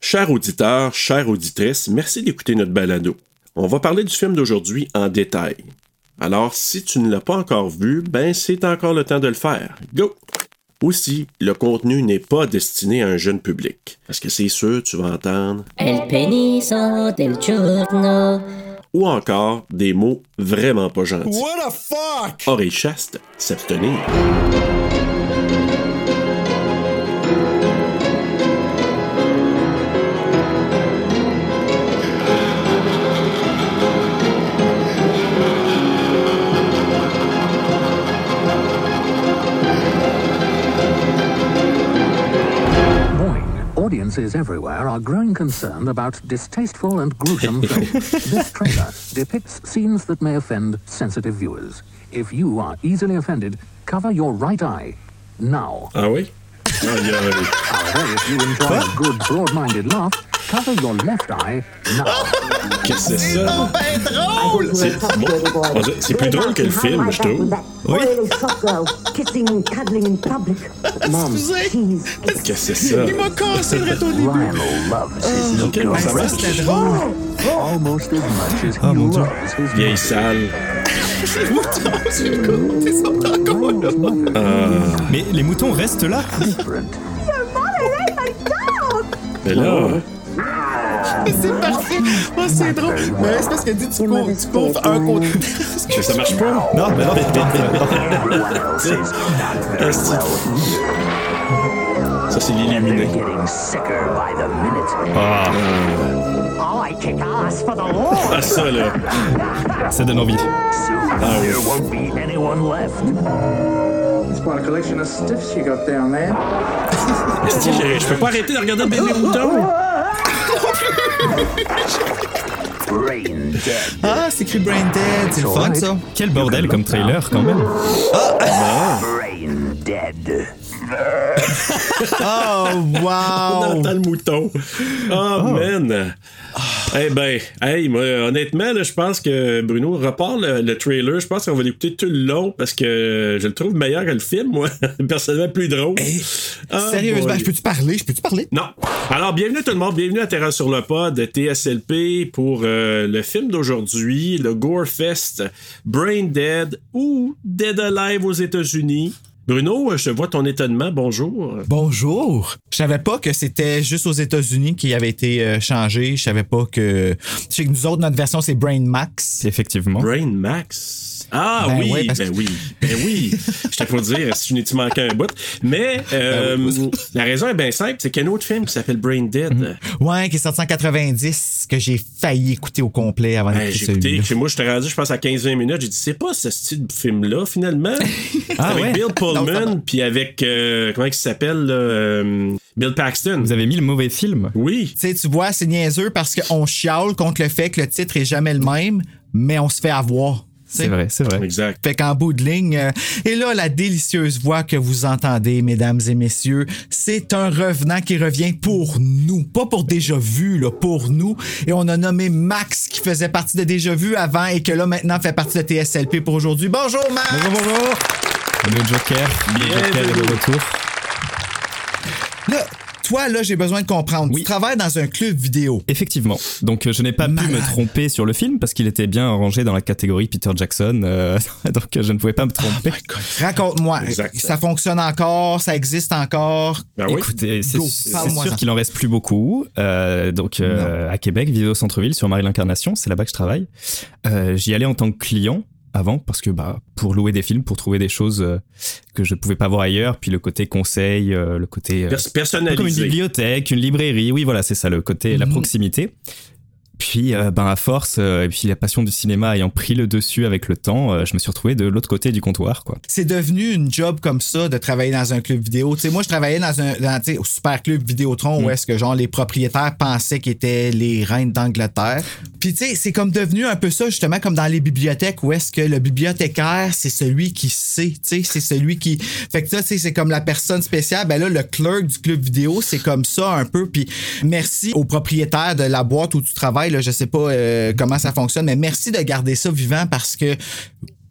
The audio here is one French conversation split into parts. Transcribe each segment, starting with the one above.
Chers auditeurs, chères auditrices, merci d'écouter notre balado. On va parler du film d'aujourd'hui en détail. Alors, si tu ne l'as pas encore vu, ben c'est encore le temps de le faire. Go! Aussi, le contenu n'est pas destiné à un jeune public. Parce que c'est sûr, tu vas entendre El peniso del giorno. ou encore des mots vraiment pas gentils. What the fuck? Oreille chaste, s'abstenir. Boing. Audiences everywhere are growing concerned about distasteful and gruesome films. this trailer depicts scenes that may offend sensitive viewers. If you are easily offended, cover your right eye now. Ah oui? However, if you enjoy a good, broad-minded laugh, cover your left eye now. Qu'est-ce que c'est ça? C'est bon. On dirait- C'est plus drôle que le film, je trouve. Oui. Qu'est-ce que c'est ça? Lionel loves his new girlfriend c'était almost as much as he loves his Vieille sale. Mais les moutons restent là. different. Mais là, C'est parfait! Oh, c'est drôle! Mais c'est parce qu'elle dit tu cours, tu cours un côté. que ça marche pas. hein, Non, mais non, mais non. Everyone else is not Ah very well Ça, c'est l'illuminé. getting sicker by the minute. I kick ass for the Lord. Ah, ça, là. Ça donne envie. Soon there won't be anyone left. What a collection of stiffs you got down there. Est-ce que Je je peux pas arrêter de regarder le bébé mouton. Brain dead. Ah, c'est écrit Brain Dead, c'est le fun ça! Quel bordel comme trailer quand même. Brain dead. Oh, wow! Dans, dans le mouton. Oh, man. Eh ben, hey, moi, honnêtement, là, je pense que Bruno repart le, le trailer. Je pense qu'on va l'écouter tout le long parce que je le trouve meilleur que le film, moi. Personnellement, plus drôle. Ah, Eh, Sérieusement, boy. je peux-tu parler? Je peux-tu parler? Non. Alors, bienvenue tout le monde, bienvenue à Terra sur le pod, TSLP, pour euh, le film d'aujourd'hui, le Gore Fest, Brain Dead ou Dead Alive aux États-Unis. Bruno, je vois ton étonnement, bonjour. Bonjour! Je savais pas que c'était juste aux États-Unis qui avait été euh, changé. Je savais pas que. Je sais que nous autres, notre version, c'est Brain Max. Effectivement. Brain Max. Ah Ben oui, ouais, parce ben que- oui, ben oui. J'étais pour dire, si tu n'es- tu manquais un bout. Ben Mais euh, la raison est bien simple, c'est qu'il y a un autre film qui s'appelle Brain Dead. Mhm. Ouais, qui est sorti en 90, que j'ai failli écouter au complet avant Ben, d'écouter j'ai écouté, celui-là. chez moi, j'étais rendu, je pense, à 15-20 minutes. J'ai dit, c'est pas ce style de film-là, finalement. C'était avec Ah ouais? Bill Non, ça Pullman, puis avec, euh, comment il s'appelle, là, euh, Bill Paxton. Vous avez mis le mauvais film. Oui. Tu sais, tu vois, c'est niaiseux parce qu'on chiale contre le fait que le titre est jamais le même, mais on se fait avoir. tu sais. C'est vrai, c'est vrai. Exact. Fait qu'en bout de ligne, euh, et là, la délicieuse voix que vous entendez, mesdames et messieurs, c'est un revenant qui revient pour nous. Pas pour Déjà Vu, là, pour nous. Et on a nommé Max qui faisait partie de Déjà Vu avant et que là, maintenant, fait partie de TSLP pour aujourd'hui. Bonjour, Max! Bonjour, bonjour. Le Joker. Le Joker est de retour. Là, toi, là, j'ai besoin de comprendre. Oui. Tu travailles dans un club vidéo. Effectivement. Donc euh, je n'ai pas pu me tromper sur le film parce qu'il était bien rangé dans la catégorie Peter Jackson. euh, donc euh, je ne pouvais pas me tromper. Raconte-moi, Exact. ça fonctionne encore, ça existe encore. Ben oui. Écoutez, c'est Go, c'est parle-moi sûr ça. qu'il en reste plus beaucoup. Euh, donc, euh, à Québec, vivais au centre-ville sur Marie l'Incarnation, c'est là-bas que je travaille. Euh, J'y allais en tant que client avant parce que bah pour louer des films, pour trouver des choses euh, que je pouvais pas voir ailleurs, puis le côté conseil, euh, le côté euh, Pers- un peu comme une personnalisé. bibliothèque, une librairie, oui voilà c'est ça le côté la proximité. Puis euh, ben à force euh, et puis la passion du cinéma ayant pris le dessus avec le temps, euh, je me suis retrouvé de l'autre côté du comptoir quoi. c'est devenu une job comme ça de travailler dans un club vidéo. Tu sais, moi, je travaillais dans un dans, tu sais, au super club Vidéotron où est-ce que genre les propriétaires pensaient qu'ils étaient les reines d'Angleterre. Puis tu sais, c'est comme devenu un peu ça justement comme dans les bibliothèques où est-ce que le bibliothécaire c'est celui qui sait, tu sais, c'est celui qui fait que ça, tu sais, c'est comme la personne spéciale. Ben là, le clerc du club vidéo, c'est comme ça un peu. Puis merci au propriétaire de la boîte où tu travailles. Là, je sais pas euh, comment ça fonctionne, mais merci de garder ça vivant parce que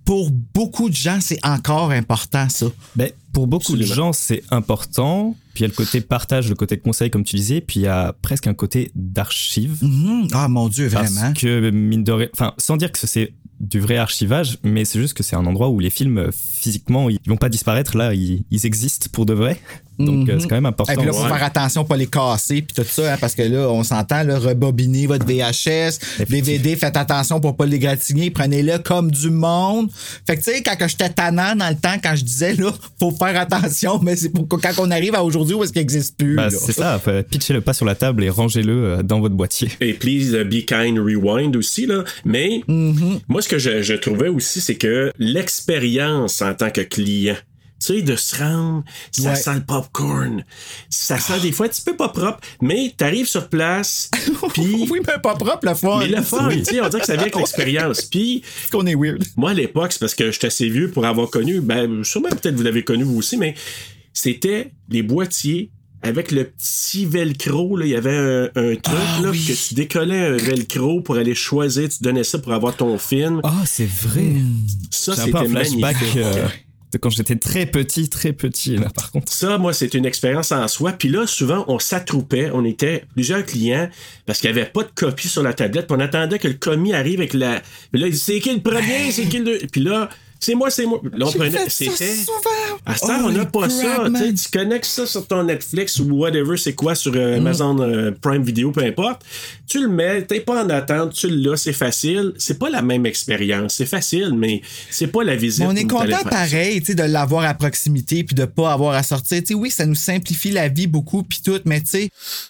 pour beaucoup de gens, c'est encore important, ça. Ben, pour beaucoup de Absolument. gens, c'est important. Puis il y a le côté partage, le côté conseil, comme tu disais. Puis il y a presque un côté d'archive. Mhm. Ah, mon Dieu, vraiment. Parce que, mine de rien- enfin, sans dire que c'est du vrai archivage, mais c'est juste que c'est un endroit où les films, euh, physiquement, ils vont pas disparaître. Là, ils, ils existent pour de vrai. Donc, euh, Mhm. c'est quand même important. Et puis là, faut Ouais. faire attention, pas les casser, puis tout ça, hein, parce que là, on s'entend, là, rebobiner votre VHS, DVD, faites attention pour pas les gratigner, prenez-le comme du monde. Fait que, tu sais, quand que j'étais tannant dans le temps, quand je disais, là, faut faire attention, mais c'est pour que- quand on arrive à aujourd'hui où est-ce qu'il n'existe plus. là. Bah, c'est ça, faut- pitchez-le pas sur la table et rangez-le euh, dans votre boîtier. Et Please uh, Be Kind Rewind aussi, là. Mais Mm-hmm. moi, ce que je, je trouvais aussi, c'est que l'expérience en tant que client, tu sais, de se rendre, ça Ouais. sent le popcorn. Ça sent des fois un petit peu pas propre, mais t'arrives sur place, puis... oui, mais pas propre, le fond. Mais le fun, tu sais, on dirait que ça vient avec l'expérience. Puis, qu'on est weird. moi, à l'époque, c'est parce que j'étais assez vieux pour avoir connu, ben, sûrement peut-être vous l'avez connu vous aussi, mais c'était les boîtiers avec le petit velcro, là, il y avait un, un truc Ah là, que tu décollais un velcro pour aller choisir, tu donnais ça pour avoir ton film. Ah, c'est vrai. Mm. ça, J'ai un peu un c'était flashback magnifique. euh, de quand j'étais très petit, très petit, là, par contre. Ça, moi, c'est une expérience en soi. Puis là, souvent, on s'attroupait, on était plusieurs clients parce qu'il n'y avait pas de copie sur la tablette. Puis on attendait que le commis arrive avec la. Puis là, il dit c'est qui le Ben. premier, c'est qui le deux. Puis là, c'est moi, c'est moi. Là, on prenait. C'était. À ce temps, on n'a pas ça. Tu sais, tu connectes ça sur ton Netflix ou whatever, c'est quoi, sur euh, Mm. Amazon euh, Prime Video, peu importe. Tu le mets, t'es pas en attente, tu l'as, c'est facile. C'est pas la même expérience. C'est facile, mais c'est pas la visite. Mais on est où t'allais faire. content pareil tu sais, de l'avoir à proximité puis de pas avoir à sortir. Tu sais, oui, ça nous simplifie la vie beaucoup puis tout, mais tu sais,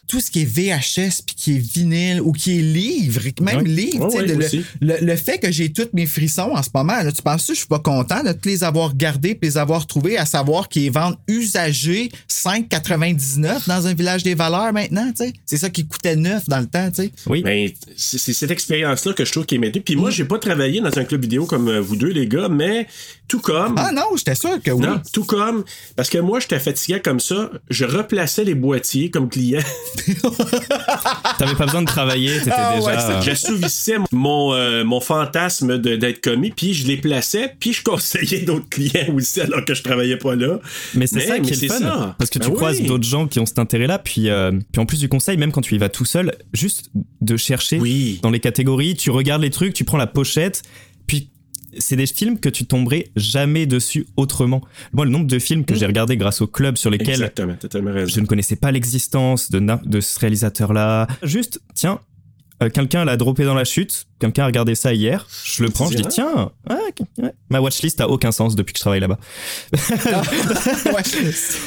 tout ce qui est VHS puis qui est vinyle ou qui est livre, même Ouais. livre, Ouais, tu sais, ouais, de- le- aussi. le, le fait que j'ai tous mes frissons en ce moment, là, tu penses que je suis pas content de tous les avoir gardés puis les avoir trouvés, à savoir qu'ils les vendent usagés 5,99 dans un village des valeurs maintenant, tu sais. C'est ça qui coûtait neuf dans le temps, tu sais. Oui. Ben, c'est c'est cette expérience-là que je trouve qui est maintenue. Puis moi, j'ai pas travaillé dans un club vidéo comme euh, vous deux, les gars, mais tout comme. Ah non, j'étais sûr que oui. Non, tout comme. Parce que moi, j'étais fatigué comme ça, je replaçais les boîtiers comme client. Ah. T'avais pas besoin de travailler, t'étais Ah ouais, déjà. euh, J'assouvissais mon, euh, mon fantasme de- d'être commis, puis je les plaçais, puis je conseillais d'autres clients aussi alors que je travaillais pas là. Mais c'est ça qui est c'est le fun, ça. parce que tu Ben croises oui. d'autres gens qui ont cet intérêt-là, puis, euh, puis en plus du conseil, même quand tu y vas tout seul, juste de chercher Oui. dans les catégories, tu regardes les trucs, tu prends la pochette, puis c'est des films que tu tomberais jamais dessus autrement. Moi, le nombre de films que Mm. j'ai regardés grâce au club sur lesquels Exactement, t'as tellement je raison. ne connaissais pas l'existence de, na- de ce réalisateur-là, juste, tiens, euh, quelqu'un l'a droppé dans la chute, quelqu'un a regardé ça hier, je le prends, je dis, vrai? tiens, ah, ok, ouais. ma watchlist a aucun sens depuis que je travaille là-bas. ouais.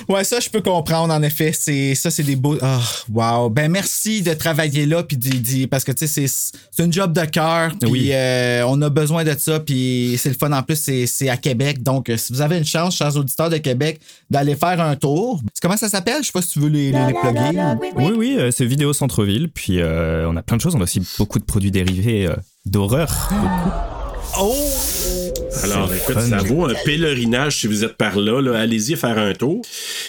Ouais, ça, je peux comprendre, en effet. C'est, ça, c'est des beaux. Ah, wow. Ben, merci de travailler là, puis d'y- d'y- parce que, tu sais, c'est, c'est une job de cœur, puis Oui. euh, on a besoin de ça, puis c'est le fun. En plus, c'est, c'est à Québec. Donc, euh, si vous avez une chance, chers auditeurs de Québec, d'aller faire un tour. Comment ça s'appelle? Je sais pas si tu veux les, les, les plugger. Oui, oui, euh, c'est Vidéo Centre-Ville. Puis euh, on a plein de choses. On a aussi beaucoup de produits dérivés euh, d'horreur. Alors, C'est écoute, fun. ça vaut un pèlerinage si vous êtes par là. là. Allez-y faire un tour.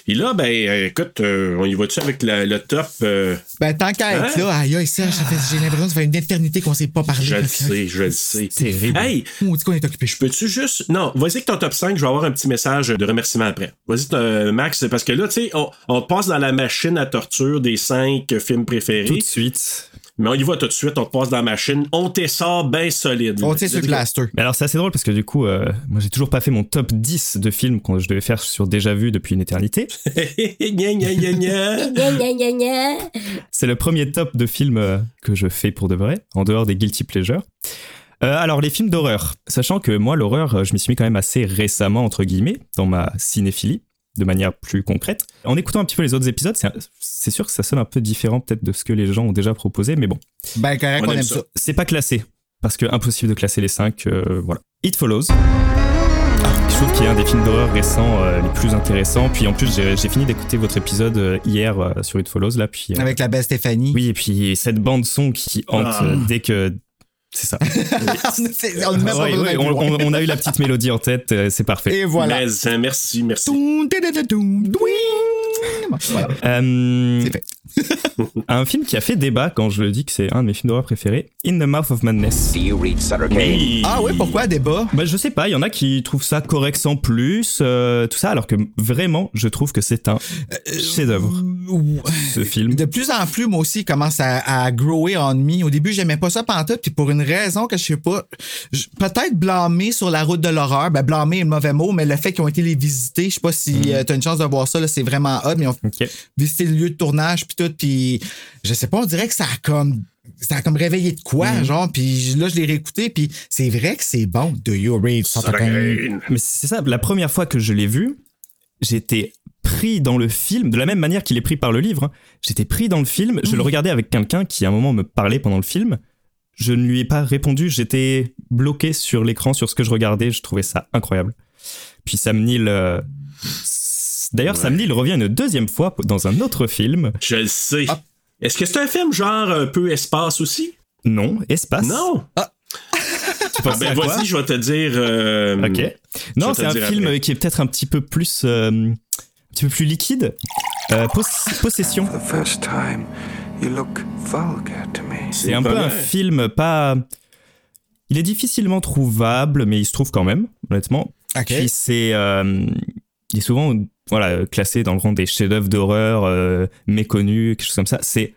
Et là, ben, euh, écoute, euh, on y va-tu avec la- le top? euh, Ben, tant qu'à être Hein? là, aïe, aïe, Serge, ça fait- j'ai l'impression que ça fait une éternité qu'on s'est pas parlé. je le Parce que- sais, je le sais. C'est terrible. Hey, On dit qu'on est occupé. je peux-tu juste... Non, vas-y avec ton top 5, je vais avoir un petit message de remerciement après. Vas-y, euh, Max, parce que là, tu sais, on, on passe dans la machine à torture des 5 films Tout préférés. de suite. Mais on y va tout de suite, on te passe dans la machine. On t'essort bien solide. On tient sur Let's le go. cluster. Mais alors c'est assez drôle parce que du coup, euh, moi j'ai toujours pas fait mon top 10 de films que je devais faire sur Déjà Vu depuis une éternité. Gna, gna, gna, gna. Gna gna gna gna. C'est le premier top de films euh, que je fais pour de vrai, en dehors des guilty pleasures. Euh, alors les films d'horreur, sachant que moi l'horreur, euh, je m'y suis mis quand même assez récemment entre guillemets dans ma cinéphilie, de manière plus concrète. En écoutant un petit peu les autres épisodes, c'est- c'est sûr que ça sonne un peu différent peut-être de ce que les gens ont déjà proposé, mais bon. Ben, correct, on, aime ça. c'est pas classé parce que impossible de classer les 5 voilà It Follows Ah, je trouve qu'il est un des films d'horreur récents euh, les plus intéressants puis en plus j'ai j'ai fini d'écouter votre épisode euh, hier euh, sur It Follows là puis euh, Avec la belle Stéphanie. oui et puis cette bande son qui hante Ah. euh, dès que c'est ça C'est- on le met pas Ouais, besoin ouais, d'aller plus on, loin. on- on a eu la petite mélodie en tête euh, c'est parfait Et voilà. Mais, hein, merci, merci. Toum, tadadadadoum, douing. Voilà. Euh, C'est fait. un film qui a fait débat quand je le dis que c'est un de mes films d'horreur préférés, In the Mouth of Madness. Do you read Sutter Kane? Oui. Ah ouais, pourquoi débat? Bah, je sais pas, il y en a qui trouvent ça correct sans plus, euh, tout ça, alors que vraiment, je trouve que c'est un chef-d'œuvre, Ouh. ce film. Euh, De plus en plus, moi aussi, commence à, à grower on me. Au début, j'aimais pas ça pantoute, puis pour une raison que je sais pas, je- peut-être blâmer sur la route de l'horreur, ben blâmer est le mauvais mot, mais le fait qu'ils ont été les visiter, je sais pas Mm. si tu t'as une chance de voir ça, là, c'est vraiment hot, mais ils ont Ok. visité le lieu de tournage, puis tout, puis je sais pas, on dirait que ça a comme... Ça a comme réveillé de quoi, genre, puis là, je l'ai réécouté, puis c'est vrai que c'est bon, Do You Read Sutter Kane? Ah, Mais c'est ça, la première fois que je l'ai vu, j'étais pris dans le film, de la même manière qu'il est pris par le livre. hein. J'étais pris dans le film, je le regardais avec quelqu'un qui à un moment me parlait pendant le film. Je ne lui ai pas répondu, j'étais bloqué sur l'écran, sur ce que je regardais, je trouvais ça incroyable. Puis Sam Neill... euh, s- D'ailleurs, Sam Neill revient une deuxième fois p- dans un autre film. Je le sais. Ah. Est-ce que c'est un film genre un peu espace aussi? Non, Espace. Non. tu Ah pensais ben à quoi vas-y, je vais te dire. euh, Ok. vais Non, te c'est un dire film après. qui est peut-être un petit peu plus, euh, un petit peu plus liquide. Euh, Poss- Possession. The first time, you look vulgar to me. C'est un peu pas un mal. film pas. Il est difficilement trouvable, mais il se trouve quand même, honnêtement. OK. Puis c'est, euh, il est souvent voilà classé dans le rang des chefs-d'œuvre d'horreur euh, méconnus, quelque chose comme ça. C'est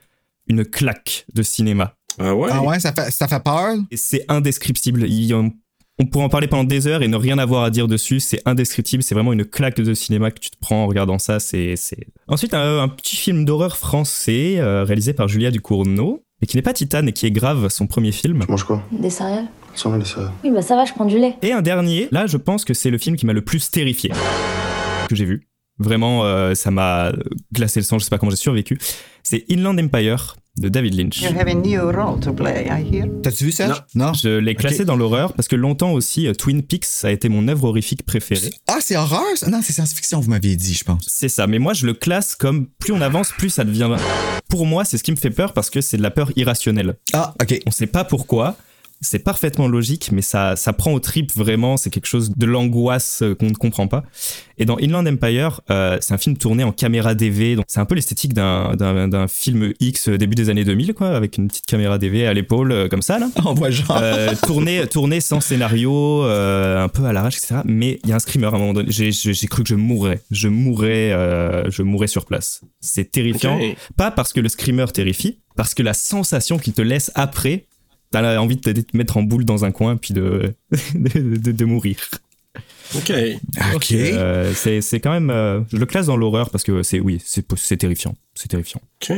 une claque de cinéma. Ah ouais? Ah ouais, ça fait, ça fait peur? Et c'est indescriptible. Il y en- on pourrait en parler pendant des heures et ne rien avoir à dire dessus. C'est indescriptible. C'est vraiment une claque de cinéma que tu te prends en regardant ça. C'est, c'est... Ensuite, un, un petit film d'horreur français euh, réalisé par Julia Ducournau, et qui n'est pas Titane et qui est grave son premier film. Mange quoi Des céréales Ils sont là, les sœurs. Oui, bah ça va, je prends du lait. Et un dernier, là je pense que c'est le film qui m'a le plus terrifié que j'ai vu. Vraiment, euh, ça m'a glacé le sang, je sais pas comment j'ai survécu. C'est Inland Empire de David Lynch. have a new role to play, I hear. T'as-tu vu, Serge? Non. Je l'ai classé dans l'horreur parce que longtemps aussi, euh, Twin Peaks a été mon œuvre horrifique préférée. Ah, c'est horreur? ça? Non, c'est science-fiction, vous m'aviez dit, je pense. C'est ça, mais moi je le classe comme plus on avance, plus ça devient... Pour moi, c'est ce qui me fait peur parce que c'est de la peur irrationnelle. Ah, OK. On sait pas pourquoi. C'est parfaitement logique, mais ça, ça prend au trip vraiment. C'est quelque chose de l'angoisse euh, qu'on ne comprend pas. Et dans Inland Empire, euh, c'est un film tourné en caméra DV. Donc c'est un peu l'esthétique d'un, d'un, d'un film X euh, début des années 2000, quoi, avec une petite caméra DV à l'épaule, euh, comme ça, là. On voit genre. Euh, tourné, tourné sans scénario, euh, un peu à l'arrache, etc. Mais il y a un screamer à un moment donné. J'ai, j'ai- j'ai cru que je mourrais. Je mourrais, euh, je mourrais sur place. C'est terrifiant. Ok. Pas parce que le screamer terrifie, parce que la sensation qu'il te laisse après, t'as la- envie de te, de te mettre en boule dans un coin puis de, de, de- de mourir. Ok. Ah, OK. Euh, c'est, c'est quand même. euh, je le classe dans l'horreur parce que c'est, oui, c'est, c'est terrifiant. C'est terrifiant. Ok.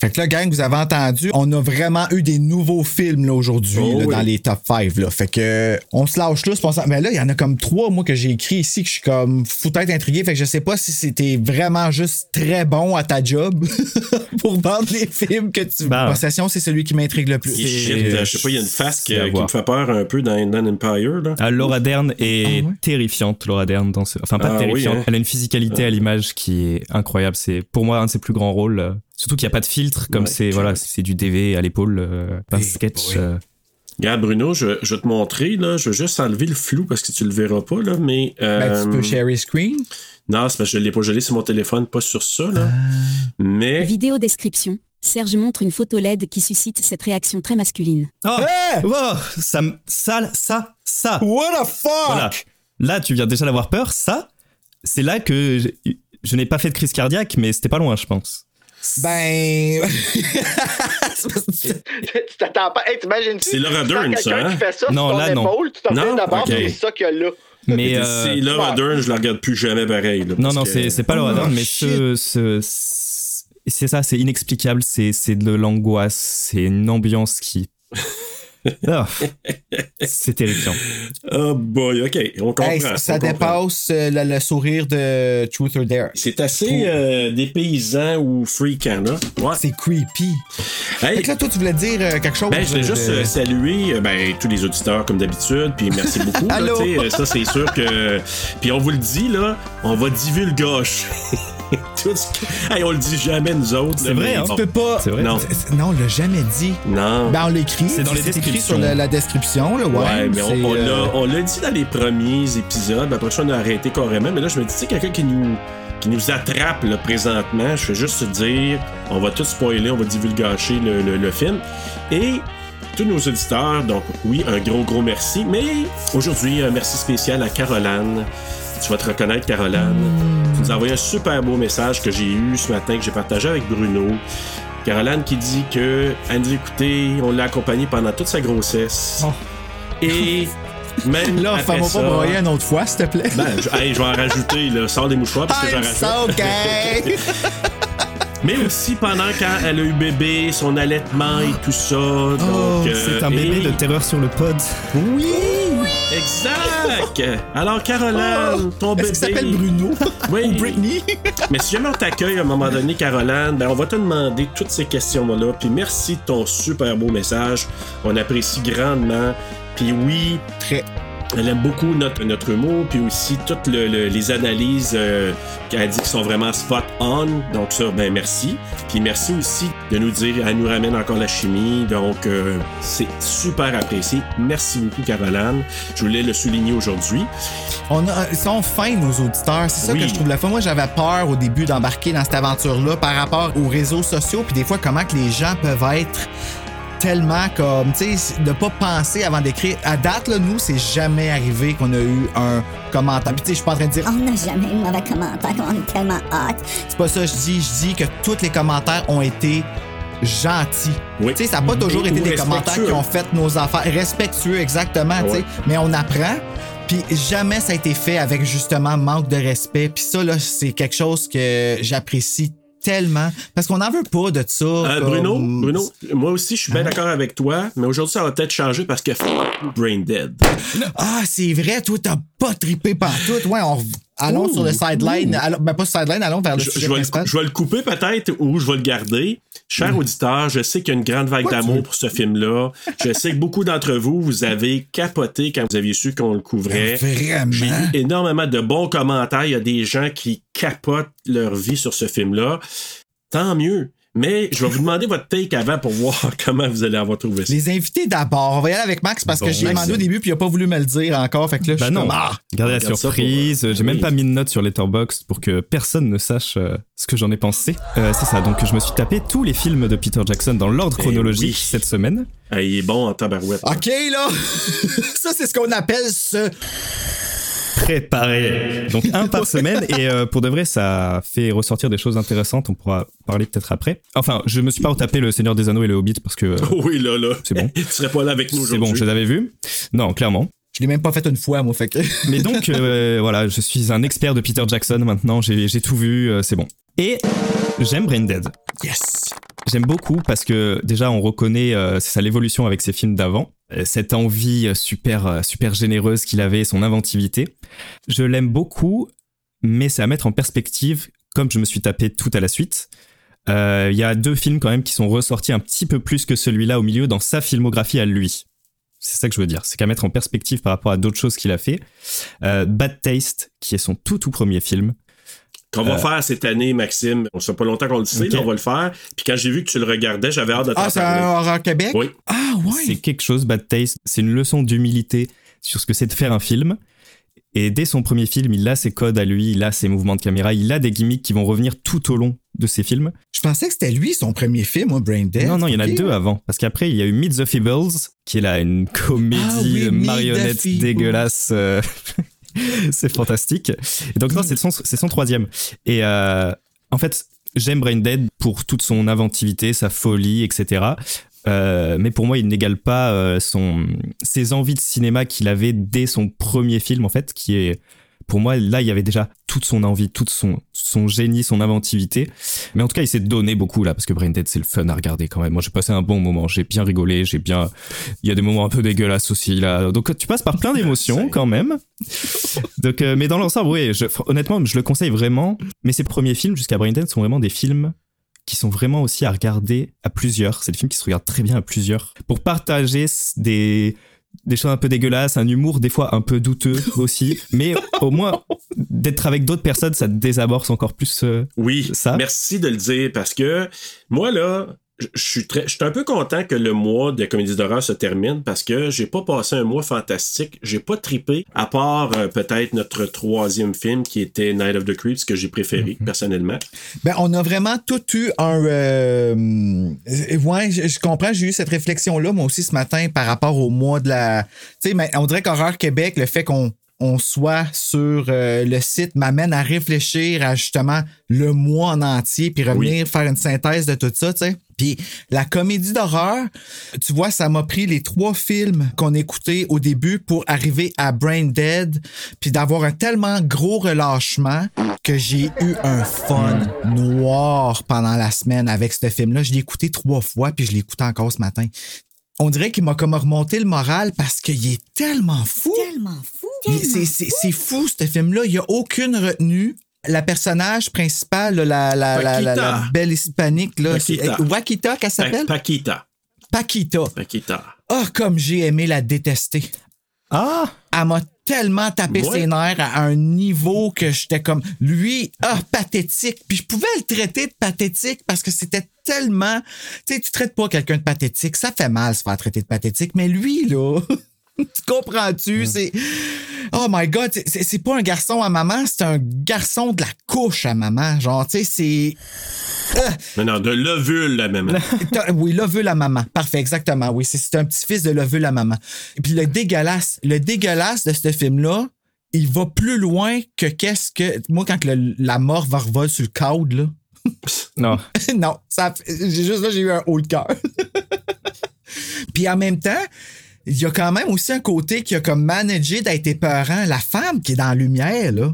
Fait que là, gang, vous avez entendu, on a vraiment eu des nouveaux films là, aujourd'hui Oh là, oui. dans les top 5. Là. Fait que on se lâche là, c'est pour ça. Mais là, il y en a comme trois, moi, que j'ai écrit ici, que je suis comme foutête intrigué. Fait que je sais pas si c'était vraiment juste très bon à ta job pour vendre les films que tu Bah. Possession, c'est celui qui m'intrigue le plus. Et shit, euh, je sais pas, il y a une face qui, c'est à qui voir. me fait peur un peu dans Inland Empire. Là. Ah, Laura Dern est terrifiante, Laura Dern dans ce... Enfin, pas Ah, terrifiante, oui, hein. elle a une physicalité à l'image qui est incroyable. C'est pour moi un de ses plus grands rôles. euh, Surtout qu'il n'y a pas de filtre, comme Ouais, c'est voilà, c'est du DV à l'épaule, euh, pas de Eh sketch. boy. euh. Regarde, Bruno, je, je vais te montrer. Là, je vais juste enlever le flou parce que tu le verras pas. Là, mais, Ben, tu euh, peux share screen. non, c'est parce que je l'ai pas gelé sur mon téléphone, pas sur ça. Là. Ah. Mais Vidéo description. Serge montre une photo LED qui suscite cette réaction très masculine. Oh, Eh Hey! wow, ça, me- ça, ça, ça. What the fuck? Voilà. Là, tu viens déjà d'avoir peur. Ça, c'est là que je, je n'ai pas fait de crise cardiaque, mais c'était pas loin, je pense. Ben. tu t'attends pas. Hey, t'imagines-tu? C'est Laura tu sens Dern, quelqu'un ça, hein? qui fait ça sur Non, ton là, non. épaule, tu te Non? retournes d'abord, Ok. c'est ça qu'il y a là. Mais euh, c'est Laura Dern, je la regarde plus jamais pareil. là, Non, parce non, que- c'est c'est pas Laura Oh, Dern, mais shit. ce, ce- ce- c'est ça, c'est inexplicable, c'est c'est de l'angoisse, c'est une ambiance qui. Ah, c'est terrifiant. Oh boy, ok, on comprend. Hey, ça- ça on comprend. dépasse euh, le, le sourire de Truth or Dare. C'est assez euh, dépaysant ou freakant, là. Ouais. C'est creepy. Hey, Fait que là, toi, tu voulais dire euh, quelque chose. Ben, je voulais de- juste euh, saluer euh, ben, tous les auditeurs comme d'habitude, puis merci beaucoup. là, Allô? tu sais, euh, ça, c'est sûr que. Puis on vous le dit, là, on va divulgoche. Tout ce que- Hey, on le dit jamais, nous autres. C'est là, vrai, mais hein, bon. Tu peux pas. C'est vrai. Non, Non, on l'a jamais dit. non. Ben, on l'écrit. C'est dans les écrit descriptions. sur la, la description, là, ouais. Ouais, mais C'est, on, on euh, l'a- on l'a dit dans les premiers épisodes, ben, après ça, on a arrêté carrément. Mais là, je me dis, tu sais, quelqu'un qui nous qui nous attrape là, présentement. Je vais juste te dire, on va tout spoiler, on va divulgacher le, le- le film. Et tous nos auditeurs, donc oui, un gros, gros merci. Mais aujourd'hui, un merci spécial à Caroline. Tu vas te reconnaître, Caroline. Tu nous as envoyé un super beau message que j'ai eu ce matin, que j'ai partagé avec Bruno. Caroline qui dit que elle nous écoutait, on l'a accompagnée pendant toute sa grossesse. Oh. Et même Là, après fais-moi ça, pas broyer une autre fois, s'il te plaît. Ah, ben, je, hey, je vais en rajouter, là. Sors des mouchoirs parce que j'en I'm rajoute. so gay! Mais aussi pendant quand elle a eu bébé, son allaitement et tout ça. donc, Oh, euh, c'est un bébé et- de terreur sur le pod. Oui! Exact! Alors, Caroline, ton bébé. Oh! Est-ce qu'il s'appelle Bruno? Oui. Ou Britney? Mais si jamais on t'accueille à un moment donné, Caroline, ben on va te demander toutes ces questions-là. Puis merci de ton super beau message. On apprécie grandement. Puis oui, Très. elle aime beaucoup notre, notre humour, puis aussi toutes le- le- les analyses euh, qu'elle dit qui sont vraiment spot on. Donc ça, ben merci. Puis merci aussi de nous dire, elle nous ramène encore la chimie. Donc euh, c'est super apprécié. Merci beaucoup, Caroline. Je voulais le souligner aujourd'hui. On a- ils sont fins, nos auditeurs. C'est ça Oui. que je trouve la fois. Moi, j'avais peur au début d'embarquer dans cette aventure-là par rapport aux réseaux sociaux, puis des fois, comment que les gens peuvent être tellement comme, tu sais, de pas penser avant d'écrire. À date, là, nous, c'est jamais arrivé qu'on a eu un commentaire. Puis, tu sais, je suis pas en train de dire, ah, On n'a jamais eu de mauvais commentaires, on est tellement hâte. C'est pas ça que je dis. Je dis que tous les commentaires ont été gentils. Oui. Mm-hmm. Tu sais, ça n'a pas toujours Et- été ou des commentaires respectueux. qui ont fait nos affaires. Respectueux, exactement. tu sais. Ouais. Mais on apprend. Puis jamais ça a été fait avec justement manque de respect. Puis ça, là, c'est quelque chose que j'apprécie tellement. Parce qu'on n'en veut pas de ça. Euh, comme- Bruno, Bruno, moi aussi, je suis bien Hein? d'accord avec toi, mais aujourd'hui, ça va peut-être changer parce que f- Brain Dead. Ah, c'est vrai, toi, t'as pas trippé partout. Ouais, on... rev- Allons sur le sideline. Allons- Ben, pas sur le sideline, allons vers le Je, je sujet vais le, principal. Mmh. cou- je vais le couper peut-être ou je vais le garder. Cher auditeur, je sais qu'il y a une grande vague d'amour pour ce film-là. Je sais que beaucoup d'entre vous, vous avez capoté quand vous aviez su qu'on le couvrait. J'ai eu Vraiment. énormément de bons commentaires. Il y a des gens qui capotent leur vie sur ce film-là. Tant mieux. Mais je vais vous demander votre take avant pour voir comment vous allez avoir trouvé ça. Les invités d'abord. On va y aller avec Max parce Bon, que j'ai Max. demandé au début puis il a pas voulu me le dire encore. Fait que Ben là, je Bah suis non, comme, ah! gardez la Regarde ça pour, surprise. euh, J'ai même oui. pas mis de note sur Letterboxd pour que personne ne sache euh, ce que j'en ai pensé. Euh, c'est ça, donc je me suis tapé tous les films de Peter Jackson dans l'ordre Eh chronologique oui. cette semaine. Ah, il est bon en tabarouette. OK, là! ça, c'est ce qu'on appelle ce. Préparé Donc un par semaine, et euh, pour de vrai, ça fait ressortir des choses intéressantes. On pourra parler peut-être après. Enfin, je me suis pas retapé Le Seigneur des Anneaux et Le Hobbit parce que euh, Oui, là, là. C'est bon. tu serais pas là avec nous c'est bon, aujourd'hui. je les avais vus. Non, clairement. Je l'ai même pas fait une fois, moi. Fait que. Mais donc, euh, voilà, je suis un expert de Peter Jackson maintenant, j'ai j'ai tout vu, euh, c'est bon. Et j'aime Brain Dead. Yes! J'aime beaucoup parce que déjà on reconnaît euh, c'est ça l'évolution avec ses films d'avant, Euh, cette envie euh, super euh, super généreuse qu'il avait, son inventivité. Je l'aime beaucoup, mais c'est à mettre en perspective comme je me suis tapé tout à la suite. Euh, Il y a deux films quand même qui sont ressortis un petit peu plus que celui-là au milieu dans sa filmographie à lui. C'est ça que je veux dire, c'est qu'à mettre en perspective par rapport à d'autres choses qu'il a fait. Euh, Bad Taste, qui est son tout tout premier film. Qu'on va faire cette année, Maxime. On sait pas longtemps qu'on le sait, Euh. Ok. mais on va le faire. Puis quand j'ai vu que tu le regardais, j'avais hâte de t'en Ah, c'est un parler. horreur Québec? Oui. Ah, C'est ouais! quelque chose, Bad Taste. C'est une leçon d'humilité sur ce que c'est de faire un film. Et dès son premier film, il a ses codes à lui, il a ses mouvements de caméra, il a des gimmicks qui vont revenir tout au long de ses films. Je pensais que c'était lui, son premier film, moi, Brain Dead. non, non, il y en a Ok. deux avant. Parce qu'après, il y a eu Meet the Feebles, qui est là une comédie Ah oui, euh, Meet the marionnette Feebles. dégueulasse. euh, c'est fantastique. Et donc, Mm. non, c'est son, c'est son troisième. Et euh, en fait, j'aime Brain Dead pour toute son inventivité, sa folie, etc. Euh, mais pour moi, il n'égale pas euh, son, ses envies de cinéma qu'il avait dès son premier film, en fait, qui est. Pour moi, là, il y avait déjà toute son envie, toute son, son génie, son inventivité. Mais en tout cas, il s'est donné beaucoup là, parce que Brain Dead, c'est le fun à regarder quand même. Moi, j'ai passé un bon moment. J'ai bien rigolé, j'ai bien. Il y a des moments un peu dégueulasses aussi là. Donc, tu passes par plein d'émotions quand même. Donc, euh, mais dans l'ensemble, oui, je- fr- honnêtement, je le conseille vraiment. Mais ses premiers films jusqu'à Brain Dead sont vraiment des films qui sont vraiment aussi à regarder à plusieurs. C'est des films qui se regardent très bien à plusieurs pour partager s- des des choses un peu dégueulasses, un humour des fois un peu douteux aussi, mais au moins d'être avec d'autres personnes, ça te désamorce encore plus. euh, Oui. Ça. Merci de le dire parce que moi, là, je je suis très, je suis un peu content que le mois de comédie d'horreur se termine parce que j'ai pas passé un mois fantastique. J'ai pas tripé, à part euh, peut-être notre troisième film qui était Night of the Creeps que j'ai préféré Mm-hmm. personnellement. Ben, on a vraiment tout eu un. euh, euh, ouais, je, je comprends. J'ai eu cette réflexion-là, moi aussi, ce matin, par rapport au mois de la. Tu sais, mais on dirait qu'Horreur Québec, le fait qu'on on soit sur euh, le site m'amène à réfléchir à justement le mois en entier, puis revenir faire une synthèse de tout ça, tu sais. Puis la comédie d'horreur, tu vois, ça m'a pris les trois films qu'on écoutait au début pour arriver à Brain Dead, puis d'avoir un tellement gros relâchement que j'ai eu un fun Mm. noir pendant la semaine avec ce film-là. Je l'ai écouté trois fois, puis je l'ai écouté encore ce matin. On dirait qu'il m'a comme remonté le moral parce qu'il est tellement fou. Tellement fou. Il- Tellement c'est- C'est c'est fou, ce film-là. Il n'y a aucune retenue. La personnage principale, là, la, la, la, la- la Paquita. belle hispanique, là, c'est- Paquita. euh, Wakita, qu'elle Pa- s'appelle? Paquita. Paquita. Paquita. Ah, comme j'ai aimé la détester. Ah! Elle m'a tellement tapé Ouais. ses nerfs à un niveau que j'étais comme, lui, ah, pathétique. Puis je pouvais le traiter de pathétique parce que c'était tellement... Tu sais, tu traites pas quelqu'un de pathétique. Ça fait mal se faire traiter de pathétique. Mais lui, là... tu comprends-tu? C'est... Oh my God, c'est- c'est c'est pas un garçon à maman, c'est un garçon de la couche à maman. Genre, tu sais, c'est... Non, non, de l'ovule, la même. T'as- Oui, l'ovule à maman. Parfait, exactement. Oui, c'est- c'est un petit-fils de l'ovule à maman. Et puis le dégueulasse, le dégueulasse de ce film-là, il va plus loin que qu'est-ce que. Moi, quand le- la mort va revole sur le coude, là. Non. non, ça, j'ai juste là, j'ai eu un haut de cœur. puis en même temps, il y a quand même aussi un côté qui a comme managé d'être épeurant. La femme qui est dans la lumière, là.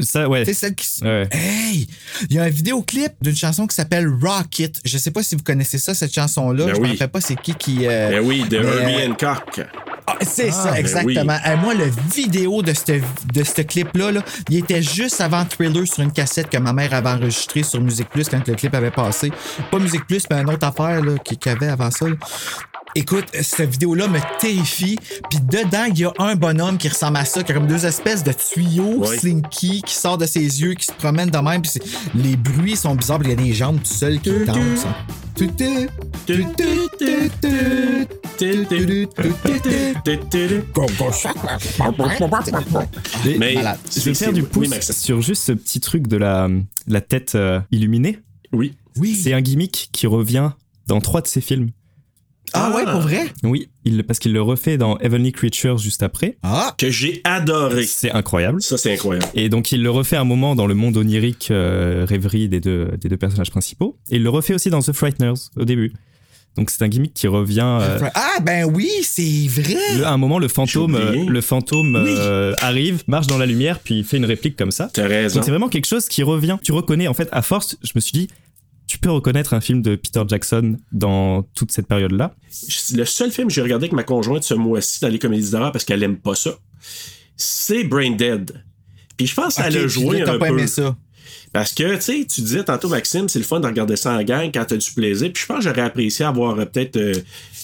Ça, ouais. Tu sais, celle qui. s- Ouais. Hey! Il y a un vidéoclip d'une chanson qui s'appelle Rocket. Je sais pas si vous connaissez ça, cette chanson-là. Ben je ne me oui. rappelle pas c'est qui qui. euh, Ben oui, de Mais, Herbie euh, Hancock. ah, c'est ça, exactement. Hey, moi, le vidéo de ce de ce clip-là, là, il était juste avant Thriller sur une cassette que ma mère avait enregistrée sur Musique Plus quand le clip avait passé. Pas Musique Plus, mais une autre affaire là, qui- qu'il y avait avant ça. là. Écoute, cette vidéo-là me terrifie. Puis dedans, il y a un bonhomme qui ressemble à ça, qui a comme deux espèces de tuyaux Ouais. slinky qui sortent de ses yeux, qui se promènent de même. Puis c'est- les bruits sont bizarres. puis Il y a des jambes tout seules qui dansent. hein. Tutu, tutu, tutu, tutu. Mais Malade. Je vais c'est- faire du oui, pouce Max. sur juste ce petit truc de la, la tête euh, illuminée. Oui. Oui. C'est un gimmick qui revient dans trois de ses films. Ah ouais, pour vrai? Oui, il, parce qu'il le refait dans Heavenly Creatures juste après. Ah! Que j'ai adoré. C'est incroyable. Ça, c'est incroyable. Et donc il le refait un moment dans le monde onirique euh, rêverie des deux, des deux personnages principaux. Et il le refait aussi dans The Frighteners au début. Donc c'est un gimmick qui revient. euh, Ah ben oui, c'est vrai! le- à un moment, le fantôme, J'ai oublié. euh, le fantôme euh, arrive, marche dans la lumière, puis il fait une réplique comme ça. T'as raison. Donc c'est vraiment quelque chose qui revient. Tu reconnais, en fait, à force, je me suis dit, tu peux reconnaître un film de Peter Jackson dans toute cette période-là. Le seul film que j'ai regardé avec ma conjointe ce mois-ci dans les comédies d'horreur parce qu'elle aime pas ça, c'est Brain Dead. Puis je pense qu'elle Ok, a puis joué là, un T'as pas peu. aimé ça. Parce que, tu sais, tu disais tantôt, Maxime, c'est le fun de regarder ça en gang quand t'as du plaisir. Puis je pense que j'aurais apprécié avoir euh, peut-être euh,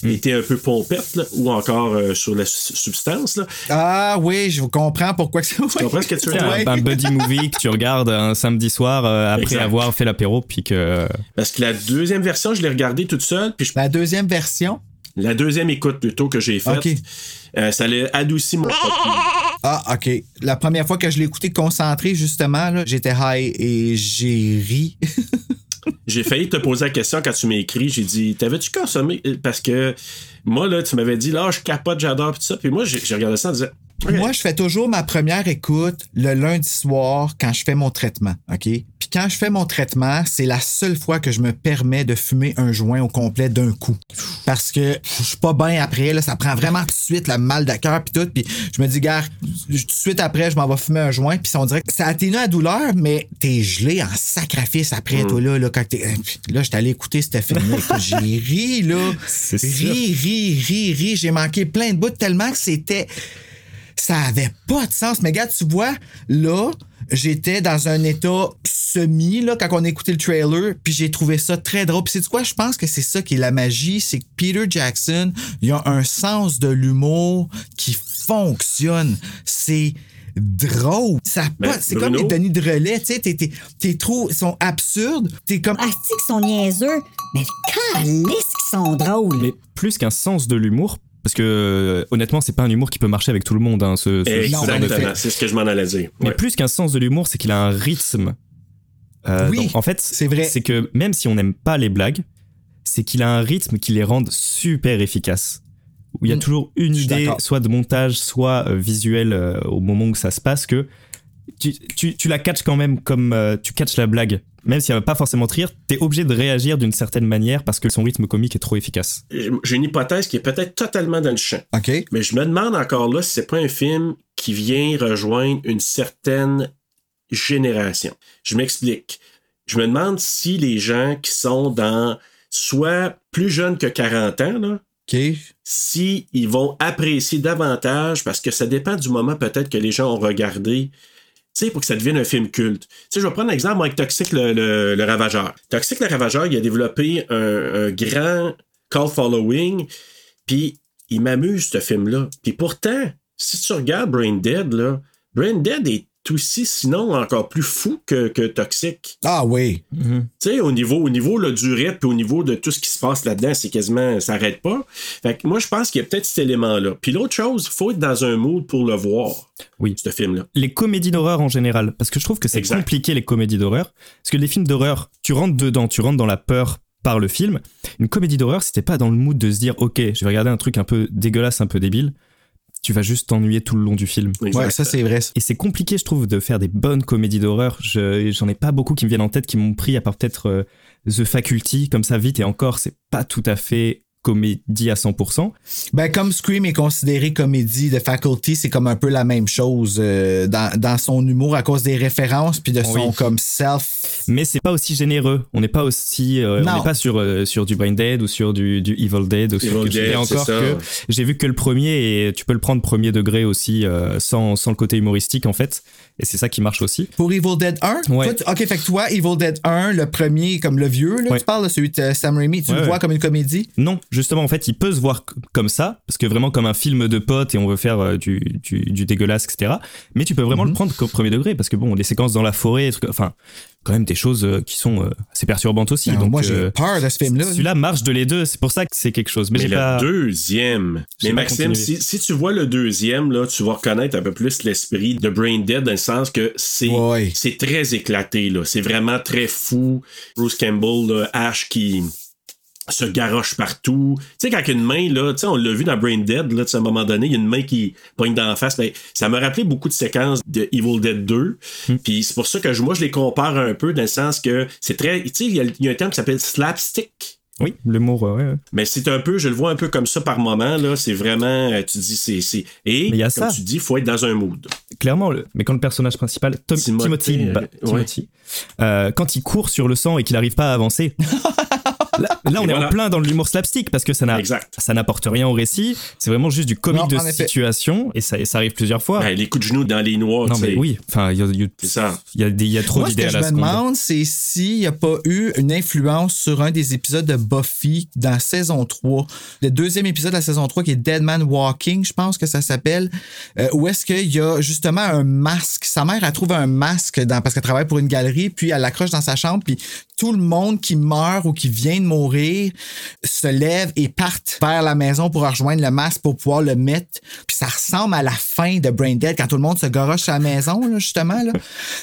Hmm. été un peu pompette là, ou encore euh, sur la su- substance. Là. Ah oui, je vous comprends pourquoi que ça. Tu comprends ce que tu veux Tu sais, dire? un- Ouais. un, buddy movie que tu regardes un samedi soir euh, après Exact. avoir fait l'apéro, puis que. euh, Parce que la deuxième version, je l'ai regardée toute seule. Puis je- La deuxième version. la deuxième écoute plutôt que j'ai faite, Ok. euh, ça l'a adouci mon Ah, OK. La première fois que je l'ai écouté concentré, justement, là, j'étais high et j'ai ri. J'ai failli te poser la question quand tu m'as écrit. J'ai dit, t'avais-tu consommé? Parce que moi, là, tu m'avais dit, là, je capote, j'adore, pis tout ça. Puis moi, j'ai j'ai regardé ça en disant, Ok. Moi, je fais toujours ma première écoute le lundi soir quand je fais mon traitement, OK? Puis quand je fais mon traitement, c'est la seule fois que je me permets de fumer un joint au complet d'un coup. Parce que je suis pas bien après, là, ça prend vraiment tout de suite le mal de cœur puis tout. Puis je me dis, gars, tout de suite après, je m'en vais fumer un joint. Puis on dirait que ça atténue la douleur, mais t'es gelé en sacrifice après, toi, là, là, quand t'es... hein, Puis Là, j'étais allé écouter cette film-là. Écoute, J'ai ri, là. C'est sûr. Ri, ri, ri, ri. J'ai manqué plein de bouts tellement que c'était ça avait pas de sens. Mais gars, tu vois, là, j'étais dans un état semi, là, quand on écoutait le trailer, puis j'ai trouvé ça très drôle. Puis c'est quoi, je pense que c'est ça qui est la magie, c'est que Peter Jackson, il a un sens de l'humour qui fonctionne. C'est drôle. Ça a Ben, pas- c'est Bruno? comme les Denis de relais, tu sais, t'es- t'es- tes trous sont absurdes. T'es comme. Ah, c'est qu'ils sont niaiseux, mais calisse qu'ils sont drôles. Mais plus qu'un sens de l'humour, parce que euh, honnêtement, c'est pas un humour qui peut marcher avec tout le monde. hein, ce, ce genre de film. Exactement, c'est ce que je m'en allais dire. Mais Ouais. plus qu'un sens de l'humour, c'est qu'il a un rythme. Euh, Oui, donc, en fait, c'est vrai. C'est que même si on n'aime pas les blagues, c'est qu'il a un rythme qui les rende super efficaces. Où il y a Mm. toujours Je une suis idée, d'accord. soit de montage, soit euh, visuel euh, au moment où ça se passe, que tu, tu- tu la catches quand même comme euh, tu catches la blague. Même si elle va pas forcément te rire, t'es obligé de réagir d'une certaine manière parce que son rythme comique est trop efficace. J'ai une hypothèse qui est peut-être totalement dans le champ. OK. Mais je me demande encore là si c'est pas un film qui vient rejoindre une certaine génération. Je m'explique. Je me demande si les gens qui sont dans soit plus jeunes que 40 ans, là, OK. si ils vont apprécier davantage parce que ça dépend du moment peut-être que les gens ont regardé. Tu sais, pour que ça devienne un film culte. Tu sais, je vais prendre l'exemple avec Toxic le, le- le Ravageur. Toxic le Ravageur, il a développé un, un grand call following, puis il m'amuse ce film-là. Puis pourtant, si tu regardes Brain Dead, là, Brain Dead est aussi, sinon encore plus fou que, que Toxic. Ah oui. Tu sais, au niveau, au niveau là, du rythme puis au niveau de tout ce qui se passe là-dedans, c'est quasiment, ça n'arrête pas. Fait que moi, je pense qu'il y a peut-être cet élément-là. Puis l'autre chose, il faut être dans un mood pour le voir. Oui. Ce film-là. les comédies d'horreur en général, parce que je trouve que c'est Exact. compliqué les comédies d'horreur, parce que les films d'horreur, tu rentres dedans, tu rentres dans la peur par le film. Une comédie d'horreur, si t'es pas dans le mood de se dire, ok, je vais regarder un truc un peu dégueulasse, un peu débile, tu vas juste t'ennuyer tout le long du film. Exact. Ouais, ça, c'est vrai. Et c'est compliqué, je trouve, de faire des bonnes comédies d'horreur. Je- J'en ai pas beaucoup qui me viennent en tête, qui m'ont pris, à part peut-être euh, The Faculty, comme ça vite, et encore, c'est pas tout à fait comédie à 100%. Ben, comme Scream est considéré comédie de faculty, c'est comme un peu la même chose euh, dans, dans son humour à cause des références puis de son Oui. comme self. mais c'est pas aussi généreux. On n'est pas aussi, euh, Non. on n'est pas sur euh, sur du Brain Dead ou sur du, du Evil Dead ou sur Evil quelque chose. Dead, Et c'est encore ça. que j'ai vu que le premier et tu peux le prendre premier degré aussi euh, sans sans le côté humoristique en fait. Et c'est ça qui marche aussi. Pour Evil Dead 1, toi, Ouais. tu- ok, fait que toi, Evil Dead 1, le premier, comme le vieux, là, Ouais. tu parles de celui de euh, Sam Raimi, tu Ouais, le vois ouais. comme une comédie? Non, justement en fait, il peut se voir c- comme ça parce que vraiment comme un film de potes et on veut faire euh, du, du du dégueulasse etc. Mais tu peux vraiment Mhm. le prendre comme premier degré parce que bon, des séquences dans la forêt, des trucs- enfin quand même des choses euh, qui sont euh, assez perturbantes aussi. Alors, Donc moi, j'ai euh, peur de ce film-là. celui-là marche de les deux, c'est pour ça que c'est quelque chose. Mais, Mais j'ai le pas... deuxième. J'ai Mais pas Maxime, continué. si, si tu vois le deuxième, là, tu vas reconnaître un peu plus l'esprit de Brain Dead dans le sens que c'est Ouais. c'est très éclaté. là. C'est vraiment très fou. Bruce Campbell, là, Ash qui se garoche partout. Tu sais, quand une main, là, tu sais, on l'a vu dans Brain Dead, là, tu sais, à un moment donné, il y a une main qui pointe dans la face. Ben, ça me rappelait beaucoup de séquences de Evil Dead 2. Hmm. Puis c'est pour ça que je- moi, je les compare un peu dans le sens que c'est très... Tu sais, il y, a- il y a un terme qui s'appelle slapstick. Oui, l'humour, euh, ouais, ouais. Mais c'est un peu, je le vois un peu comme ça par moment, là. C'est vraiment, euh, tu dis, c'est. c'est- Et, Mais il y a comme ça. tu dis, faut être dans un mood. clairement, le- mais quand le personnage principal, Tom- Timothée, Timothy, Ba- euh, Timothy, euh, quand il court sur le sang et qu'il n'arrive pas à avancer, là, là, on Et est voilà. en plein dans l'humour slapstick parce que ça n'a Exact. ça n'apporte rien au récit. C'est vraiment juste du comique Non, de en effet. situation et ça, et ça arrive plusieurs fois. Ben, les coups de genoux dans les noix, non tu mais sais. oui, enfin il y a, il y a- C'est ça. il y a des- il y a trop Moi, ce d'idées que à je la me seconde. hein. demande, c'est s'il n'y a pas eu une influence sur un des épisodes de Buffy dans la saison 3. Le deuxième épisode de la saison 3, qui est Dead Man Walking, je pense que ça s'appelle, euh, où est-ce qu'il y a justement un masque. Sa mère, elle trouve un masque dans, parce qu'elle travaille pour une galerie, puis elle l'accroche dans sa chambre, puis tout le monde qui meurt ou qui vient de mourir se lève et partent vers la maison pour rejoindre le masque pour pouvoir le mettre. Puis ça ressemble à la fin de Brain Dead, quand tout le monde se garoche à la maison, là, justement. là.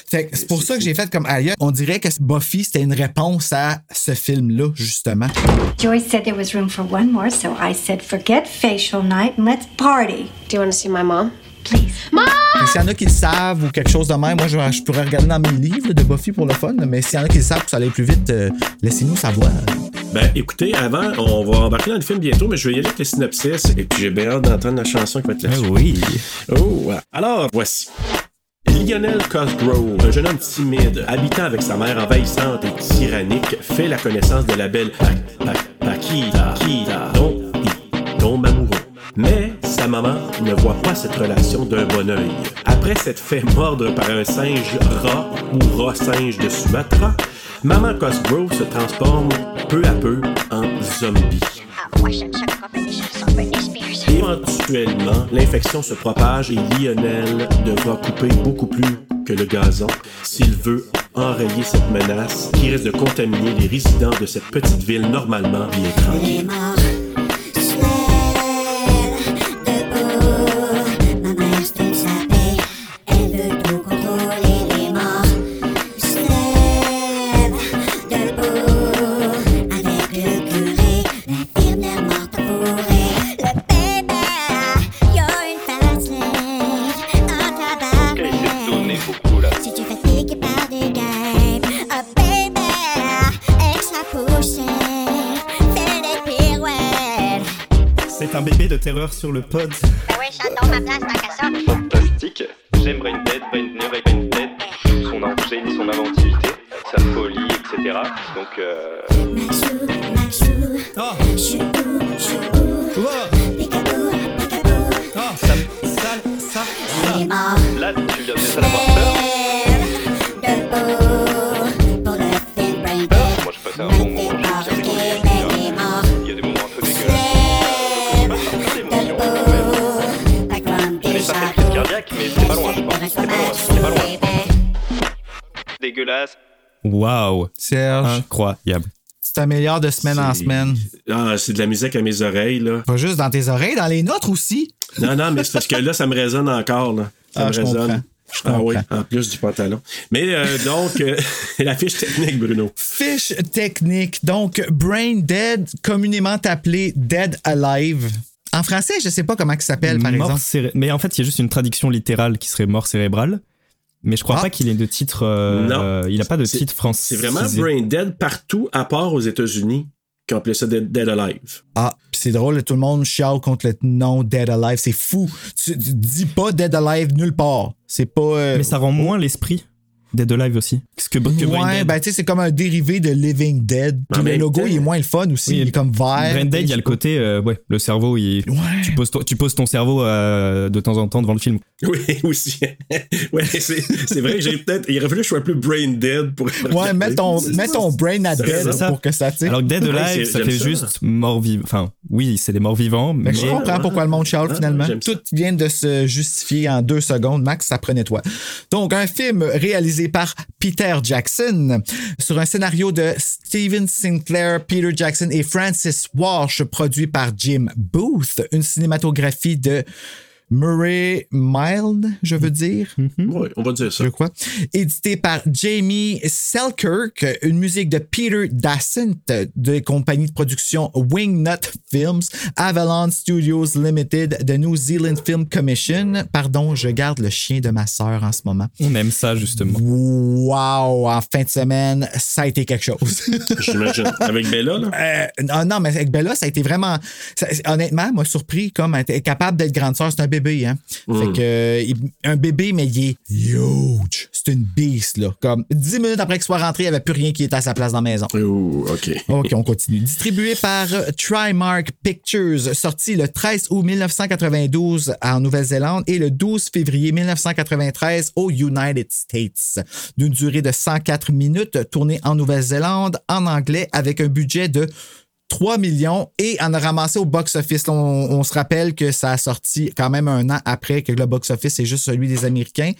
Fait que c'est pour ça que j'ai fait comme aïe, On dirait que Buffy, c'était une réponse à ce film-là, justement. Joyce said there was room for one more, so I said, forget facial night and let's party. Do you want to see my mom? Please. Mom! Et S'il y en a qui le savent ou quelque chose de même, moi, je, je pourrais regarder dans mes livres là, de Buffy pour le fun, mais s'il y en a qui le savent pour ça aller plus vite, euh, laissez-nous savoir. Ben, écoutez, avant, on va embarquer dans le film bientôt, mais je vais y aller avec les synopsis. Et puis, j'ai bien hâte d'entendre la chanson qui va être Ah là-dessus. oui. Oh! Alors, voici. Lionel Cosgrove, un jeune homme timide, habitant avec sa mère envahissante et tyrannique, fait la connaissance de la belle Pa- Pa- Paquita, Kita, dont il tombe amoureux. Mais sa maman ne voit pas cette relation d'un bon œil. Après s'être fait mordre par un singe rat ou rat singe de Sumatra, maman Cosgrove se transforme peu à peu en zombie. Éventuellement, l'infection se propage et Lionel devra couper beaucoup plus que le gazon s'il veut enrayer cette menace qui risque de contaminer les résidents de cette petite ville normalement bien tranquille. C'est un bébé de terreur sur le pod. Fantastique. J'aimerais une tête, pas une pas une tête. Son enseigne, son inventivité, sa folie, etc. Donc, euh... Ah, oh, oh. Là, tu viens juste à l'avoir peur. Peur, Moi, je passe un bon moment. je suis bien dégoûté, je suis bien. hein. Il y a des moments un peu dégueulasses. Donc, c'est pas l'émotion, quand même. Je n'ai pas fait de crise cardiaque, mais c'est pas loin, je pense. C'est pas loin, c'est pas loin. Dégueulasse. Waouh. Serge. Incroyable. Tu t'améliores de semaine en semaine. Ah, c'est de la musique à mes oreilles, là. Pas juste dans tes oreilles, dans les nôtres aussi. Non, non, mais c'est parce que là, ça me résonne encore, là. Ça Ah, me je résonne. comprends. Je Ah oui, comprends. en plus du pantalon. Mais euh, donc, euh, la fiche technique, Bruno. Fiche technique. Donc, Brain Dead, communément appelé Dead Alive. En français, je sais pas comment il s'appelle, par Mort exemple. céré- Mais en fait, il y a juste une traduction littérale qui serait mort cérébrale. Mais je crois Ah. pas qu'il ait de titre. euh, Non. euh, il a pas de C'est- titre français. C'est vraiment brain dead partout, à part aux États-Unis, qui ont appelé ça Dead, Dead Alive. Ah, puis c'est drôle, tout le monde chiale contre le nom Dead Alive. C'est fou. Tu, tu dis pas Dead Alive nulle part. C'est pas. euh, Mais ça rend moins l'esprit. Dead Alive aussi. Parce que, que Brain ouais, Dead. ben tu sais, c'est comme un dérivé de Living Dead. En Puis le même logo, temps- il est moins le fun aussi. Oui, il est comme vert. Brain Dead, il y a le côté. euh, ouais, le cerveau, il- Ouais. tu, poses ton, tu poses ton cerveau euh, de temps en temps devant le film. Oui, aussi. ouais, c'est c'est vrai que j'ai peut-être. Il aurait fallu que je sois plus brain dead pour. Ouais, mets ton, mets ton brain à dead ça. pour que ça tire. Alors que Dead Ouais, Alive, c'est- ça j'aime fait ça. juste mort vivant. Enfin, oui, c'est des morts vivants, mais. Fait que je comprends pourquoi le monde chiale Ah, finalement. j'aime ça. Tout vient de se justifier en deux secondes. Max, ça prenait toi. Donc, un film réalisé par Peter Jackson sur un scénario de Steven Sinclair, Peter Jackson et Francis Walsh, produit par Jim Booth. Une cinématographie de Murray Mild, je veux dire. Ouais, on va dire ça. Je crois. Édité par Jamie Selkirk, une musique de Peter Dasent de compagnie de production Wingnut Films, Avalon Studios Limited, The New Zealand Film Commission. Pardon, je garde le chien de ma sœur en ce moment. On aime ça, justement. Wow! En fin de semaine, ça a été quelque chose. J'imagine. Avec Bella, là. Euh, non, non, mais avec Bella, ça a été vraiment. ça- honnêtement, m'a surpris comme elle était capable d'être grande sœur. C'est un bébé, hein. Fait que, euh, il- un bébé, mais il est huge. C'est une beast, là. Comme dix minutes après qu'il soit rentré, il n'y avait plus rien qui était à sa place dans la maison. Ouh, OK. OK, on continue. Distribué par euh, Trimark Pictures, sorti le 13 août 1992 en Nouvelle-Zélande et le 12 février 1993 aux United States. D'une durée de 104 minutes, tournée en Nouvelle-Zélande en anglais avec un budget de 3 millions et en a ramassé au box-office. Là, On, on se rappelle que ça a sorti quand même un an après que le box-office est juste celui des Américains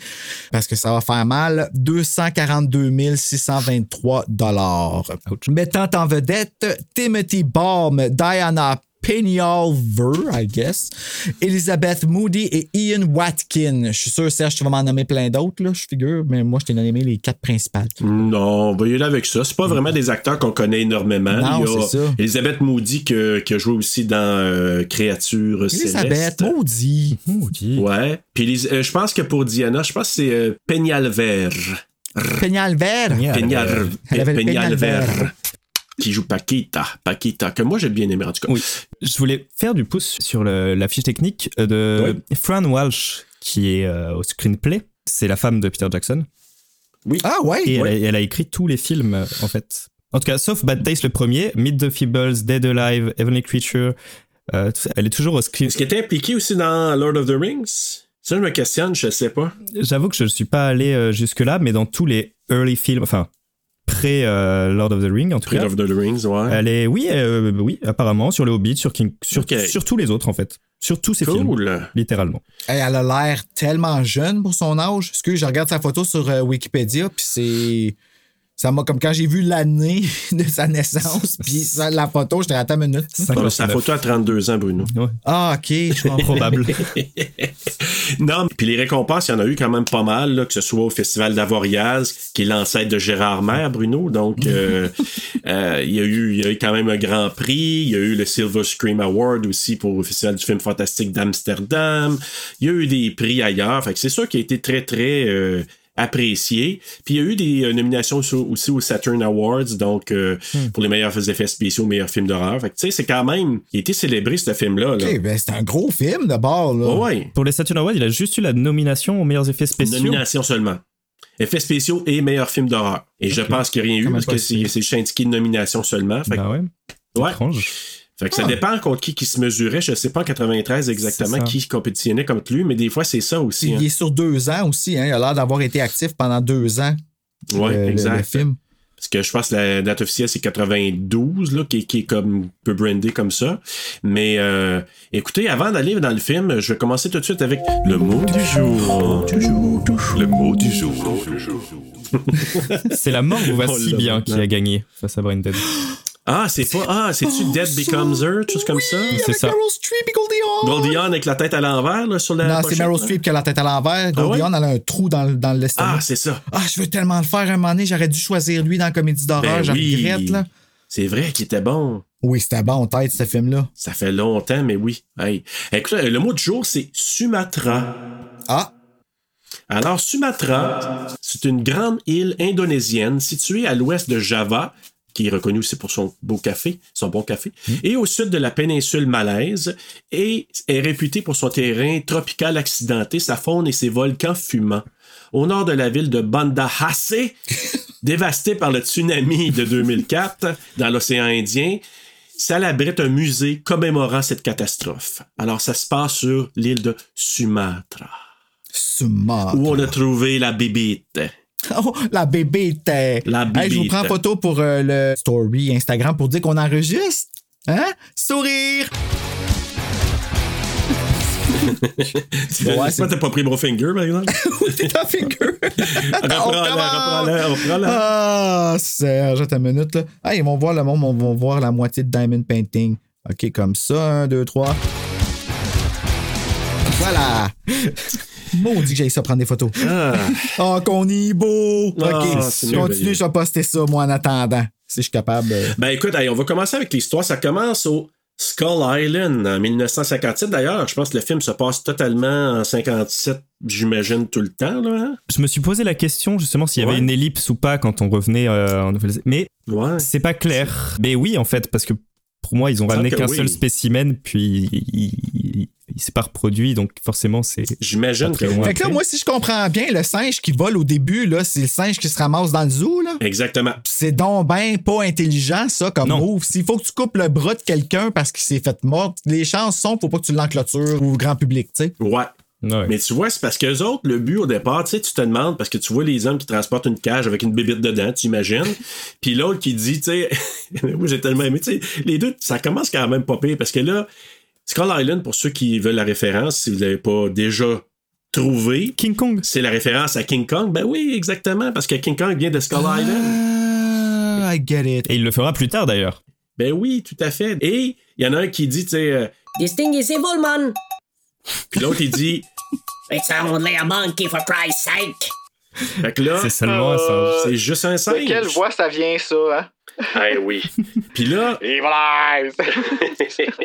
parce que ça va faire mal. 242 623 dollars. Mettant en vedette Timothy Baum, Diana Pennyolver, I guess, Elizabeth Moody et Ian Watkin. Je suis sûr, Serge, tu vas m'en nommer plein d'autres, là, je figure, mais moi, je t'ai nommé les quatre principales. Non, on va y aller avec ça. C'est pas vraiment des acteurs qu'on connaît énormément. Non, Il y a c'est ça. Elisabeth Moody que- qui a joué aussi dans euh, Créature Elizabeth, Céleste. maudit. Ouais. Puis Elis- euh, je pense que pour Diana, je pense que c'est euh, Peñalver. Peñalver. Peñal- Elle avait le Peñalver. Peñalver. Qui joue Paquita. Paquita, que moi j'ai bien aimé en tout cas. Oui. Je voulais faire du pouce sur le- la fiche technique euh, de Fran Walsh, qui est euh, au screenplay. C'est la femme de Peter Jackson. Ah ouais? Et Ouais. elle, a, elle a écrit tous les films, euh, en fait. En tout cas, sauf Bad Taste le premier, Meet the Feebles, Dead Alive, Heavenly Creature. euh, tout ça. Elle est toujours au screen. Est-ce qu'elle était impliquée aussi dans Lord of the Rings? Ça, je me questionne, je sais pas. J'avoue que je ne suis pas allé euh, jusque-là, mais dans tous les early films, enfin, pré euh, Lord of the Ring en tout Près cas. of the Rings, ouais. Elle est, oui, euh, oui, apparemment sur le Hobbit, sur King, sur, Ok. sur tous les autres en fait, sur tous ces films, Cool. littéralement. Hey, elle a l'air tellement jeune pour son âge. Parce que je regarde sa photo sur euh, Wikipédia, puis c'est. Ça m'a comme quand j'ai vu l'année de sa naissance, puis ça, la photo, j'étais à ta minute. Non, C'est la photo à 32 ans, Bruno. Ah, ok, je comprends. Probable. Non, puis les récompenses, il y en a eu quand même pas mal, là, que ce soit au Festival d'Avoriaz, qui est l'ancêtre de Gérard Maire, Bruno. Donc, euh, euh, il, y a eu, il y a eu quand même un grand prix. Il y a eu le Silver Scream Award aussi pour le Festival du film fantastique d'Amsterdam. Il y a eu des prix ailleurs. Fait que c'est sûr qu'il a été très, très euh, apprécié. Puis il y a eu des euh, nominations sur- aussi aux Saturn Awards, donc euh, pour les meilleurs effets spéciaux, meilleurs films d'horreur. Fait que tu sais, c'est quand même... Il a été célébré, ce film-là. Là. Ok, ben c'est un gros film d'abord, là. Ouais, ouais. Pour les Saturn Awards, il a juste eu la nomination aux meilleurs effets spéciaux. Nomination seulement. Effets spéciaux et meilleur film d'horreur. Et je pense qu'il n'y a rien eu Quand même parce que pas c'est c'est juste indiqué de nomination seulement. Fait, que- Bah ouais. Ouais. Étrange. fait que ça Ah. dépend contre qui qui se mesurait. Je sais pas en 93 C'est exactement ça. qui compétitionnait contre lui, mais des fois c'est ça aussi. hein. Il est sur deux ans aussi, hein. Il a l'air d'avoir été actif pendant deux ans. hein. Ouais, euh, le- exact. Le film. Parce que je pense que la date officielle, c'est 92, là, qui, qui est comme peut brander comme ça. Mais euh, écoutez, avant d'aller dans le film, je vais commencer tout de suite avec le mot du jour. Le mot du jour. C'est la mort vous va Oh si là bien là. qui a gagné face à Brandon. Ah, c'est pas. Ah, c'est-tu Dead Becomes Her, tout comme ça? C'est ça. Meryl Streep et Goldie Hawn! Goldie Hawn avec la tête à l'envers, là, sur la. Non, c'est pochette, Meryl hein? Ah Streep qui a la tête à l'envers. Goldie ouais? Hawn, elle a un trou dans, le- dans l'estomac. Ah, c'est ça. Ah, je veux tellement le faire un moment donné. J'aurais dû choisir lui dans la comédie d'horreur. Ben je oui. regrette, là. C'est vrai qu'il était bon. Oui, c'était bon, tête, ce film-là. Ça fait longtemps, mais oui. Hey. Écoute, le mot du jour, c'est Sumatra. Ah, Alors, Sumatra, c'est une grande île indonésienne située à l'ouest de Java, qui est reconnue aussi pour son beau café, son bon café, et au sud de la péninsule malaise, et est réputée pour son terrain tropical accidenté, sa faune et ses volcans fumants. Au nord de la ville de Banda Hasse, dévastée par le tsunami de 2004 dans l'océan Indien, ça abrite un musée commémorant cette catastrophe. Alors, ça se passe sur l'île de Sumatra Sumatra. où on a trouvé la bibite. Oh, la bébé était. La Hey, je vous bibite. prends photo pour euh, le story Instagram pour dire qu'on enregistre. Hein? Sourire! Pourquoi c'est- t'as pas pris mon finger, par exemple? T'es ta figure! Reprends-la, reprends-la, reprends-la. Ah, Serge, attends une minute, là. Ah, ils vont voir le monde, ils vont voir la moitié de Diamond Painting. OK, comme ça, un, deux, trois. Voilà! Maudit que j'aille ça prendre des photos. Ah, Oh, qu'on est beau! OK, Ah, c'est merveilleux. continue, je vais poster ça, moi, en attendant. Si je suis capable. euh. Ben écoute, hey, on va commencer avec l'histoire. Ça commence au Skull Island en 1957. D'ailleurs, je pense que le film se passe totalement en 57, j'imagine, tout le temps. Là, hein? Je me suis posé la question justement s'il y Ouais. avait une ellipse ou pas quand on revenait euh, en Nouvelle-Zélande. Mais Ouais. c'est pas clair. Mais oui, en fait, parce que pour moi, ils ont semble ramené que qu'un oui. seul spécimen, puis il, il- il- il s'est pas reproduit, donc forcément, c'est. J'imagine Pas que très loin. Fait que là, Ok. moi, si je comprends bien, le singe qui vole au début, là, c'est le singe qui se ramasse dans le zoo, là. Exactement. C'est donc ben pas intelligent, ça, comme Non. move. S'il faut que tu coupes le bras de quelqu'un parce qu'il s'est fait mort, les chances sont faut pas que tu l'enclôtures au grand public, tu sais. Ouais. Ouais. Mais tu vois, c'est parce qu'eux autres, le but au départ, tu sais, tu te demandes, parce que tu vois les hommes qui transportent une cage avec une bébite dedans, tu imagines. Puis l'autre qui dit, tu sais, moi j'ai tellement aimé, tu sais, les deux, ça commence quand même pas pire, parce que là, Skull Island, pour ceux qui veulent la référence, si vous l'avez pas déjà trouvé, King Kong. c'est la référence à King Kong. Ben oui, exactement, parce que King Kong vient de Skull Island. Ah, I get it. Et il le fera plus tard d'ailleurs. Ben oui, tout à fait. Et il y en a un qui dit, tu sais, euh, Distinguisez-vous, man! puis l'autre il dit, It's only a monkey for Christ's sake! fait que là, C'est seulement un singe. c'est juste un singe. Euh, De quelle voix ça vient, ça, hein? Eh oui. Puis là, Evil Eyes!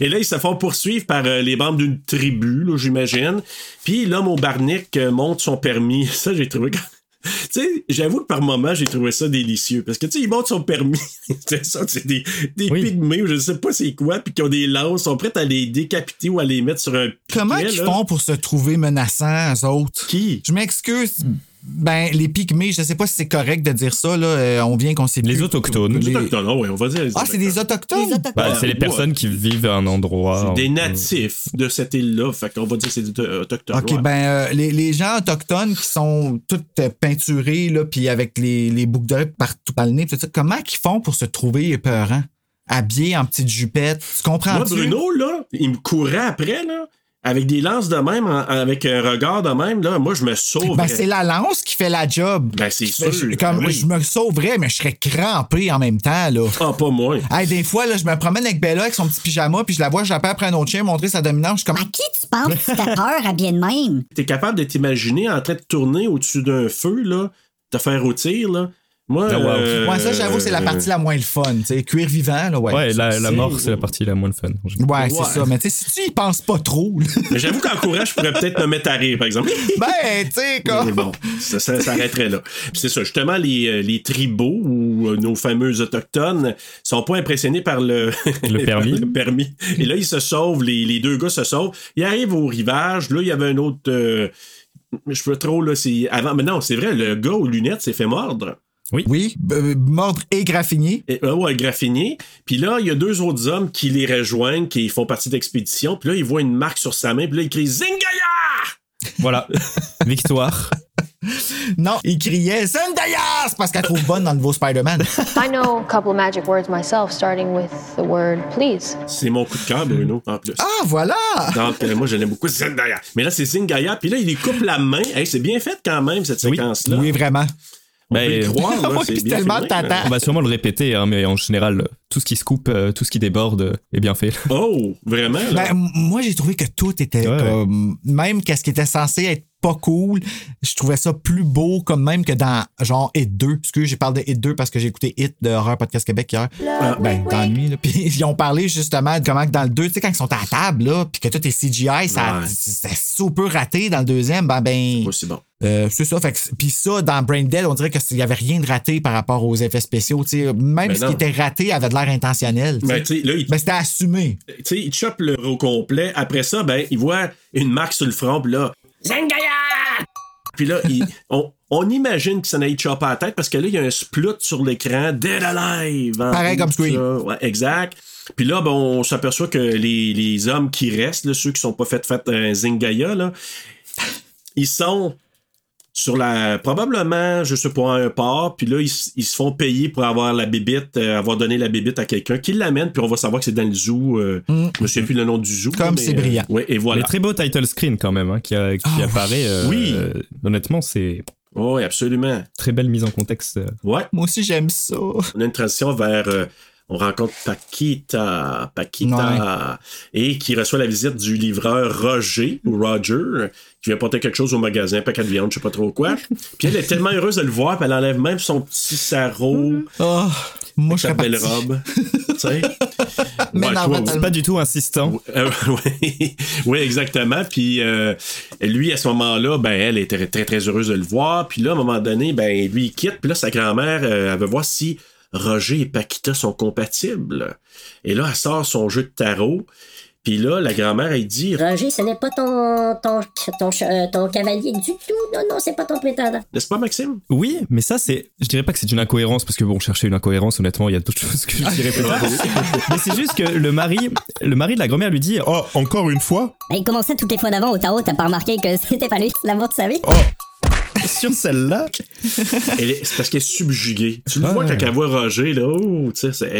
Et là, ils se font poursuivre par euh, les membres d'une tribu, là, j'imagine. Puis l'homme au barnic euh, monte son permis. Ça, j'ai trouvé. quand- Tu sais, j'avoue que par moment, j'ai trouvé ça délicieux. Parce que, tu sais, ils montent son permis. c'est ça, c'est des, des Oui. pygmées ou je sais pas c'est quoi, puis qui ont des lances, sont prêts à les décapiter ou à les mettre sur un piquet. Comment ils là. font pour se trouver menaçants, eux autres? Qui? Je m'excuse, Ben, les pygmées, je sais pas si c'est correct de dire ça, là. euh, on vient qu'on s'est. Les autochtones. Les- oui, on va dire. Ben, les Ah, c'est des autochtones? Bah, c'est les personnes qui vivent à un Ah, endroit. Ah, Mm. C'est des On- natifs de cette île-là. Fait qu'on va dire que c'est des auto- autochtones. OK, ouais. ben, euh, les, les gens autochtones qui sont toutes euh, peinturés, là, puis avec les, les boucles d'oreilles partout par le nez, puis tout ça, comment qu'ils font pour se trouver épeurants? Habillés en petite jupette. Tu comprends? Moi, Bruno, là, il me courait après, là, avec des lances de même, en- avec un regard de même, là. Moi, je me sauve. Ben, c'est la lance qui fait la job. Ben, c'est Je- sûr. je- comme, Ben oui. je me sauverais, mais je serais crampé en même temps, là. Ah, pas moi. Hey, des fois, là, je me promène avec Bella avec son petit pyjama, puis je la vois, je l'appelle après un autre chien, montrer sa dominance. Je suis comme. Qui tu penses que t'as peur à bien de même? T'es capable de t'imaginer en train de tourner au-dessus d'un feu, là, te faire au tir, là. Moi, Ah, wow. euh, Ben, Ouais, ça, j'avoue, c'est la partie la moins le fun. Tu sais, cuir vivant, là, ouais. Ouais, la, la C'est- mort, c'est la partie la moins le fun. en général. Ouais, c'est Ouais. ça. Mais tu sais, si tu y penses pas trop, là, Mais j'avoue qu'en courant, je pourrais peut-être me mettre à rire, par exemple. ben, tu sais, Mais comme. bon, ça, ça s'arrêterait là. Puis c'est ça, justement, les, euh, les tribaux ou euh, nos fameux autochtones sont pas impressionnés par le, Le permis. le permis. Et là, ils se sauvent, les, les deux gars se sauvent. Ils arrivent au rivage. Là, il y avait un autre. euh, je peux trop, là, c'est avant. Mais non, c'est vrai, le gars aux lunettes s'est fait mordre. Oui, b- b- mordre et graffinier. Et, euh, ouais, graffinier. Puis là, il y a deux autres hommes qui les rejoignent, qui font partie d'expédition. Puis là, ils voient une marque sur sa main. Puis là, ils crient Zingaya! Voilà. Victoire. Non, il criait Zendayas parce qu'elle trouve bonne dans le nouveau Spider-Man. I know a couple magic words myself, starting with the word please. C'est mon coup de cœur, Bruno, en plus. Ah, voilà! Donc, euh, moi, j'aimais beaucoup Zendaya. Mais là, c'est Zingaya. Puis là, il lui coupe la main. Hey, c'est bien fait quand même, cette séquence-là. Oui, vraiment. On peut y Ben, croire, là, Ouais, c'est puis bien tellement filmé, t'attends. là. On va sûrement le répéter, hein, mais en général, tout ce qui se coupe, euh, tout ce qui déborde euh, est bien fait. Oh, vraiment? Ben, là? m- moi, j'ai trouvé que tout était Ouais, ouais. comme. Même qu'est-ce qui était censé être pas cool, je trouvais ça plus beau, comme même que dans genre Hit 2. Parce que j'ai parlé de Hit 2 parce que j'ai écouté Hit de Horror Podcast Québec hier. Ah. ben, dans la nuit, là. Puis ils ont parlé justement de comment que dans le 2, tu sais, quand ils sont à la table, là, puis que tout est CGI, ça, Ouais. c'était super raté dans le deuxième. Ben, ben. Moi, Oh, c'est bon. Euh, c'est ça. Fait que c'est- puis ça, dans Brain Dead, on dirait qu'il n'y avait rien de raté par rapport aux effets spéciaux. tu sais. Même Ben ce non. qui était raté avait de l'air intentionnel. tu sais. Ben, tu sais, là, il, Ben, c'était assumé. tu sais, il chope le au complet. Après ça, ben, il voit une marque sur le front. Puis là, Zingaya! Puis là, il- on, on imagine que ça n'aille choper à la tête parce que là, il y a un splut sur l'écran. Dead Alive! en Pareil haut, comme Scream. ça. Ouais, exact. Puis là, ben, on s'aperçoit que les, les hommes qui restent, là, ceux qui sont pas faits fait un Zingaya, là, ils sont sur la probablement je sais pas un port puis là ils, s- ils se font payer pour avoir la bébite euh, avoir donné la bébite à quelqu'un qui l'amène puis on va savoir que c'est dans le zoo euh, je me souviens plus le nom du zoo Mm. Comme mais, euh, c'est brillant. ouais et Mais voilà très beau title screen quand même, hein, qui, euh, qui Ah, apparaît. euh, oui. euh, honnêtement, c'est oui Oh, absolument très belle mise en contexte. euh. ouais Moi aussi, j'aime ça. on a une transition vers euh, on rencontre Paquita Paquita et qui reçoit la visite du livreur Roger ou Roger qui vient porter quelque chose au magasin un paquet de viande je sais pas trop quoi puis elle est tellement heureuse de le voir puis elle enlève même son petit sarrau Ah, moi, je sa serais belle parti. robe. tu sais. Mais Ouais, non, toi, pas oui. C'est pas du tout insistant. Euh, oui, oui, exactement. Puis euh, lui, à ce moment-là, ben, elle était très, très heureuse de le voir. Puis là, à un moment donné, ben, lui, il quitte. Puis là, sa grand-mère, euh, elle veut voir si Roger et Paquita sont compatibles. Et là, elle sort son jeu de tarot. Puis là, la grand-mère, elle dit Roger, ce n'est pas ton, ton, ton, ch- euh, ton cavalier du tout. Non, non, c'est pas ton prétendant. N'est-ce pas, Maxime Oui, mais ça, c'est. Je dirais pas que c'est une incohérence, parce que bon, chercher une incohérence, honnêtement, il y a d'autres choses que je dirais pas. mais c'est juste que le mari, le mari de la grand-mère lui dit Oh, encore une fois Bah, Ben, il commençait toutes les fois d'avant au tarot. T'as pas remarqué que c'était pas lui, l'amour de sa vie? Sur celle-là Elle est- C'est parce qu'elle est subjuguée. Tu le vois quand elle voit Roger, là. Oh, tu sais, c'est-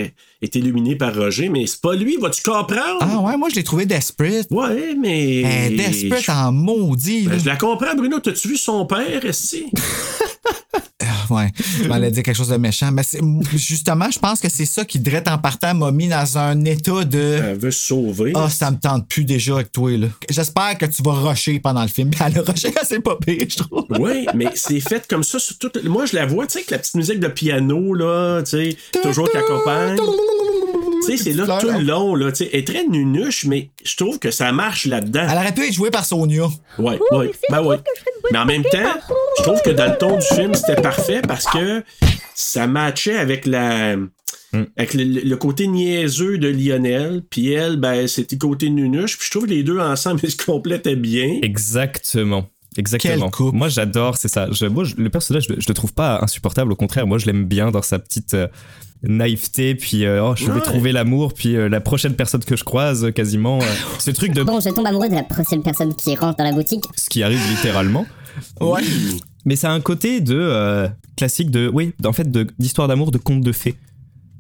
elle est illuminée par Roger, mais c'est pas lui, vas-tu comprendre Ah ouais, moi, je l'ai trouvé desperate. Ouais, mais. Elle est desperate en maudit. Ben, là. je la comprends, Bruno. T'as-tu vu son père, ici? Ouais, je m'allais dire quelque chose de méchant. Mais c'est- justement, je pense que c'est ça qui, drette en partant, m'a mis dans un état de... Elle veut se sauver. Ah, ça me tente plus déjà avec toi, là. J'espère que tu vas rusher pendant le film. Elle a rushé, c'est pas pire, je trouve. Oui, mais c'est fait comme ça. sur toute- Moi, je la vois, tu sais, avec la petite musique de piano, là, tu sais, toujours qui accompagne. Tu sais, c'est là tout le long, là, tu sais. Elle est très nunuche, mais je trouve que ça marche là-dedans. Elle aurait pu être jouée par Sonia. Ouais, ouais, ben ouais. Mais en même temps, je trouve que dans le ton du film, c'était parfait parce que ça matchait avec la. Avec le, le côté niaiseux de Lionel, puis elle, ben, c'était côté nunuche, puis je trouve que les deux ensemble, ils se complétaient bien. Exactement. Exactement. Quel couple. Moi, j'adore, c'est ça. Je- moi, je- le personnage, je, je le trouve pas insupportable. Au contraire, moi, je l'aime bien dans sa petite euh, naïveté. Puis, euh, oh, je vais Ouais. trouver l'amour. Puis, euh, la prochaine personne que je croise, euh, quasiment, euh, ce truc de Bon, je tombe amoureux de la prochaine personne qui rentre dans la boutique. ce qui arrive littéralement. Ouais. Mais ça a un côté de euh, classique de, oui, en fait, de- d'histoire d'amour, de conte de fées.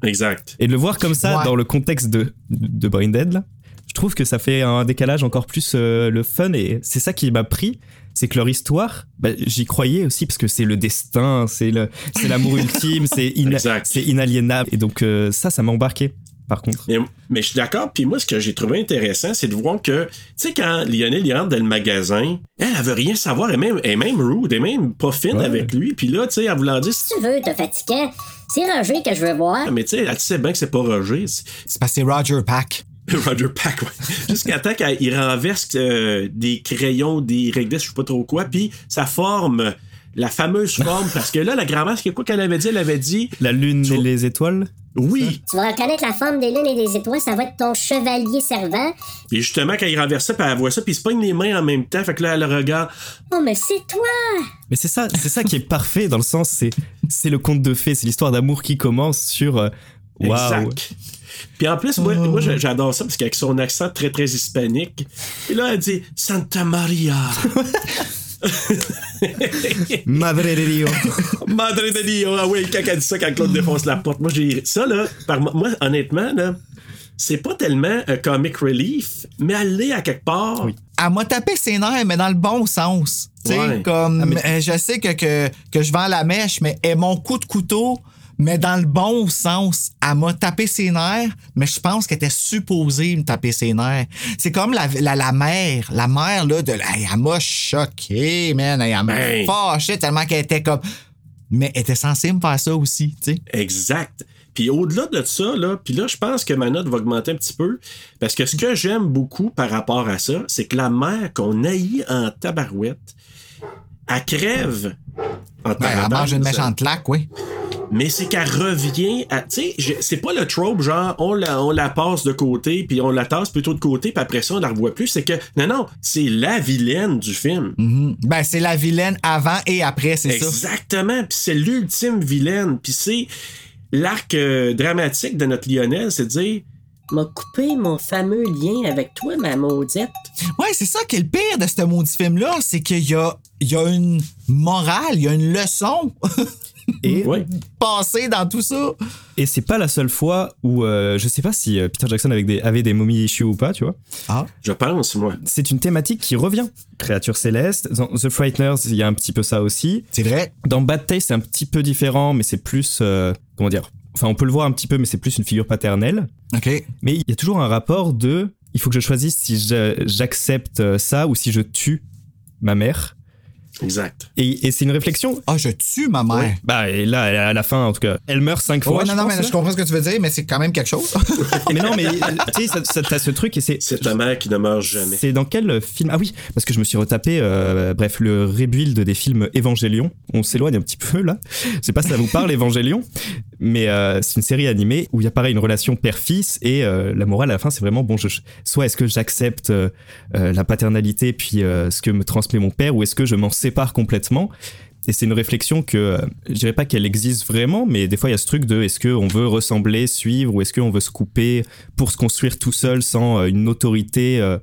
Exact. Et de le voir comme ça Ouais. dans le contexte de, de Brain Dead, là, je trouve que ça fait un décalage encore plus euh, le fun et c'est ça qui m'a pris. C'est que leur histoire, bah, j'y croyais aussi parce que c'est le destin, c'est le, c'est l'amour ultime, c'est ina- c'est inaliénable. Et donc euh, ça, ça m'a embarqué. Par contre, Mais, mais je suis d'accord. Puis moi, ce que j'ai trouvé intéressant, c'est de voir que, tu sais, quand Lionel il rentre dans le magasin, elle, elle veut rien savoir. Elle est même, elle est même rude, elle est même pas fine avec lui. Puis là, tu sais, elle voulant dire, Si tu veux te fatiguer, c'est Roger que je veux voir. mais tu sais, elle sait bien que c'est pas Roger. C'est parce que c'est Roger Pack. Roger Pack, ouais. Jusqu'à temps qu'il renverse euh, des crayons, des réglisses, je sais pas trop quoi, puis ça forme la fameuse forme, parce que là, la grand-mère, c'est quoi qu'elle avait dit? Elle avait dit... La lune et les étoiles? Oui! Tu vas reconnaître la forme des lunes et des étoiles, ça va être ton chevalier servant. Et justement, quand il renverse ça, puis elle voit ça, puis il se pogne les mains en même temps, fait que là, elle regarde... Oh, mais c'est toi! mais c'est ça, c'est ça qui est parfait dans le sens, c'est c'est le conte de fées, c'est l'histoire d'amour qui commence sur euh, waouh. Exact. Puis en plus, moi, moi, j'a- j'adore ça parce qu'avec son accent très très hispanique, et là elle dit Santa Maria, Madre de Dios. Madre de Dios. Ah oui, quand elle dit ça, quand Claude défonce la porte, moi j'ai ça là. Par moi, honnêtement là, c'est pas tellement un comic relief, mais elle l'est à quelque part. Elle m'a tapé ses nerfs, mais dans le bon sens. Tu sais, Ouais. comme, Ah, mais- euh, je sais que, que, que je vends la mèche, mais et mon coup de couteau, mais dans le bon sens. Elle m'a tapé ses nerfs, mais je pense qu'elle était supposée me taper ses nerfs. C'est comme la, la, la mère. La mère, là, de, elle, elle m'a choqué, man. Elle, elle m'a Ben. fâché tellement qu'elle était comme. Mais elle était censée me faire ça aussi, tu sais. Exact. Puis au-delà de ça, là, puis là, je pense que ma note va augmenter un petit peu. Parce que ce que j'aime beaucoup par rapport à ça, c'est que la mère qu'on haït en tabarouette, elle crève en Ben, elle mange parenthèse. une méchante claque, oui. Mais c'est qu'elle revient à. Tu sais, je- c'est pas le trope, genre, on la, on la passe de côté, puis on la tasse plutôt de côté, puis après ça, on la revoit plus. C'est que. Non, non, c'est la vilaine du film. Mhm. Ben, c'est la vilaine avant et après, c'est ça. Exactement. Puis c'est l'ultime vilaine. Puis c'est l'arc euh, dramatique de notre Lionel, c'est de dire. M'a coupé mon fameux lien avec toi, ma maudite. Ouais, c'est ça qui est le pire de ce maudit film-là, c'est qu'il y a, il y a une morale, il y a une leçon Et passée dans tout ça. Et c'est pas la seule fois où euh, je sais pas si euh, Peter Jackson avec des, avait des mommy issues ou pas, tu vois. Ah. Je pense, moi. C'est une thématique qui revient. Créatures célestes, dans The Frighteners, il y a un petit peu ça aussi. C'est vrai. Dans Bad Taste, c'est un petit peu différent, mais c'est plus euh, comment dire. Enfin, on peut le voir un petit peu, mais c'est plus une figure paternelle. OK. Mais il y a toujours un rapport de. Il faut que je choisisse si je- j'accepte euh, ça ou si je tue ma mère. Exact. Et, et c'est une réflexion. Ah, je tue ma mère. Bah, et là, à la- à la fin, en tout cas, elle meurt cinq fois. Ouais, non, je non, pense, hein. mais là. je comprends ce que tu veux dire, mais c'est quand même quelque chose. mais non, mais tu sais, ça- ça- t'as ce truc et c'est. C'est ta mère qui ne meurt jamais. C'est dans quel film Ah oui, parce que je me suis retapé, euh, bref, le rebuild des films Évangélion. On s'éloigne un petit peu là. Je sais pas si ça vous parle, Évangélion, mais euh, c'est une série animée où il y a pareil une relation père-fils et euh, la morale à la fin, c'est vraiment bon, je, soit est-ce que j'accepte euh, euh, la paternalité puis euh, ce que me transmet mon père ou est-ce que je m'en sépare complètement et c'est une réflexion que euh, je dirais pas qu'elle existe vraiment, mais des fois il y a ce truc de est-ce qu'on veut ressembler, suivre, ou est-ce qu'on veut se couper pour se construire tout seul sans euh, une autorité euh,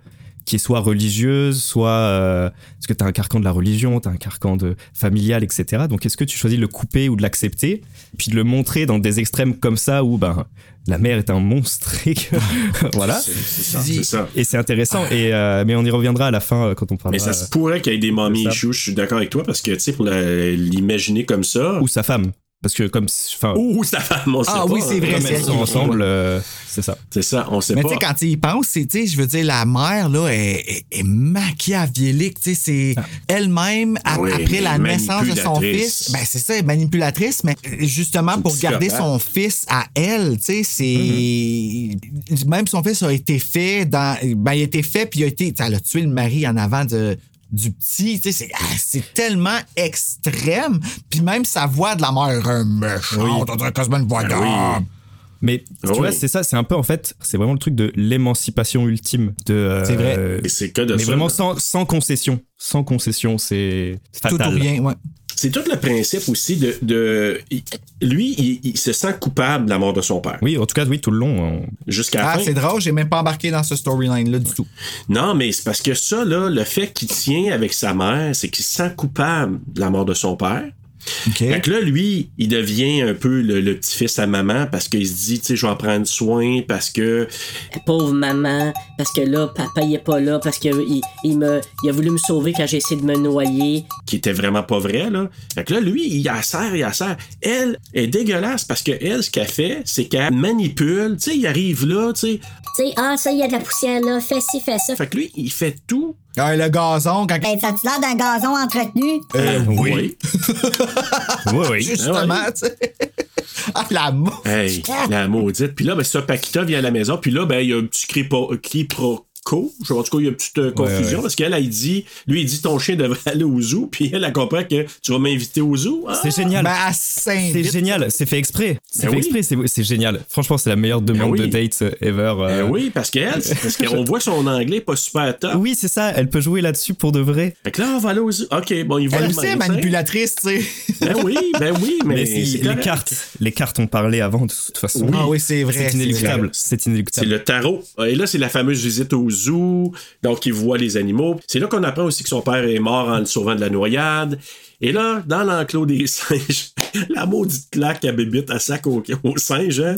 qui est soit religieuse, soit euh, parce que t'as un carcan de la religion, t'as un carcan de familial, etc. Donc est-ce que tu choisis de le couper ou de l'accepter, puis de le montrer dans des extrêmes comme ça où ben la mère est un monstre et que Ah. voilà. C'est- c'est ça, c'est ça. Et c'est intéressant. Et euh, mais on y reviendra à la fin euh, quand Ah, on parlera. bah. Mais ça se pourrait qu'il y ait des mamies ça. issues, je suis d'accord avec toi, parce que, tu sais, pour la- l'imaginer comme ça. Ou sa femme. Parce que comme. Enfin, Ou sa femme, on sait Ah pas, oui, c'est hein, vrai, comme c'est elles elle sont qui- ensemble. euh, c'est ça. C'est ça, on sait Mais pas. tu sais, quand tu y penses, c'est- tu sais, je veux dire, la mère, là, est, est- est machiavélique. Tu sais, c'est Ah. elle-même, ap- Oui, après la naissance de son manipulatrice. fils, ben c'est ça, elle est manipulatrice, mais justement pour garder son psychopathe. fils à elle, tu sais, c'est. Mm-hmm. Même son fils a été fait dans. Ben, il a été fait, puis il a été. Elle a tué le mari en avant de. Du petit, tu sais, c'est- ah, c'est tellement extrême. Puis même sa voix de la mère, euh, méchante, on dirait quasiment une voix Ben d'homme. oui. Mais tu Oui. vois, c'est ça, c'est un peu en fait, c'est vraiment le truc de l'émancipation ultime de. euh, C'est vrai. Et c'est que de mais ça, vraiment là. sans, sans concession, sans concession, c'est fatal. ouais. C'est tout le principe aussi de. de- il- lui, il, il se sent coupable de la mort de son père. Oui, en tout cas, oui, tout le long. hein. Jusqu'à la Ah, fin. c'est drôle, j'ai même pas embarqué dans ce storyline-là du tout. Non, mais c'est parce que ça, là, le fait qu'il tient avec sa mère, c'est qu'il se sent coupable de la mort de son père. Fait que là, lui, il devient un peu le, le petit-fils à maman parce qu'il se dit, tu sais, je vais en prendre soin parce que. Pauvre maman, parce que là, papa, il est pas là, parce que il, il me, il a voulu me sauver quand j'ai essayé de me noyer. qui était vraiment pas vrai, là. Fait que là, lui, il la serre, il la serre. Elle est dégueulasse parce que elle, ce qu'elle fait, c'est qu'elle manipule. Tu sais, il arrive là, tu sais. Tu sais, ah, ça, il y a de la poussière là, fais ci, fais ça. Fait que lui, il fait tout. Ah, le gazon, quand. Ben, ça a-tu l'air d'un gazon entretenu? Euh, oui. Oui, oui. Justement, tu sais. Ah, la mou- ben Hey, la maudite. Puis là, ben, ça, Paquita vient à la maison. Puis là, ben, il y a un petit cripo- quiproquo. Je sais pas, en tout cas, il y a une petite euh, confusion ouais. parce qu'elle, elle dit, lui, il dit ton chien devrait aller au zoo. Puis elle, elle comprend que tu vas m'inviter au zoo. Ah! C'est génial. Ben, elle s'invite. C'est génial, c'est fait exprès. C'est Ben fait oui. Eh exprès, c'est- c'est génial. Franchement, c'est la meilleure demande oui. de date euh, ever. Ben euh. oui, parce qu'elle, c'est parce qu'on voit son anglais pas super top. Oui, c'est ça, elle peut jouer là-dessus pour de vrai. Fait que là, on va aller au zoo. OK, bon, il va Elle le aussi est matin. manipulatrice, tu sais. Ben oui, ben oui, mais, Mais si, c'est les correct. cartes, les cartes ont parlé avant de toute façon. Oui. Ah oui, c'est vrai. C'est inéluctable. C'est C'est inéluctable. le tarot. Et là, c'est la fameuse visite au zoo. Donc, il voit les animaux. C'est là qu'on apprend aussi que son père est mort en le sauvant de la noyade. Et là, dans l'enclos des singes, la maudite claque à bébite à sac au, au singe, hein?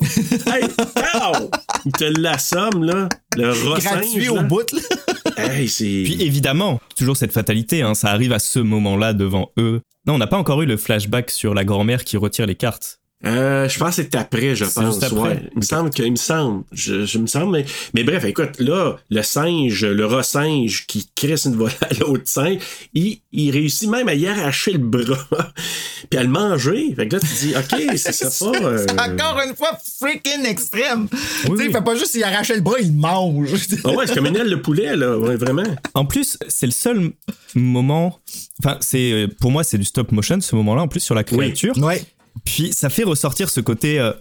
Hey, pow! Il te l'assomme, là. Le C'est rossin. gratuit au bout, là. Hey, c'est. Puis évidemment, toujours cette fatalité, hein, ça arrive à ce moment-là devant eux. Non, on n'a pas encore eu le flashback sur la grand-mère qui retire les cartes. Euh, je pense que c'est après, je C'est pense. juste après. ouais. Il me semble que, il me semble, je, je me semble, mais, mais bref, écoute, là, le singe, le rossinge qui crisse une volée à l'autre singe, il, il réussit même à y arracher le bras, puis à le manger. Fait que là, tu dis, ok, c'est ça pas. euh, C'est encore une fois freaking extrême. tu sais, oui. il fait pas juste il arrachait le bras, il mange. Ah ouais, c'est comme une aile de poulet, là, ouais, vraiment. En plus, c'est le seul moment. Enfin, c'est euh, pour moi, c'est du stop motion ce moment-là. En plus sur la créature. ouais. Puis ça fait ressortir ce côté euh,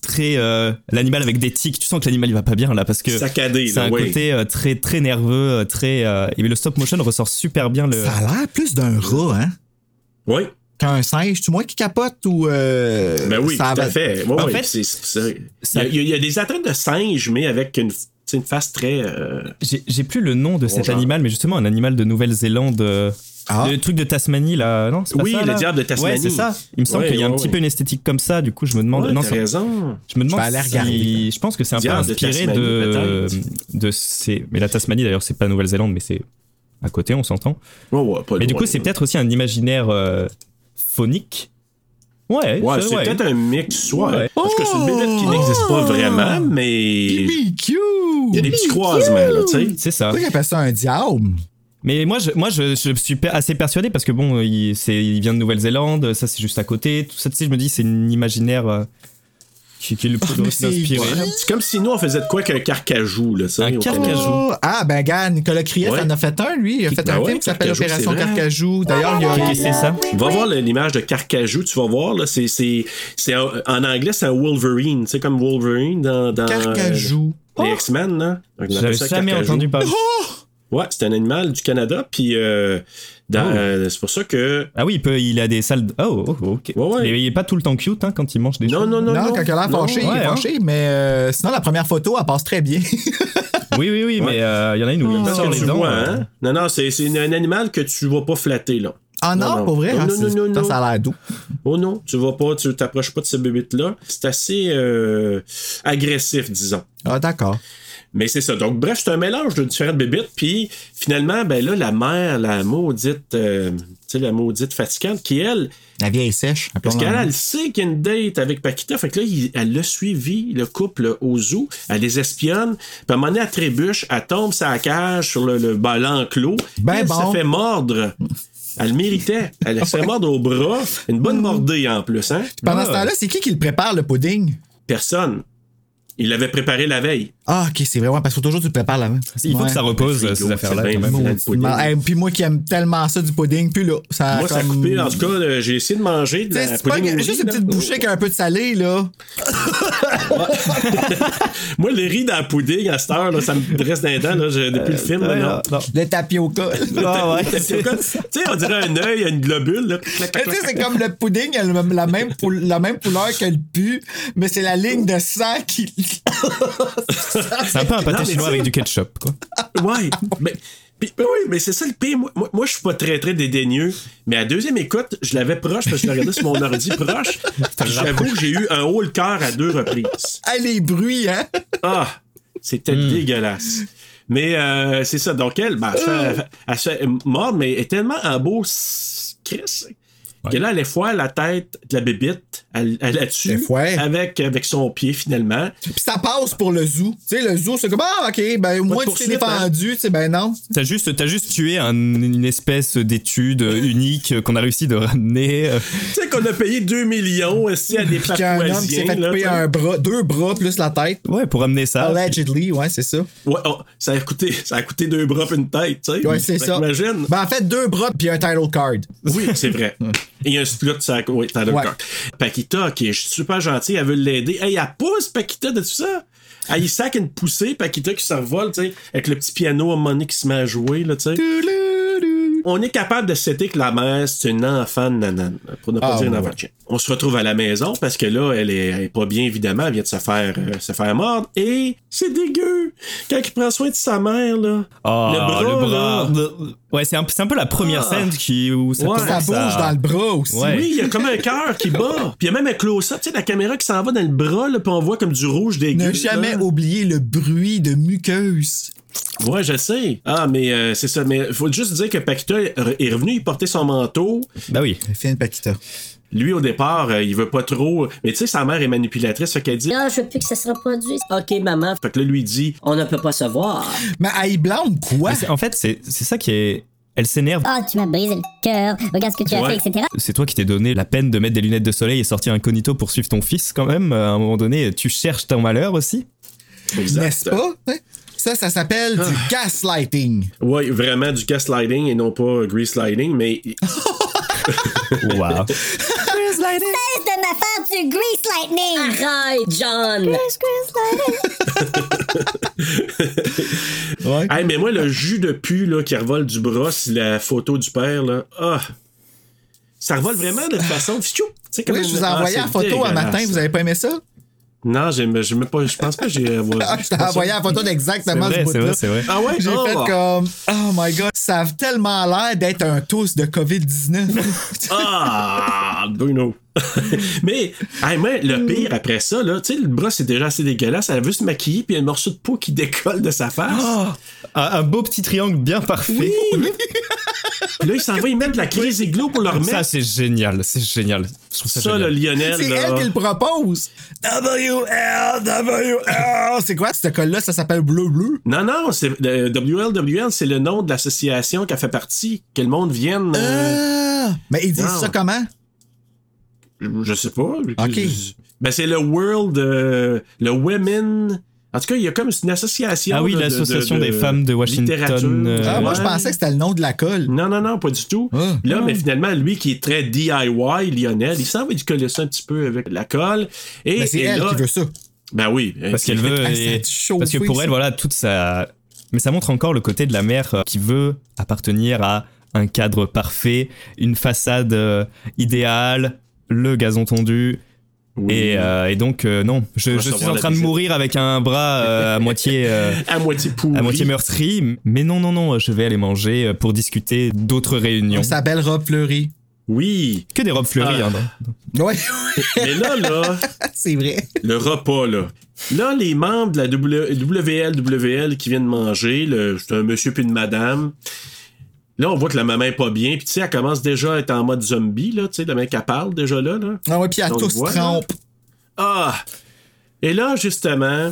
très euh, l'animal avec des tics. Tu sens que l'animal il va pas bien là parce que Saccadé, c'est là, un ouais. côté euh, très très nerveux, euh, très. euh, et le stop motion ressort super bien le. Ça a l'air plus d'un rat, hein? Ouais. Qu'un singe. Tu moi qui capote ou. euh, Ben oui, ça tout à va- fait. Ouais, En ouais, fait, c'est- c'est- ça- il, y a, il y a des atteintes de singe, mais avec une, tu sais, une face très. euh, J'ai j'ai plus le nom de Bon cet genre. animal, mais justement un animal de Nouvelle-Zélande. euh, Ah. Le truc de Tasmanie, là, non c'est pas Oui, ça, le là diable de Tasmanie. Ouais, c'est ça. Il me semble Ouais, qu'il y a un ouais, petit ouais. peu une esthétique comme ça, du coup, je me demande. Ouais, non, t'as c'est- raison. je me demande Je vais aller si- regarder. Je pense que c'est un peu Diable de inspiré Tasmanie, de. peut-être. de ces... Mais la Tasmanie, d'ailleurs, c'est pas Nouvelle-Zélande, mais c'est à côté, on s'entend. Ouais, ouais, pas Mais du loin, coup, c'est là. peut-être aussi un imaginaire euh, phonique. Ouais, Ouais, ça, c'est peut-être un mix, soit. Ouais. Parce que c'est une bébête Oh! qui n'existe pas vraiment, mais. Il BBQ! y a des petits croisements, là, tu sais. C'est ça. Pourquoi j'appelle ça un diable? Mais moi, je, moi, je, je suis pe- assez persuadé parce que bon, il, c'est- il vient de Nouvelle-Zélande, ça c'est juste à côté, tout ça. Tu sais, je me dis, c'est une imaginaire euh, qui, qui est le plus Ah, mais c'est- inspiré. Ouais. C'est comme si nous, on faisait de quoi qu'un carcajou, là, tu sais. Un au Canada. Carcajou. Ah, ben, gars, Nicolas Krief Ouais. en a fait un, lui. Il a fait Ben un ouais, film qui s'appelle Carcajou, Opération c'est vrai. Carcajou. D'ailleurs, il y a. Et Ah, c'est ça. Va voir le- l'image de carcajou, tu vas voir, là, c'est, c'est, c'est un- en anglais, c'est un Wolverine, tu sais, comme Wolverine dans, dans Carcajou. euh, les X-Men, là. Donc, on appelle J'avais ça jamais carcajou. entendu parler. Oh Ouais, c'est un animal du Canada, puis euh, dans- Oh. euh, c'est pour ça que. Ah oui, il, peut, il a des salles. de- Oh, oh, ok. Ouais, ouais. Mais il est pas tout le temps cute hein, quand il mange des Non, choses. non, non, Non, quand il a l'air non. fâché, il ouais, est hein. fâché, mais euh, sinon, la première photo, elle passe très bien. Oui, oui, oui, mais euh, il y en a une où il Parce sort que les tu dents. vois, euh, hein? Non, non, c'est, c'est un animal que tu vas pas flatter, là. Ah non, Non, non. pour vrai? Non, ah, non, c'est- non, non, ça, non. ça a l'air doux. Oh non, tu vas pas, tu t'approches pas de ce bébé-là. C'est assez euh, agressif, disons. Ah, d'accord. Mais c'est ça. Donc, bref, c'est un mélange de différentes bébites. Puis, finalement, ben là, la mère, la maudite, euh, tu sais, la maudite fatigante, qui, elle, La vieille sèche. parce qu'elle, appelons-la. elle sait qu'il y a une date avec Paquita. Fait que là, il- elle l'a suivi, le couple, au zoo. Elle les espionne. Puis, à un moment donné, elle trébuche. Elle tombe sa cage sur le, le ben, l'enclos. Ben elle bon. se fait mordre. Elle méritait. Elle se fait mordre au bras. Une bonne mordée, en plus, hein? Pendant Ouais. ce temps-là, c'est qui qui le prépare, le pudding? Personne. Il l'avait préparé la veille. Ah, ok, c'est vrai. Ouais, parce qu'il faut toujours que tu te prépares l'avant. Il faut Ouais. que ça repose, euh, ces affaires-là, quand même. Mauditement. Hey, Eh, puis moi qui aime tellement ça du pudding, puis là, ça. Moi, ça a Ah, comme- coupé. En tout cas, euh, j'ai essayé de manger de Tu sais, la c'est pas pudding que- au juste riz, une là. petite bouchée qui a un peu de salé, là. Moi, le riz dans la pudding à cette heure, là, ça me reste dans les dents là, je- depuis le film. là, ouais, non. non, Le tapioca. Ah, ouais. T'as- t'as- t'as- Tu sais, on dirait un œil, une globule. Là. Clac, Mais clac, tu clac, sais, c'est clac. comme le pudding, il a le- la même, pou- la même couleur que le pu, mais c'est la ligne de sang qui. C'est un peu un Non, pâté mais chinois tu- avec du ketchup, quoi. Ouais, mais, puis- mais oui, mais c'est ça le pire. Moi, moi, moi, je suis pas très, très dédaigneux, mais à deuxième écoute, je l'avais proche parce que je l'ai regardé sur mon ordi proche. Puis J'avoue que j'ai eu un haut le cœur à deux reprises. Ah, les bruits, hein? Ah, c'était Hmm. dégueulasse. Mais euh, c'est ça. Donc, elle, ben, elle, Euh. se fait- elle se fait mordre, mais elle est tellement en beau s- Chris que là, elle foire la tête de la bébite. Elle, elle la tue avec, avec son pied, finalement. Puis ça passe pour le zoo. Tu sais, le zoo, c'est comme, ah, ok, ben, au moins tu t'es poursuite, défendu, tu sais, ben non. T'as juste, t'as juste tué un- une espèce d'étude unique euh, qu'on a réussi de ramener. euh, Tu sais qu'on a payé 2 millions aussi à des Puis qu'un homme qui s'est papouasiens. fait là, couper t'sais. un bras, deux bras plus la tête. Ouais, pour amener ça. Allegedly, ouais, c'est ça. Ouais, oh, ça, a coûté, ça a coûté deux bras pis une tête, tu sais. Ouais, c'est Fait ça. qu'imagine. Ben, en fait, deux bras puis un title card. Oui, c'est vrai. Et un split, ça a oui, t'as le Ouais. corps. Paquita, qui est super gentille, elle veut l'aider. Hey, elle pousse, Paquita, de tout ça. Elle y sac une poussée, Paquita qui s'envole, tu sais, avec le petit piano à un moment donné qui se met à jouer, là, tu sais. On est capable de citer que la mère, c'est une enfant de nanan, pour ne pas Ah, dire une ouais. enfant de chien. On se retrouve à la maison parce que là, elle est, elle est pas bien, évidemment. Elle vient de se faire, euh, se faire mordre. Et c'est dégueu. Quand il prend soin de sa mère, là. Ah, le bras. là. Ouais, c'est un, c'est un peu la première Ah. scène qui, où ça Ouais. Ça commence bouge à- dans le bras aussi. Ouais. Oui, il y a comme un cœur qui bat. Puis il y a même un close-up, tu sais, la caméra qui s'en va dans le bras, là, puis on voit comme du rouge dégueu. Ne jamais là. oublier le bruit de muqueuse. Ouais, je sais. Ah, mais euh, c'est ça. Mais faut juste dire que Paquita est revenu, il portait son manteau. Bah oui. Fine Paquita. Lui, au départ, euh, il veut pas trop. Mais tu sais, sa mère est manipulatrice, fait qu'elle dit. ah, Non, je veux plus que ça se reproduise. OK, maman, Fait que là, lui il dit. on ne peut pas se voir. Mais elle blâme quoi? Mais c'est- En fait, c'est c'est ça qui est. Elle s'énerve. Ah, tu m'as brisé le cœur. Regarde ce que tu as Ouais. fait, etc. C'est toi qui t'es donné la peine de mettre des lunettes de soleil et sortir incognito pour suivre ton fils, quand même. euh, À un moment donné, tu cherches ton malheur aussi. Exact. N'est-ce pas? hein? Ça, ça s'appelle du Ah. gaslighting. Ouais, vraiment du sliding et non pas euh, grease sliding, mais. Waouh. Cesse de ma faire du grease lightning. Arrête, John! Grease, grease lightning. Ouais. Hey, mais moi, le jus de pu là, qui revole du bras, c'est la photo du père, là. Ah! Ça revole vraiment de façon. Fichou! Tu sais, comme Oui, une- je vous ai Ah, envoyé c'est la photo un matin, dégueulasse. vous avez pas aimé ça? Non, j'aime, je pas. Je pense pas que j'ai. euh, Ah, je t'ai envoyé la photo d'exactement ce vrai, c'est bout-là. vrai, c'est vrai. Ah ouais? J'ai Oh. fait comme, oh my god, ça a tellement l'air d'être un tous de COVID-19. Ah, Bruno. Mais, hey, mais le Mm. pire après ça, là, tu sais, le bras, c'est déjà assez dégueulasse. Elle veut se maquiller, puis il y a un morceau de peau qui décolle de sa face. Ah, un un beau petit triangle bien parfait. Puis là, il s'en va, il met de la crise iglo pour le Ça, remettre. c'est génial. C'est génial. Je trouve ça, Ça, le génial. Lionel, c'est elle là. qui le propose. WL, WL. C'est quoi ce col-là? Ça s'appelle Bleu Bleu. Non, non, c'est, euh, WLWL, c'est le nom de l'association qui a fait partie. Que le monde vienne. Ben, euh, Ah! Mais ils disent non. ça comment? Je sais pas. Ok. Ben, c'est le World. euh, le Women. En tout cas, il y a comme une association. Ah oui, de- de- l'association de- des femmes de Washington, littérature. euh, Ah, moi, je Ouais. pensais que c'était le nom de la colle. Non, non, non, pas du tout. Ah. Là, mais finalement, lui qui est très DIY, Lionel, il s'en va du coller ça un petit peu avec la colle. Et, Mais c'est et elle là- qui veut ça. Ben oui. Parce qu'elle veut. Ah, et- ça a dû chauffer, parce que pour ça. elle, voilà, toute sa. Mais ça montre encore le côté de la mère euh, qui veut appartenir à un cadre parfait, une façade euh, idéale, le gazon tondu. Oui. Et, euh, et donc, euh, non, je, va je suis savoir en la train de visite. mourir avec un bras euh, à moitié. euh, À moitié pourri. à moitié meurtri, mais non, non, non, je vais aller manger euh, pour discuter d'autres réunions. Sa belle robe fleurie. Oui. Que des robes fleuries, Ah. hein, non Ouais, Mais là, là, c'est vrai. le repas, là. Là, les membres de la W- WLWL qui viennent manger, le- c'est un monsieur puis une madame. Là, on voit que la maman est pas bien. Puis, tu sais, elle commence déjà à être en mode zombie, là. Tu sais, la mec, elle parle déjà là, là. Ah ouais, puis elle On le tous voit, trempe. Ah! Et là, justement,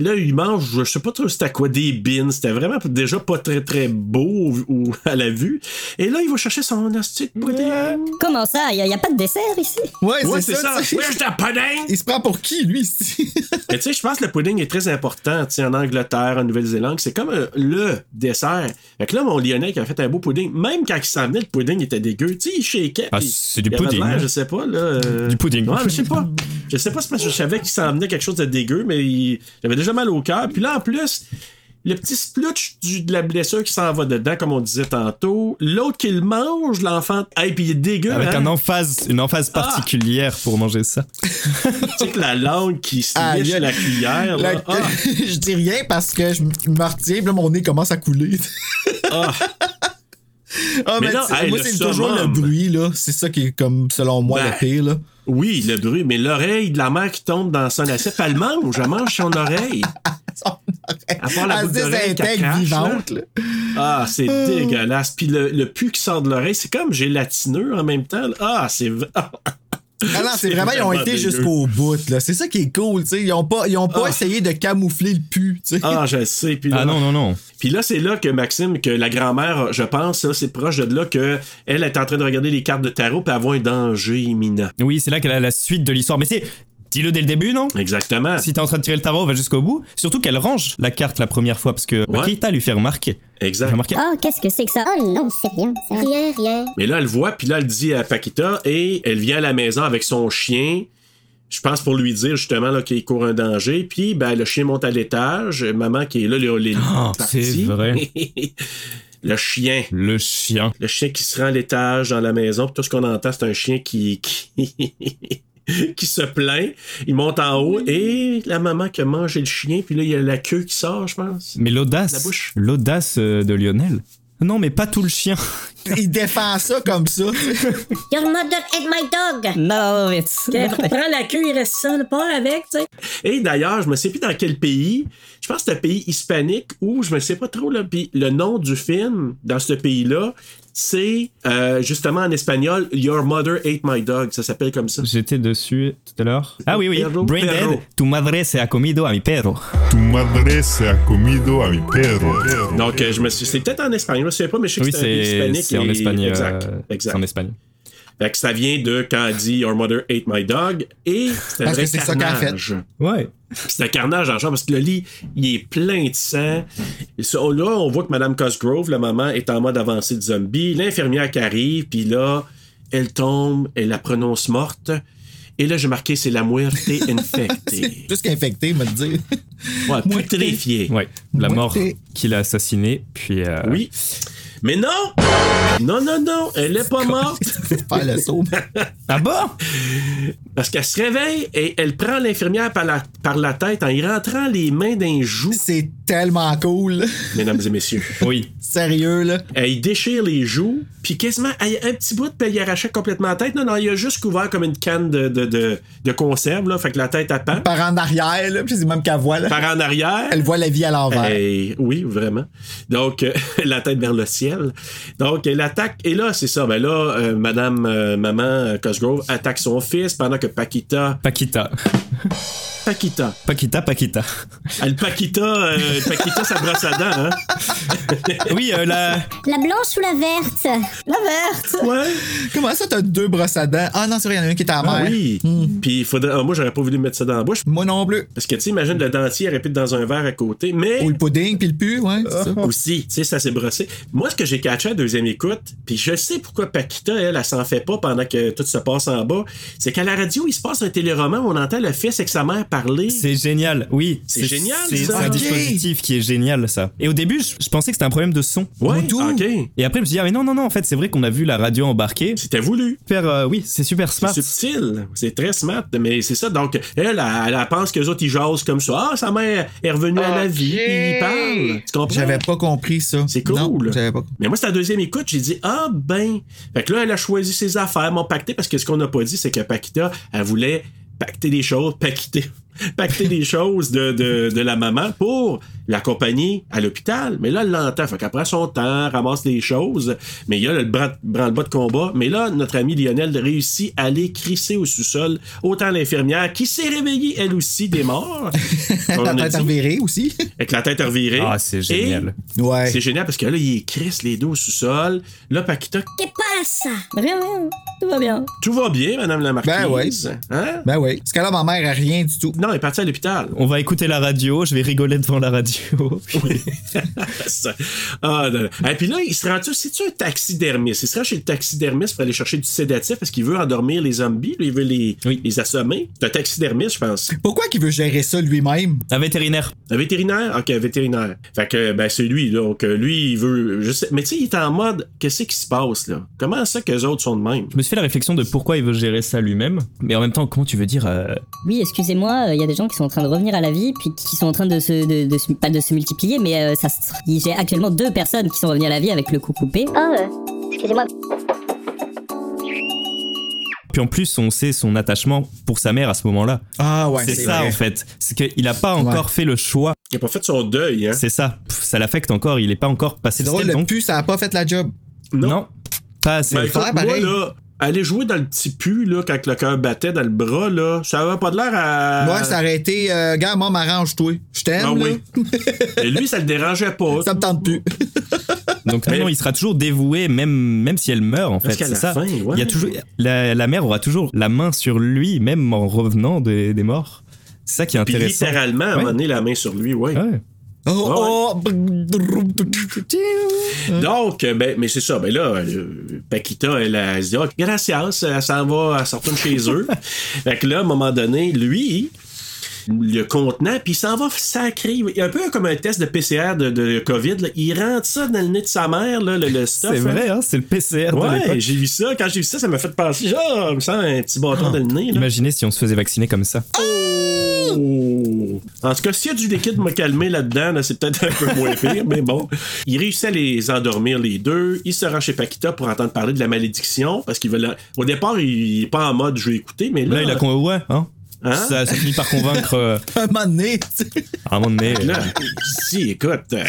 Là, il mange, je sais pas trop c'était à quoi, des bines. C'était vraiment déjà pas très très beau ou, ou à la vue. Et là, il va chercher son astuce de protéine. Comment ça Il n'y a, pas de dessert ici Ouais, Ouais, c'est ça. tu sais. Ouais, je t'en pudding! Il se prend pour qui, lui, ici? Mais tu sais, je pense que le pudding est très important. Tu sais, en Angleterre, en Nouvelle-Zélande, c'est comme euh, le dessert. Fait que là, mon Lyonnais qui a fait un beau pudding, même quand il s'en venait, le pudding était dégueu. Tu sais, il shakeait. Ah, puis c'est du il avait pudding, l'air, hein. Je sais pas, là. euh, Du pudding. Ouais, je sais pas. Je sais pas si parce que je savais qu'il s'en venait quelque chose de dégueu, mais il j'avais déjà mal au cœur. Puis là, en plus, le petit splutch du- de la blessure qui s'en va dedans, comme on disait tantôt. L'autre qui le mange, l'enfant. Hey, puis il est dégueu. Avec hein? un emphase, une emphase Ah. particulière pour manger ça. Tu sais que la langue qui se Ah, liche il y a- la cuillère. là. La- Ah. je dis rien parce que je me retiens, puis là, mon nez commence à couler. Ah. Ah, Mais mais là, tu sais, hey, moi, le c'est toujours le summum. bruit, là. C'est ça qui est, comme, selon moi, Ben, le pire, là. Oui, le bruit, mais l'oreille de la mère qui tombe dans son assiette, elle mange, elle mange son oreille. À part la Elle se boucle d'oreille désintègre qu'elle crache, vivante, là. Ah, c'est dégueulasse. Puis le, le pu qui sort de l'oreille, c'est comme gélatineux en même temps. là. Ah, c'est... v- Ah, Ah non, c'est vraiment, ils ont été dégueu. jusqu'au bout, là. C'est ça qui est cool, tu sais. Ils ont pas, ils ont pas Ah. essayé de camoufler le pu, tu sais. Ah, je le sais. Puis là, Ah non, non, non. Puis là, c'est là que Maxime, que la grand-mère, je pense, là, c'est proche de là que elle est en train de regarder les cartes de tarot et avoir un danger imminent. Oui, c'est là qu'elle a la suite de l'histoire. Mais c'est, dis-le dès le début, non Exactement. Si t'es en train de tirer le tarot, va jusqu'au bout. Surtout qu'elle range la carte la première fois parce que Ouais. Keita lui fait remarquer. Exact. Remarquer. Oh, qu'est-ce que c'est que ça? Oh non, c'est rien. c'est Rien, rien. Mais là, elle le voit, puis là, elle dit à Paquita, et elle vient à la maison avec son chien. Je pense pour lui dire justement là, qu'il court un danger. Puis ben, le chien monte à l'étage. Maman qui est là, les, les Ah, parti. c'est vrai. le chien. Le chien. Le chien qui se rend à l'étage dans la maison. Puis tout ce qu'on entend, c'est un chien qui, qui, qui se plaint. Il monte en haut et la maman qui a mangé le chien. Puis là, il y a la queue qui sort, je pense. Mais La l'audace, bouche. l'audace euh, de Lionel. Non, mais pas tout le chien. Ils défendent ça comme ça. Your mother ate my dog. No, it's... Prends la queue, il reste sans le pas avec, tu sais. Et d'ailleurs, je me sais plus dans quel pays. Je pense que c'est un pays hispanique où je me sais pas trop là. Puis le nom du film dans ce pays-là, c'est euh, justement en espagnol Your Mother Ate My Dog. Ça s'appelle comme ça. J'étais dessus tout à l'heure. Ah oui, oui. Perro, Brain perro. dead. Tu madre se ha comido a mi perro. Tu madre se ha comido a mi perro. Donc euh, je me suis, c'est peut-être en Espagne. Je me souviens pas, mais je sais Oui, que c'est un pays c'est hispanique. c'est en et- Espagne. euh, Exact. C'est exact. en Espagne. Fait que ça vient de quand elle dit Your Mother Ate My Dog et c'est un Parce vrai que c'est ça qu'elle a fait. carnage. Ouais. C'est un carnage en chambre parce que le lit, il est plein de sang. Et ça, là, on voit que Madame Cosgrove, la maman, est en mode avancé de zombie. L'infirmière qui arrive, puis là, elle tombe, elle la prononce morte. Et là, j'ai marqué, c'est la muerte infectée. Plus qu'infecté, me le dire. Ouais, putréfiée. Ouais. La Moi, mort t'es- qu'il a assassinée, puis. euh, Oui. Mais non! Non, non, non, elle est pas morte. Faire le saut. Ah bon? Parce qu'elle se réveille et elle prend l'infirmière par la, par la tête en y rentrant les mains d'un joue. C'est tellement cool. Mesdames et messieurs. Oui. Sérieux, là. Elle y Euh, déchire les joues, puis quasiment elle- un petit bout, puis elle y arrachait complètement la tête. Non, non, il a juste couvert comme une canne de, de, de, de conserve, là, fait que la tête à pan. Par en arrière, là. Puis c'est même qu'elle voit, là. Par en arrière. Elle voit la vie à l'envers. Eh, oui, vraiment. Donc, euh, la tête vers le ciel. Donc, elle attaque. Et là, c'est ça. Ben là, euh, Madame, euh, Maman euh, Cosgrove attaque son fils pendant que Paquita. Paquita. Paquita. Paquita, Paquita. Elle Paquita, euh, Paquita, ça brosse à dents, hein? Oui, euh, la. La blanche ou la verte? La verte Ouais. Comment ça, t'as deux brosses à dents? Ah non, c'est vrai, il y en a une qui est à Ah mer. oui. Puis, il faudrait. ah, moi, j'aurais pas voulu mettre ça dans la bouche. Moi non plus. Parce que, tu sais, imagine le dentier répète dans un verre à côté, mais. Ou le pudding, puis le pu, ouais. Ah. c'est ça. aussi, tu sais, ça s'est brossé. Moi, ce que j'ai catché à deuxième écoute, puis je sais pourquoi Paquita, elle, elle, s'en fait pas pendant que tout se passe en bas, c'est qu'à la radio, il se passe un téléroman où on entend le fils avec sa mère parler. C'est génial, oui. C'est génial, C'est ça. un Ok. dispositif qui est génial, ça. Et au début, je, je pensais que c'était un problème de son. Ouais, tout. ok. Et après, je me suis dit, ah, mais non, non, non, en fait, c'est vrai qu'on a vu la radio embarquée. C'était voulu. Super, euh, oui, c'est super smart. C'est subtil. C'est très smart, mais c'est ça. Donc, elle, elle, elle pense que les autres, ils jasent comme ça. Ah, sa mère est revenue à la vie, puis ils parlent. Tu comprends? J'avais pas compris ça. C'est cool. Non, j'avais pas compris. Mais moi, c'est la deuxième écoute, j'ai dit Ah ben. Fait que là, elle a choisi ses affaires, m'ont pacté, parce que ce qu'on n'a pas dit, c'est que Paquita, elle voulait pacter des choses, paqueter. pacter des choses de, de, de la maman pour l'accompagner à l'hôpital. Mais là, elle l'entend. Fait qu'elle prend son temps, ramasse les choses. Mais il y a le bran- branle-bas de combat. Mais là, notre ami Lionel réussit à aller crisser au sous-sol autant l'infirmière qui s'est réveillée, elle aussi, des morts. Comme on a La tête dit. revirée aussi. Avec la tête revirée. Ah, c'est génial. Et Ouais. C'est génial parce que là, il crisse les deux au sous-sol. Là, Paquita, Qu'est-ce pas ça? Rien, rien. Tout va bien. tout va bien, Madame la Marquise. Ben ouais. Hein? Ben oui. Parce que là, ma mère a rien du tout. Non, elle est partie à l'hôpital. On va écouter la radio, je vais rigoler devant la radio. Ça- ah, non, non. Et puis là, il se rend-tu, c'est-tu un taxidermiste? Il se rend chez le taxidermiste pour aller chercher du sédatif parce qu'il veut endormir les zombies, lui, il veut les, les assommer. C'est un taxidermiste, je pense. Pourquoi qu'il veut gérer ça lui-même? Un Ah, vétérinaire. Un vétérinaire? Ok, un vétérinaire. Fait que, ben, c'est lui, là. donc, euh, lui, il veut. Je sais, mais tu sais, il est en mode, qu'est-ce qui se passe, là? Comment ça qu'eux autres sont de même? Je me suis fait la réflexion de pourquoi il veut gérer ça lui-même, mais en même temps, comment tu veux dire euh, Oui, excusez-moi, il y a des gens qui sont en train de revenir à la vie, puis qui sont en train de se. De, de se- pas de se multiplier, mais euh, ça se- j'ai actuellement deux personnes qui sont revenues à la vie avec le cou coupé. Ah, euh, excusez-moi. Puis en plus, on sait son attachement pour sa mère à ce moment-là. Ah ouais, c'est c'est ça vrai. en fait. C'est qu'il n'a pas encore fait le choix. Il n'a pas fait son deuil, hein? C'est ça. Pff, ça l'affecte encore. Il n'est pas encore passé C'est le drôle, step. le Donc pu, ça a pas fait la job. Non. pas assez. Ben, écoute, faire moi, pareil. là, aller jouer dans le petit pu, là, quand le cœur battait dans le bras, là, ça avait pas de l'air à. Moi, ça aurait été, euh, gars, moi, m'arrange-toi. Je t'aime. Ah là. oui. Et lui, ça le dérangeait pas. Ça me tente plus. Donc non, Mais- non, il sera toujours dévoué, même même si elle meurt en fait. Jusqu'à C'est la ça. fin, ouais. Il y a toujours la, la mère aura toujours la main sur lui, même en revenant des, des morts. C'est ça qui est Puis intéressant. littéralement, à un Ouais. Ah, moment donné, la main sur lui, ouais. Ouais. Oh, oh. ah. Donc, euh, ben, mais c'est ça. Ben là, euh, Paquita, elle, elle se dit, Ah, gracias, elle s'en va, elle s'en retourne chez eux. fait que là, à un moment donné, lui, le contenant, puis il s'en va sacré. Un peu comme un test de PCR de, de COVID, là. il rentre ça dans le nez de sa mère, là, le, le stuff. C'est là. vrai, hein, c'est le PCR de Ouais, l'époque. j'ai vu ça. Quand j'ai vu ça, ça m'a fait penser, genre, il me semble un petit Ah. bâton dans le nez. Là. Imaginez si on se faisait vacciner comme ça. Ah, Oh! En tout cas, s'il y a du liquide me calmer là-dedans, là, c'est peut-être un peu moins pire, mais bon. Il réussit à les endormir les deux. Il se rend chez Paquita pour entendre parler de la malédiction parce qu'il veut la- Au départ, il est pas en mode je vais écouter, mais là. Là, il a con... ouais, hein. Hein? Ça, ça finit par convaincre euh, un moment donné, tu sais. à un moment donné. euh, Là, si, écoute. euh,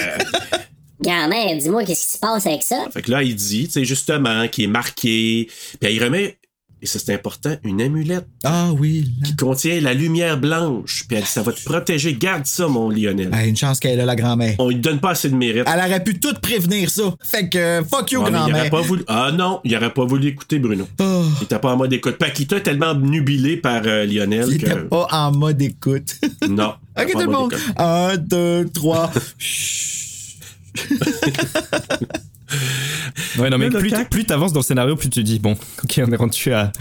Grand mère, dis-moi qu'est-ce qui se passe avec ça? Fait que là, il dit, tu sais, justement, qu'il est marqué. Puis il remet, et ça c'est important, une amulette Ah oui. là. qui contient la lumière blanche. Puis elle dit, ça va te protéger. Garde ça, mon Lionel. Ah, une chance qu'elle a la grand-mère. On lui donne pas assez de mérite. Elle aurait pu tout prévenir ça. Fait que euh, fuck you, Ah, mais il aurait grand-mère. pas voulu- Ah non, il aurait pas voulu écouter Bruno. Oh, Il était pas en mode écoute. Paquita est tellement obnubilé par euh, il Lionel était que. pas en mode écoute. Non. il ok, était tout pas en le mode monde. écoute. Un, deux, trois. Chut. Ouais, non, mais Là, le plus, cac- plus t'avances dans le scénario, plus tu dis, bon, ok, on est rendu à,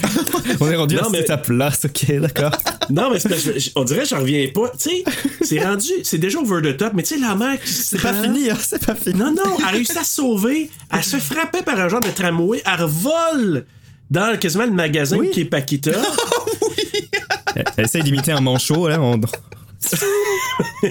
on est rendu Non, à mais- cette étape-là, ok, d'accord. Non, mais c'est parce que je- on dirait que j'en reviens pas. Tu sais, c'est rendu. C'est déjà over the top, mais tu sais, la mère qui C'est pas fini, hein, c'est pas fini. Non, non, elle a réussi à se sauver. Elle se fait frapper par un genre de tramway. Elle revole dans quasiment le magasin qui est Paquita. Elle- elle Essaye d'imiter un manchot, là, en-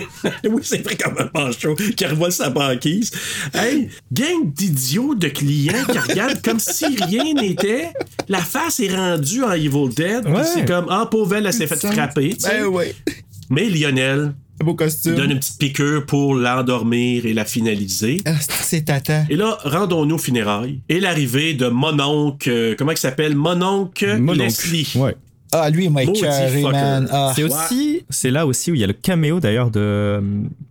oui, c'est vrai comme un manchot qui revole sa banquise. Hey, gang d'idiots de clients qui regardent comme si rien n'était. La face est rendue en Evil Dead. puis Ouais. C'est comme, ah, pauvre elle, elle s'est faite frapper. tu sais. Ben euh, ouais. Mais Lionel Beau lui donne costume. une petite piqûre pour l'endormir et la finaliser. Ah, c'est tata. Et là, rendons-nous aux funérailles. Et l'arrivée de Mononcle, euh, comment il s'appelle? Mononcle Mononcle. Leslie. Ouais. Ah, lui, il m'a Maudit écœuré, fucker. man. Ah. C'est aussi, c'est là aussi où il y a le caméo d'ailleurs de euh,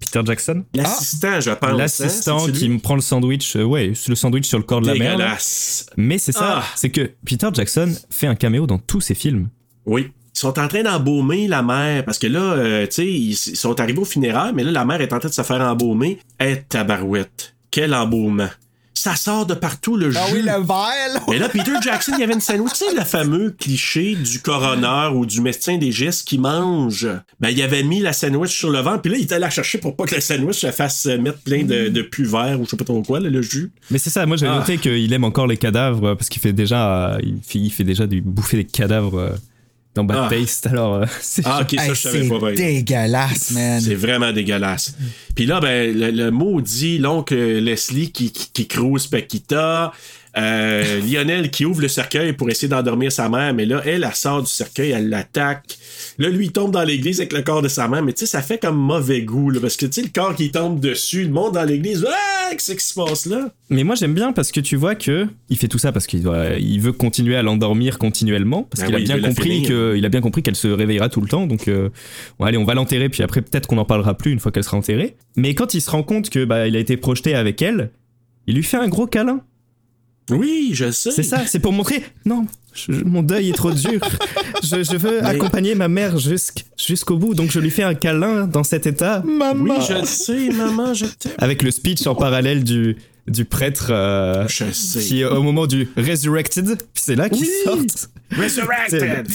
Peter Jackson. L'assistant, je pense. hein, Ah, L'assistant c'est qui celui- me prend le sandwich, euh, ouais, le sandwich sur le corps de la mère. là. Dégueulasse. Mais c'est ça, Ah. c'est que Peter Jackson fait un caméo dans tous ses films. Oui. Ils sont en train d'embaumer la mère parce que là, euh, tu sais, ils s- ils sont arrivés au funéraire, mais là, la mère est en train de se faire embaumer. Eh, tabarouette. Quel embaumement. Ça sort de partout le jus. Ah oui, le verre, là. Mais là, Peter Jackson, il y avait une sandwich. Tu sais, le fameux cliché du coroner ou du médecin des gestes qui mange. Ben, il avait mis la sandwich sur le ventre, puis là, il était allé la chercher pour pas que la sandwich se fasse euh, mettre plein de, de pus verts ou je sais pas trop quoi, là, le jus. Mais c'est ça, moi j'avais Ah. noté qu'il aime encore les cadavres euh, parce qu'il fait déjà, euh, il, fait, il fait déjà du bouffer des cadavres euh, dans Bad Ah. Taste. Alors, euh, c'est Ah, ok, ça, Hey, je savais pas. c'est ben. dégueulasse, man. C'est vraiment dégueulasse. Puis là, ben, le, le maudit, l'oncle Leslie qui, qui, qui crouse Paquita, Euh, Lionel qui ouvre le cercueil pour essayer d'endormir sa mère, mais là, elle, elle sort du cercueil, elle l'attaque. Là, lui, il tombe dans l'église avec le corps de sa mère, mais tu sais, ça fait comme mauvais goût, là, parce que tu sais, le corps qui tombe dessus, le monde dans l'église, ah, qu'est-ce qui se passe là? Mais moi j'aime bien parce que tu vois que il fait tout ça parce qu'il doit, il veut continuer à l'endormir continuellement parce Ah qu'il oui, il a veut bien la compris finir. que, il a bien compris qu'elle se réveillera tout le temps donc euh, bon, allez on va l'enterrer puis après peut-être qu'on n'en parlera plus une fois qu'elle sera enterrée. Mais quand il se rend compte que bah il a été projeté avec elle, il lui fait un gros câlin. Oui, je sais. C'est ça, c'est pour montrer non je- je- mon deuil est trop dur. Je, je veux Mais- accompagner ma mère jusqu'- jusqu'au bout, donc je lui fais un câlin dans cet état. Oui, je le sais, maman, je t'aime. Avec le speech en parallèle du, du prêtre euh, sais. qui, au moment du Resurrected, c'est là qu'ils Oui. sortent. Resurrected!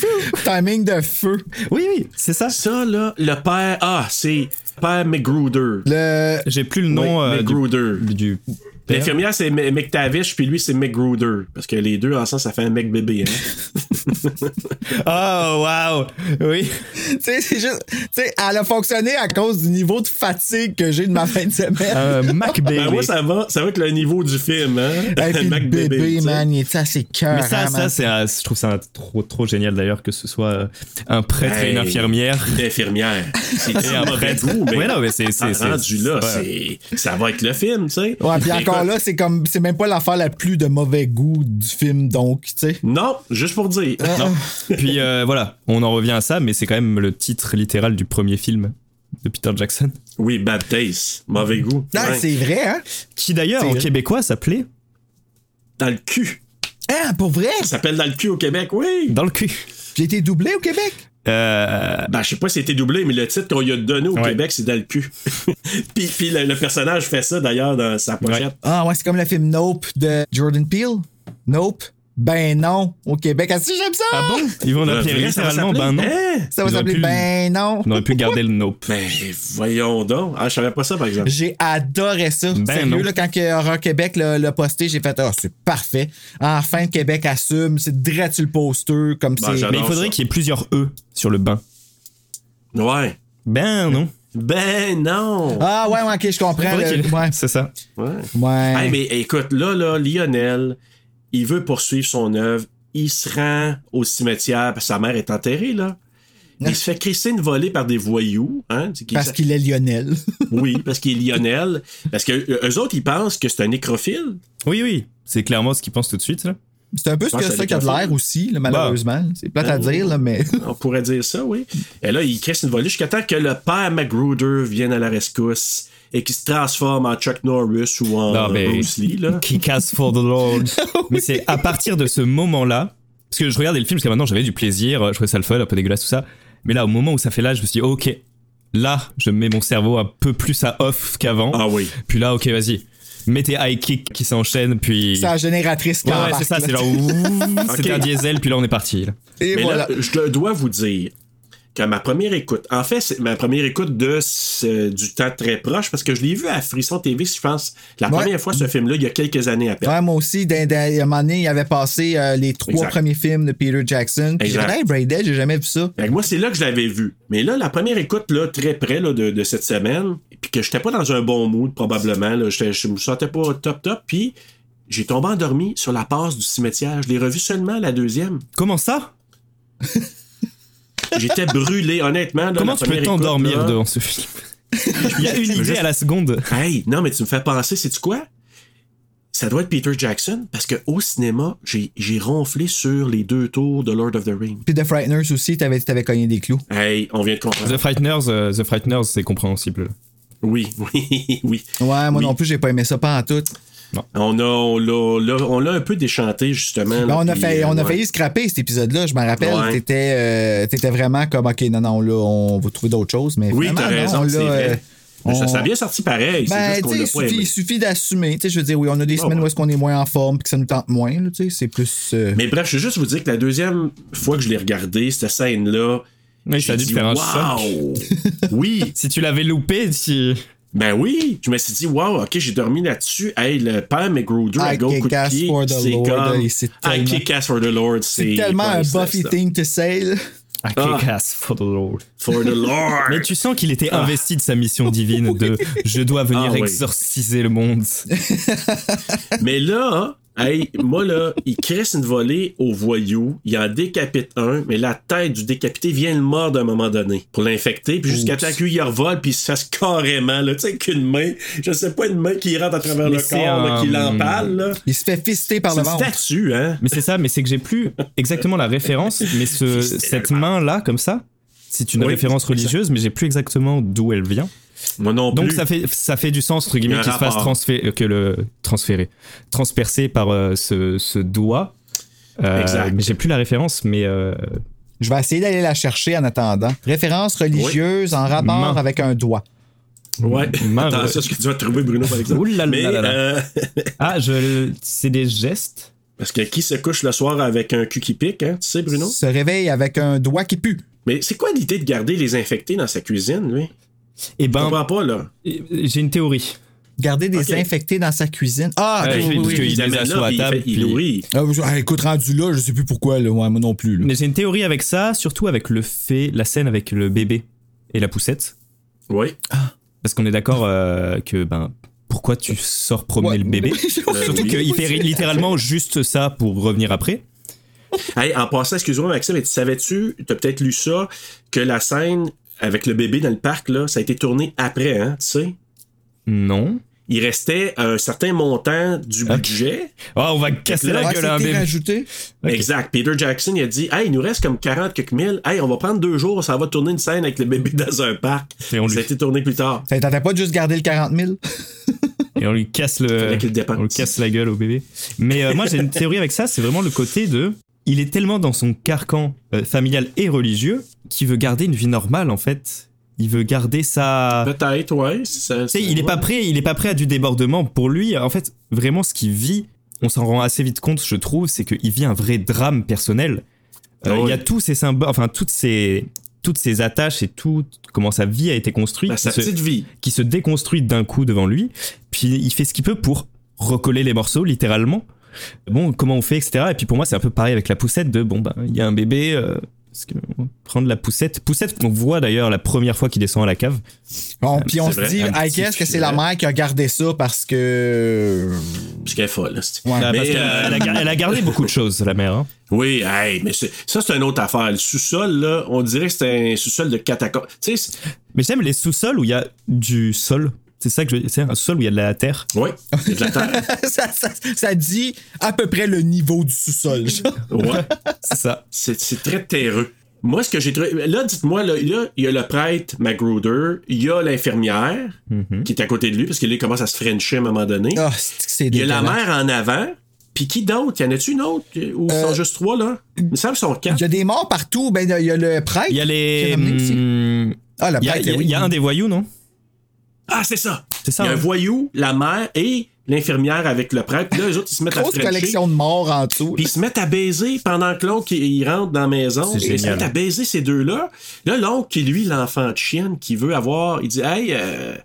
Timing de feu. Oui, oui, c'est ça. Ça, là, le père, ah, c'est Père McGruder. Le... J'ai plus le nom Oui, euh, du- McGruder. du, père. L'infirmière, c'est M- McTavish, puis lui, c'est McGruder. Parce que les deux, ensemble, ça fait un mec bébé. hein. Oh, waouh! Oui. Tu sais, c'est juste. Tu sais, elle a fonctionné à cause du niveau de fatigue que j'ai de ma fin de semaine. Euh, Mac Bailey. Ben, moi, ça va, ça va avec le niveau du film, hein? Hey, puis le bébé, tu sais. man, il est assez cœur. hein, Mais ça, ça c'est un- je trouve ça un- trop, trop génial d'ailleurs que ce soit euh, un prêtre et une Hey. infirmière. Une infirmière. C'est Et un un mauvais prêtre. goût, mais. ah, Ouais, non, mais c'est- c'est- c'est- rendu là, ouais. c'est- ça va être le film, tu sais. Ouais, puis Mais encore écoute, là, c'est comme. C'est même pas l'affaire la plus de mauvais goût du film, donc, tu sais. Non, juste pour dire. Non. Puis euh, voilà, on en revient à ça, mais c'est quand même le titre littéral du premier film de Peter Jackson. Oui, bad taste. Mauvais goût. Non, Ouais. C'est vrai, hein? Qui d'ailleurs C'est en vrai. québécois s'appelait Dans le cul. Hein, pour vrai? Ça s'appelle Dans le cul au Québec, oui. Dans le cul. J'ai été doublé au Québec? Euh, Ben, je sais pas si c'était doublé, mais le titre qu'on lui a donné au Ouais. Québec, c'est Dans le cul. puis puis le, le personnage fait ça, d'ailleurs, dans sa pochette. Ah ouais, c'est comme le film Nope de Jordan Peele. Nope. Ben non, au Québec. Ah si, j'aime ça! Ah bon Ils vont Le Euh, l'appeler vrai, ça va littéralement Ben non. s'appeler- Hein? Ça va Ils auraient s'appeler pu- Ben non. On aurait pu garder le nope. Ben, voyons donc. Ah, je savais pas ça, par exemple. J'ai adoré ça. Ben Sérieux, non. là, quand que Horror Québec l'a l'a posté, j'ai fait Ah, c'est parfait. Enfin, Québec assume, c'est direct sur le poster, comme Ben, c'est. j'adore. Mais il faudrait ça. qu'il y ait plusieurs E sur le bain. Ouais. Ben non. Ben non. Ah ouais, ouais, ok, je comprends. Faudrait le- qu'il- Ouais. C'est ça. Ouais. Ouais. Hey, mais écoute, là, là, Lionel, il veut poursuivre son œuvre. Il se rend au cimetière parce que sa mère est enterrée, là. Il se fait crisser une volée par des voyous. Hein, C'est qu'il- Parce qu'il est Lionel. Oui, parce qu'il est Lionel. Parce que euh, eux autres, ils pensent que c'est un nécrophile. Oui, oui. C'est clairement ce qu'il pense tout de suite. Là. C'est un peu ce Ouais, que ça ça qu'il y a de déclenche. l'air aussi, là, malheureusement. C'est plate à dire, là, mais. On pourrait dire ça, oui. Et là, il crisse une volée jusqu'à temps que le père McGruder vienne à la rescousse et qu'il se transforme en Chuck Norris ou en Non, mais- Bruce Lee, là. Kick ass for the Lord. Ah Mais c'est à partir de ce moment-là, parce que je regardais le film jusqu'à maintenant, j'avais du plaisir, euh, je trouvais ça le fun, un peu dégueulasse, tout ça. Mais là, au moment où ça fait là, je me suis dit, ok, là, je mets mon cerveau un peu plus à off qu'avant. Ah oui. Puis là, ok, vas-y. Mets tes high kicks qui s'enchaînent, puis. C'est la génératrice qui Ouais, ouais, embarque, c'est ça, là. c'est genre. C'était un diesel, puis là, on est parti. là. Et Mais voilà. là, euh, je le dois vous dire que ma première écoute, en fait, c'est ma première écoute de ce- du temps très proche, parce que je l'ai vu à Frisson TV, je pense, la Ouais. première fois ce film-là, il y a quelques années à peine. Ouais, moi aussi, d'un- d'un- à un moment donné, il avait passé euh, les trois Exact. premiers films de Peter Jackson. Puis j'ai Exact. fait, hey, Brain Dead, j'ai jamais vu ça. Fait que moi, c'est là que je l'avais vu. Mais là, la première écoute, là, très près là, de, de cette semaine, puis que j'étais pas dans un bon mood, probablement. Là, J'étais- je me sentais pas top top, puis j'ai tombé endormi sur la passe du cimetière. Je l'ai revu seulement la deuxième. Comment ça J'étais brûlé, honnêtement. là, Comment la tu première peux écoute, t'endormir là. devant ce film Il y a une Je veux idée juste- à la seconde. Hey, non, mais tu me fais penser, sais-tu quoi? Ça doit être Peter Jackson, parce que au cinéma, j'ai j'ai ronflé sur les deux tours de Lord of the Rings. Puis The Frighteners aussi, t'avais t'avais cogné des clous. Hey, on vient de comprendre. The Frighteners, euh, The Frighteners, c'est compréhensible. Oui, oui, oui. Ouais, moi Oui. non plus, j'ai pas aimé ça, pas en tout. On a- on l'a on l'a un peu déchanté, justement. Ben, là, on a, puis, failli, euh, on a ouais. failli scraper cet épisode-là, je m'en rappelle. Ouais. T'étais, euh, t'étais vraiment comme, OK, non, non, là, on va trouver d'autres choses. Mais Oui, finalement, t'as non, raison, là, c'est euh, vrai. Mais Ça, on- ça a bien sorti pareil, c'est Ben, juste tu qu'on sais, l'a il pas suffit, aimé. il suffit d'assumer. Tu sais, je veux dire, oui, on a des Ah semaines ouais. où est-ce qu'on est moins en forme puis que ça nous tente moins. là, Tu sais, c'est plus. euh, Mais bref, je veux juste vous dire que la deuxième fois que je l'ai regardé, cette scène-là, Mais ça j'ai a dû te dit, faire un choc. wow! oui! Si tu l'avais loupé, tu... Ben oui, je me suis dit, wow, ok, j'ai dormi là-dessus. Hey, le père McGruder, I à go kick coup de ass pied, for the c'est Lord, comme, et c'est I tellement- kick ass for the Lord, c'est C'est tellement un comment Buffy ça, ça? thing to say. là. I Ah. kick ass for the Lord. For the Lord. Mais tu sens qu'il était investi de sa mission divine de je dois venir Ah oui. exorciser le monde. Mais là, hein, Hey, moi là, il crisse une volée au voyou, il en décapite un, mais la tête du décapité vient le mordre à un moment donné pour l'infecter, puis jusqu'à Oups. temps qu'il y revole, puis ça se carrément, là, tu sais, qu'une main, je sais pas, une main qui rentre à travers Mais le c'est corps, là, qui un- l'empale, là. Il se fait fister par le C'est une ventre. statue, hein. Mais c'est ça, mais c'est que j'ai plus exactement la référence, mais ce, cette main-là, comme ça, c'est une Oui, référence religieuse, mais j'ai plus exactement d'où elle vient. Moi non Donc plus. ça fait, ça fait du sens, entre Il y a hein. guillemets, un qu'il se fasse rapport. transfé- euh, que le, transférer, transpercer par euh, ce, ce doigt. Euh, Exact. Mais j'ai plus la référence, mais euh, Je vais essayer d'aller la chercher en attendant. Référence religieuse en rapport Main. avec un doigt. Ouais, Main- attends, ça, ce que tu vas trouver, Bruno, par exemple. Ouh là là Mais, là là. euh, Ah, je... c'est des gestes. Parce que qui se couche le soir avec un cul qui pique, hein, tu sais, Bruno? Se réveille avec un doigt qui pue. Mais c'est quoi l'idée de garder les infectés dans sa cuisine, lui? Eh ben- Je comprends pas, là. j'ai une théorie. Garder des Ok. infectés dans sa cuisine. Ah, Ouais, oui, oui, oui, parce oui. qu'il Il les amène assoit là, à puis il table, fait- il puis- nourrit. Ah, je- ah, écoute, rendu là, je sais plus pourquoi, là. Ouais, moi non plus. là. Mais j'ai une théorie avec ça, surtout avec le fait, la scène avec le bébé et la poussette. Oui. Parce qu'on est d'accord euh, que ben pourquoi tu sors promener le bébé Euh, Surtout oui. qu'il fait littéralement juste ça pour revenir après. Hey, en passant, excuse-moi, Maxime, mais tu savais-tu, t'as peut-être lu ça, que la scène avec le bébé dans le parc, là, ça a été tourné après, hein, tu sais? Non. Il restait un certain montant du budget. Ah, on va casser la Là, gueule à un C'était bébé. rajouté. Ok. Exact. Peter Jackson, il a dit Hey, il nous reste comme 40 quelques mille. Hey, on va prendre deux jours, ça va tourner une scène avec le bébé dans un parc. Et on, Ça a lui, été tourné plus tard. Ça ne tentait pas de juste garder le 40 000? et on lui casse le, Fallait qu'il dépense. Euh, on lui casse la gueule au bébé. Mais euh, moi j'ai une théorie avec ça, c'est vraiment le côté de il est tellement dans son carcan euh, familial et religieux qu'il veut garder une vie normale en fait. Il veut garder sa Peut-être, Bah, ouais. Ça, Tu sais, il est pas prêt, il est pas prêt à du débordement. Pour lui, en fait, vraiment, ce qu'il vit, on s'en rend assez vite compte, je trouve, c'est qu'il vit un vrai drame personnel. Euh, Ah Il ouais. y a tous ces symboles, enfin toutes ces toutes ses attaches et tout comment sa vie a été construite, Ben, sa qui, se, petite vie. qui se déconstruit d'un coup devant lui. Puis il fait ce qu'il peut pour recoller les morceaux, littéralement. Bon, comment on fait, etc. Et puis pour moi, c'est un peu pareil avec la poussette de bon, ben, il y a un bébé. euh, est-ce que- on va prendre la poussette Poussette qu'on voit d'ailleurs la première fois qu'il descend à la cave. Bon, puis on c'est se vrai, dit, un I petit guess que c'est filet. la mère qui a gardé ça parce que. Parce qu'elle est folle. là, c'est- Ouais. Ah, parce Mais, qu'elle euh, a gar- elle a gardé beaucoup de choses, la mère. hein. Oui, hey, mais c'est- ça, c'est une autre affaire. Le sous-sol, là, on dirait que c'est un sous-sol de catacombe. Tu sais, c'est- Mais j'aime les sous-sols où il y a du sol. C'est ça que je veux dire. C'est un sous-sol où il y a de la terre. ouais, c'est de la terre. ça, ça- ça dit à peu près le niveau du sous-sol. genre. Ouais. C'est ça. C'est, c'est très terreux. Moi, ce que j'ai trouvé. Là, dites-moi, là, là, il y a le prêtre Magruder, il y a l'infirmière qui est à côté de lui, parce qu'il commence à se frencher à un moment donné. Mm-hmm. Ah, c'est que c'est il y a la dégueulasse. Euh, mère en avant, puis qui d'autre Y en a-tu une autre Ou sont juste trois, là Il me semble qu'ils sont Il quatre. y a des morts partout. Ben, il y a le prêtre. Il y a qui les. est ramené aussi. hum, Ah, le Il y, a- prêtre, il y a- oui. il y a un des voyous, non Ah, c'est ça C'est ça, Il y a un hein. voyou, la mère et l'infirmière avec le prêtre. Puis là, les autres, ils se mettent à Grosse frencher. collection de morts en dessous. Puis ils se mettent à baiser pendant que l'oncle il- il rentre dans la maison. C'est Ils se génial. mettent à baiser ces deux-là. Là, l'oncle qui est lui, l'enfant de chienne, qui veut avoir, il dit Hey, euh,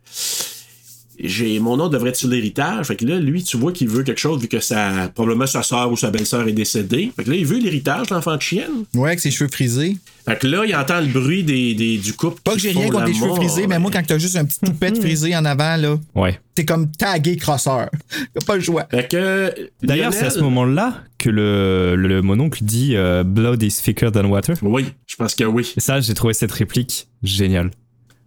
j'ai mon nom devrait être sur l'héritage. Fait que là, lui, tu vois qu'il veut quelque chose vu que sa probablement sa soeur ou sa belle-sœur est décédée. Fait que là, il veut l'héritage, l'enfant de chienne. Ouais, avec ses cheveux frisés. Fait que là, il entend le bruit des, des- du couple. Pas que qui j'ai rien font contre les cheveux l'amour. frisés, mais moi, quand t'as juste un petit toupette frisé en avant, là, Ouais. t'es comme tagué crosseur. Y'a pas le choix. Fait que. D'ailleurs, Lionel- c'est à ce moment-là que le, le mononcle dit euh, Blood is thicker than water. Oui, je pense que oui. Et ça, j'ai trouvé cette réplique géniale.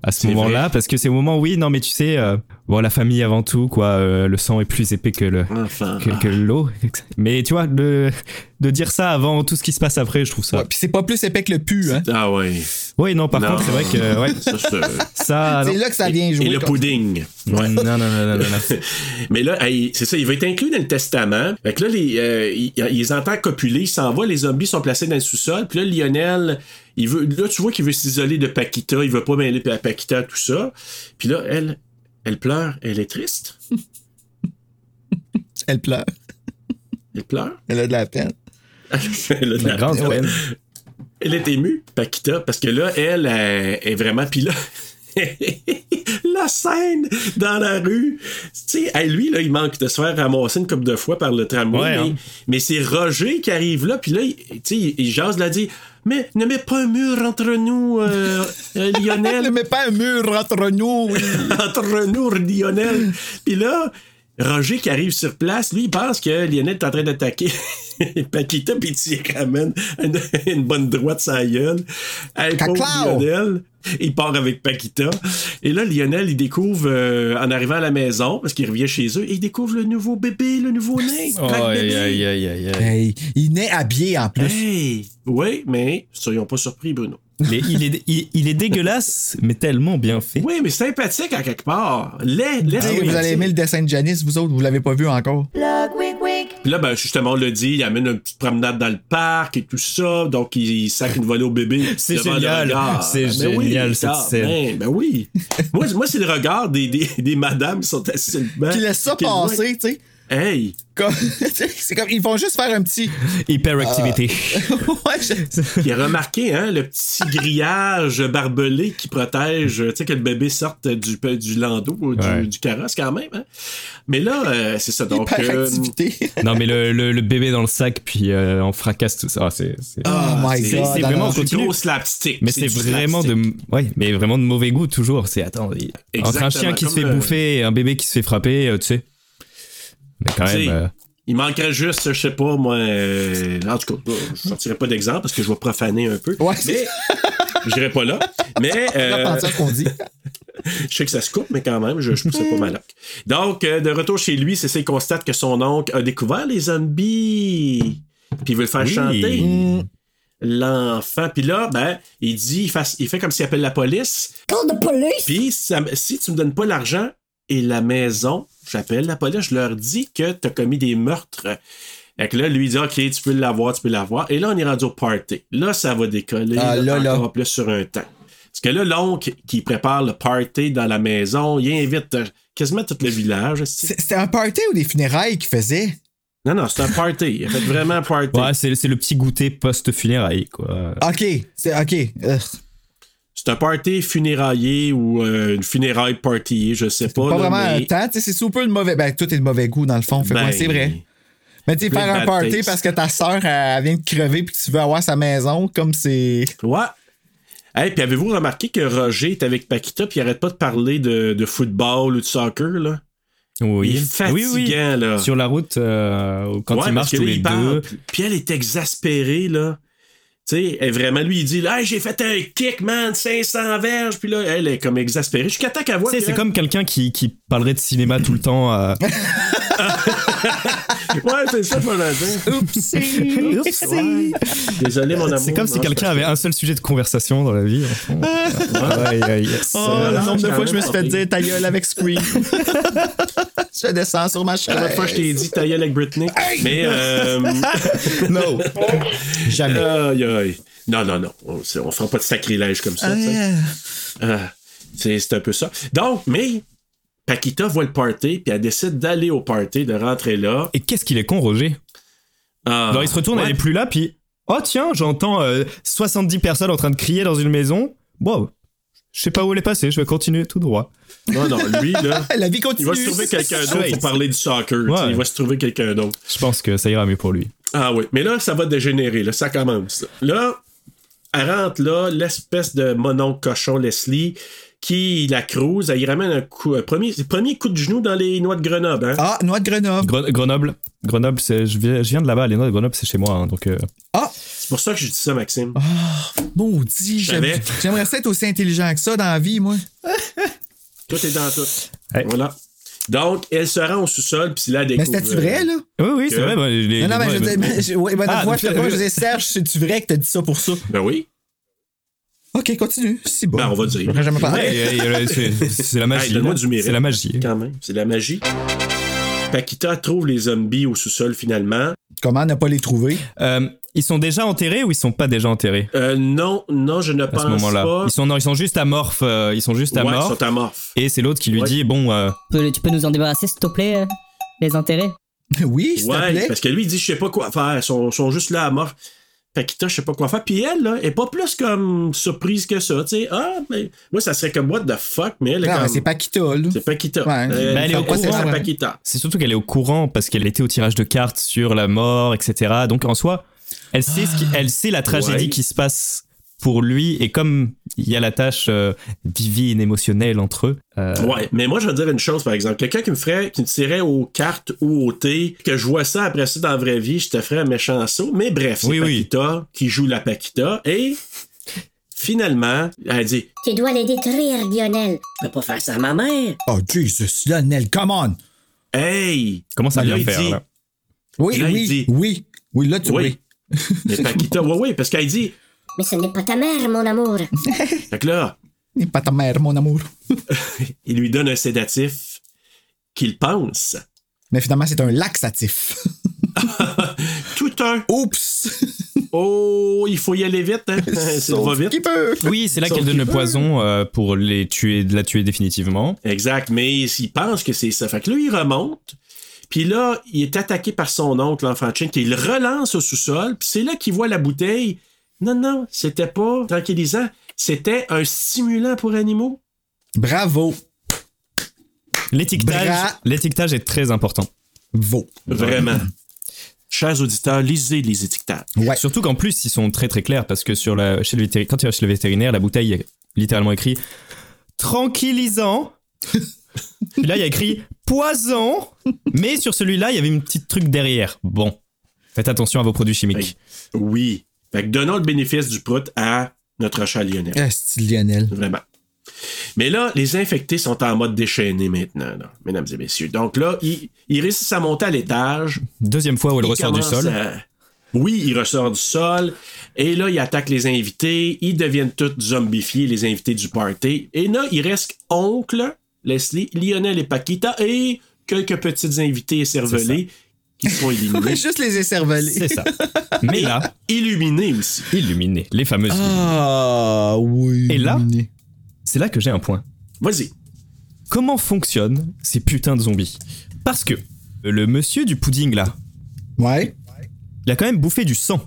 À ce C'est moment-là, parce que c'est au moment où, oui, non, mais tu sais, euh, bon, la famille avant tout, quoi, euh, le sang est plus épais que le. Enfin. Que, que l'eau. Mais tu vois, le- de dire ça avant tout ce qui se passe après, je trouve ça. Ouais, Puis c'est pas plus épais que le pu, hein. Ah ouais. Oui, non, par Non. contre, c'est vrai que. Ouais, Ça, c'est- ça. C'est non. là que ça vient jouer. Et le comme- pudding. Non, non, non, non, non, non. Mais là, hey, c'est ça, il va être inclus dans le testament. Fait que là, les, euh, il, il les entend copuler, il s'en va, les zombies sont placés dans le sous-sol. Puis là, Lionel, il veut, là, tu vois qu'il veut s'isoler de Paquita, il veut pas mêler à Paquita, tout ça. Puis là, elle, elle pleure, elle est triste, Elle pleure. elle pleure. Elle a de la peine. elle, a de la- La grande Ouais. peine. elle est émue, Paquita, parce que là, elle, euh, est vraiment. Puis là. la scène dans la rue. Tu sais, hey, lui, là, il manque de se faire ramasser une couple de fois par le tramway. Ouais, mais hein. mais c'est Roger qui arrive là, puis là, il- tu sais, il, il jase, là, dit Mais ne mets pas un mur entre nous, euh, euh, Lionel. Elle met pas un mur entre nous. entre nous, Lionel. Puis là, Roger qui arrive sur place, lui, il pense que Lionel est en train d'attaquer Paquita, puis il ramène une, une bonne droite sa gueule. Hey, pauvre Caclao! Lionel, il part avec Paquita. Et là, Lionel, il découvre, euh, en arrivant à la maison, parce qu'il revient chez eux, il découvre le nouveau bébé, le nouveau-né. Crack bébé. Hey, il naît habillé en Hein? plus. Hey! Oui, mais soyons pas surpris, Bruno. Il est, il est- il- il est dégueulasse, mais tellement bien fait. Oui, mais sympathique à quelque part. Laid, laid, Tu sais, Ah vous sympathique. allez aimer le dessin de Janice, vous autres, vous l'avez pas vu encore. Puis là, ben, justement, on l'a dit, il amène une petite promenade dans le parc et tout ça. Donc, il, il sac une volée au bébé. C'est devant le génial. regard. C'est Ben oui, génial, le cette regard. scène. Ben, ben oui. moi, c'est- moi, c'est le regard des, des, des madames qui sont assises sur le banc. Qui laisse ça Qui le voient. passer, tu sais. Hey! Comme- C'est comme, ils vont juste faire un petit. Hyperactivité. Ouais, je- Il a remarqué hein, le petit grillage barbelé qui protège, euh, tu sais, que le bébé sorte du, pe- du landau, ou du, Ouais. du carrosse quand même. hein. Mais là, euh, c'est ça. Donc, euh, Hyperactivité. Non, mais le, le- le bébé dans le sac, puis euh, on fracasse tout ça. Ah, c'est, c'est- Oh my c'est- god. c'est alors. vraiment du continu. gros slapstick. Mais c'est du vraiment de, ouais, mais vraiment de mauvais goût toujours. C'est attends, il- entre un Exactement, chien qui se comme fait le- bouffer et un bébé qui se fait frapper, euh, tu sais. Mais quand Tu même, sais, euh, Il manquerait juste, je sais pas, moi. euh, en tout cas, je sortirai pas d'exemple parce que je vais profaner un peu. Ouais, mais j'irai pas là. Mais Faut euh, penser à ce qu'on dit. je sais que ça se coupe, mais quand même, je, je poussais pas ma loque. Donc, euh, de retour chez lui, c'est ça, il constate que son oncle a découvert les zombies. Puis il veut le faire Oui. chanter. Mm. L'enfant. Puis là, ben, il dit, il, fasse- il fait comme s'il appelle la police. Call the police! Puis ça- si tu me donnes pas l'argent et la maison, j'appelle la police, je leur dis que t'as commis des meurtres. Fait que là, lui, il dit, OK, tu peux l'avoir, tu peux l'avoir. Et là, on est rendu au party. Là, ça va décoller. Ah, là, là. Encore plus sur un temps. Parce que là, l'oncle qui prépare le party dans la maison, il invite euh, quasiment tout le village. esti. C'est- C'était un party ou des funérailles qu'ils faisaient? Non, non, c'est un party. Il a fait vraiment un party. ouais, c'est, c'est le petit goûter post-funérailles, quoi. Ok, c'est ok. Ugh. C'est un party funéraillé ou euh, une funéraille party, je sais pas. Pas là, vraiment mais- un temps, tu sais, c'est super le mauvais. Ben, tout est de mauvais goût dans le fond, fait que Ben, ouais, c'est vrai. Mais tu sais, plein faire de un bad party taste. parce que ta sœur elle vient de crever puis que tu veux avoir sa maison, comme c'est. Ben, Ouais. Hey, puis avez-vous remarqué que Roger est avec Paquita puis il arrête pas de parler de, de football ou de soccer, là? Oui. Il est fatigant, oui, oui. là. Sur la route, euh, quand Ouais, ils parce marchent que tous là, les il parle, deux. puis- Puis elle est exaspérée, là. Tu sais, elle, vraiment, lui, il dit, là, Hey, j'ai fait un kick, man, 500 verges. Puis là, elle est comme exaspérée. Jusqu'à temps qu'elle voit. Tu sais, que- c'est comme quelqu'un qui, qui parlerait de cinéma tout le temps. euh, à- Ouais, c'est ça, mon agent. Ouais. Désolé, mon amour. C'est comme si Non, quelqu'un avait un seul sujet de conversation dans la vie. en fond. Aïe, aïe, aïe. Oh, euh, le nombre de quand fois que je me même suis fait pas dire ta gueule avec Scream. je descends sur ma La chaise. dernière fois, je t'ai dit, ta gueule avec Britney. Mais. euh, Non. Jamais. Euh, Aïe, aïe. Non, non, non. On, c'est- on fera pas de sacrilège comme ça. tu sais. Ah, c'est c'est un peu ça. Donc, mais Paquita voit le party, puis elle décide d'aller au party, de rentrer là. Et qu'est-ce qu'il est con, Roger Ah, Alors, il se retourne, ouais. elle est plus là, puis oh tiens, j'entends euh, 70 personnes en train de crier dans une maison. Wow, je sais pas où elle est passée, je vais continuer tout droit. Non, non, lui, là. Ah, La vie Il continue. va se trouver quelqu'un d'autre pour parler du soccer. tu sais, Ouais. Il va se trouver quelqu'un d'autre. Je pense que ça ira mieux pour lui. Ah oui, mais là, ça va dégénérer, là, ça commence. Là, elle rentre là, l'espèce de monon cochon Leslie qui la crouse, elle y ramène un coup, un premier, premier coup de genou dans les noix de Grenoble. Hein? Ah, noix de Grenoble. Gre- Grenoble, Grenoble, c'est- je viens, je viens de là-bas, les noix de Grenoble, c'est chez moi, hein, donc euh, C'est pour ça que je dis ça, Maxime. Ah. Maudit, Je j'aime- savais. j'aimerais ça être aussi intelligent que ça dans la vie, moi. Tout est dans tout. Hey. Voilà. Donc, elle se rend au sous-sol, puis là, elle Mais découvre. c'était-tu vrai, là? oui, oui, c'est Que- vrai. bah, les- les- Non, non, mais moi, je veux bah, dire, mais je- ouais, ben, Ah, la fois, donc, je te je disais, Serge, c'est-tu vrai que t'as dit ça pour ça? Ben oui. Ok, continue. C'est bon. Ben, on va dire. J'aurais jamais parlé. ouais, et- et- et- c'est c'est la Hey, magie. donne-moi là. du mérite. c'est la magie. Quand même, c'est de la magie. Paquita trouve les zombies au sous-sol, finalement. Comment ne pas les trouver? Euh, ils sont déjà enterrés ou ils sont pas déjà enterrés Euh, non, non, je ne à pense ce moment-là pas. Ils sont non, ils sont juste amorphes. euh, ils sont juste Ouais, ils amorphes. sont amorphes. Et c'est l'autre qui lui Ouais. dit bon, euh, Tu peux- tu peux nous en débarrasser, s'il te plaît, euh, les intérêts oui, s'il te Ouais, plaît. parce que lui, il dit, je sais pas quoi faire. Ils sont, sont juste là à mort. Paquita, je sais pas quoi faire. Puis elle, là, est pas plus comme surprise que ça. Tu sais, ah, mais moi, ça serait comme what the fuck, mais elle est Non, comme. mais c'est pas qui t'a, là. C'est Paquita. Ouais. Euh, Ben, elle est au fait penser courant, à ouais. Paquita. C'est surtout qu'elle est au courant parce qu'elle était au tirage de cartes sur la mort, etc. Donc en soi, elle sait, ce qui- elle sait la tragédie Ah. Ouais. qui se passe pour lui. Et comme il y a la tâche euh, divine, émotionnelle entre eux. euh, Ouais, mais moi, je vais te dire une chose, par exemple. Quelqu'un qui me ferait, qui me tirait aux cartes ou au thé, que je vois ça après ça dans la vraie vie, je te ferais un méchant saut. Mais bref, c'est Oui, oui. Paquita qui joue la Paquita et finalement, elle dit Tu dois les détruire, Lionel. Je peux pas faire ça à ma mère. Oh, Jesus, Lionel, come on! Hey! Comment ça Là, vient il faire, dit- là? Oui, Là, il oui, dit- oui. Oui, là, tu oui. Oui. Mais Paquita, ouais, ouais, parce qu'elle dit. Mais ce n'est pas ta mère, mon amour. Fait que là, N'est Eh, pas ta mère, mon amour. il lui donne un sédatif qu'il pense. Mais finalement, c'est un laxatif. Tout un. Oups! Oh, il faut y aller vite, hein? Ça Sauf va vite. qu'il peut. Oui, c'est là Sauf qu'elle donne qu'il le peut. poison euh, pour les tuer, la tuer définitivement. Exact, mais il pense que c'est ça. Fait que là, il remonte. Puis là, il est attaqué par son oncle, l'enfant de chien, qui le relance au sous-sol. Puis c'est là qu'il voit la bouteille. Non, non, c'était pas tranquillisant. C'était un stimulant pour animaux. Bravo! L'étiquetage, Bra- l'étiquetage est très important. Vaux. Vraiment. Chers auditeurs, lisez les étiquetages. Ouais. Surtout qu'en plus, ils sont très très clairs parce que sur la, chez le vétéri- quand tu vas chez le vétérinaire, la bouteille est littéralement écrit tranquillisant. Puis là, il y a écrit poison. Mais sur celui-là, il y avait une petite truc derrière. Bon, faites attention à vos produits chimiques. Oui. Fait que donnons le bénéfice du prout à notre chat Lionel. Ah, c'est Lionel. Vraiment. Mais là, les infectés sont en mode déchaîné maintenant, là, mesdames et messieurs. Donc là, ils, ils réussissent à monter à l'étage. Deuxième fois où elle Il ressort du commence sol. à- Oui, il ressort du sol. Et là, il attaque les invités. Ils deviennent tous zombifiés, les invités du party. Et là, il reste Oncle, Leslie, Lionel et Paquita et quelques petites invités écervelés qui sont éliminés. Juste les écervelés. C'est ça. Mais là, Illuminés aussi. illuminé, les fameuses. Ah, oui. Et là, c'est là que j'ai un point. Vas-y. comment fonctionnent ces putains de zombies Parce que euh, le monsieur du pudding là, Ouais. il a quand même bouffé du sang.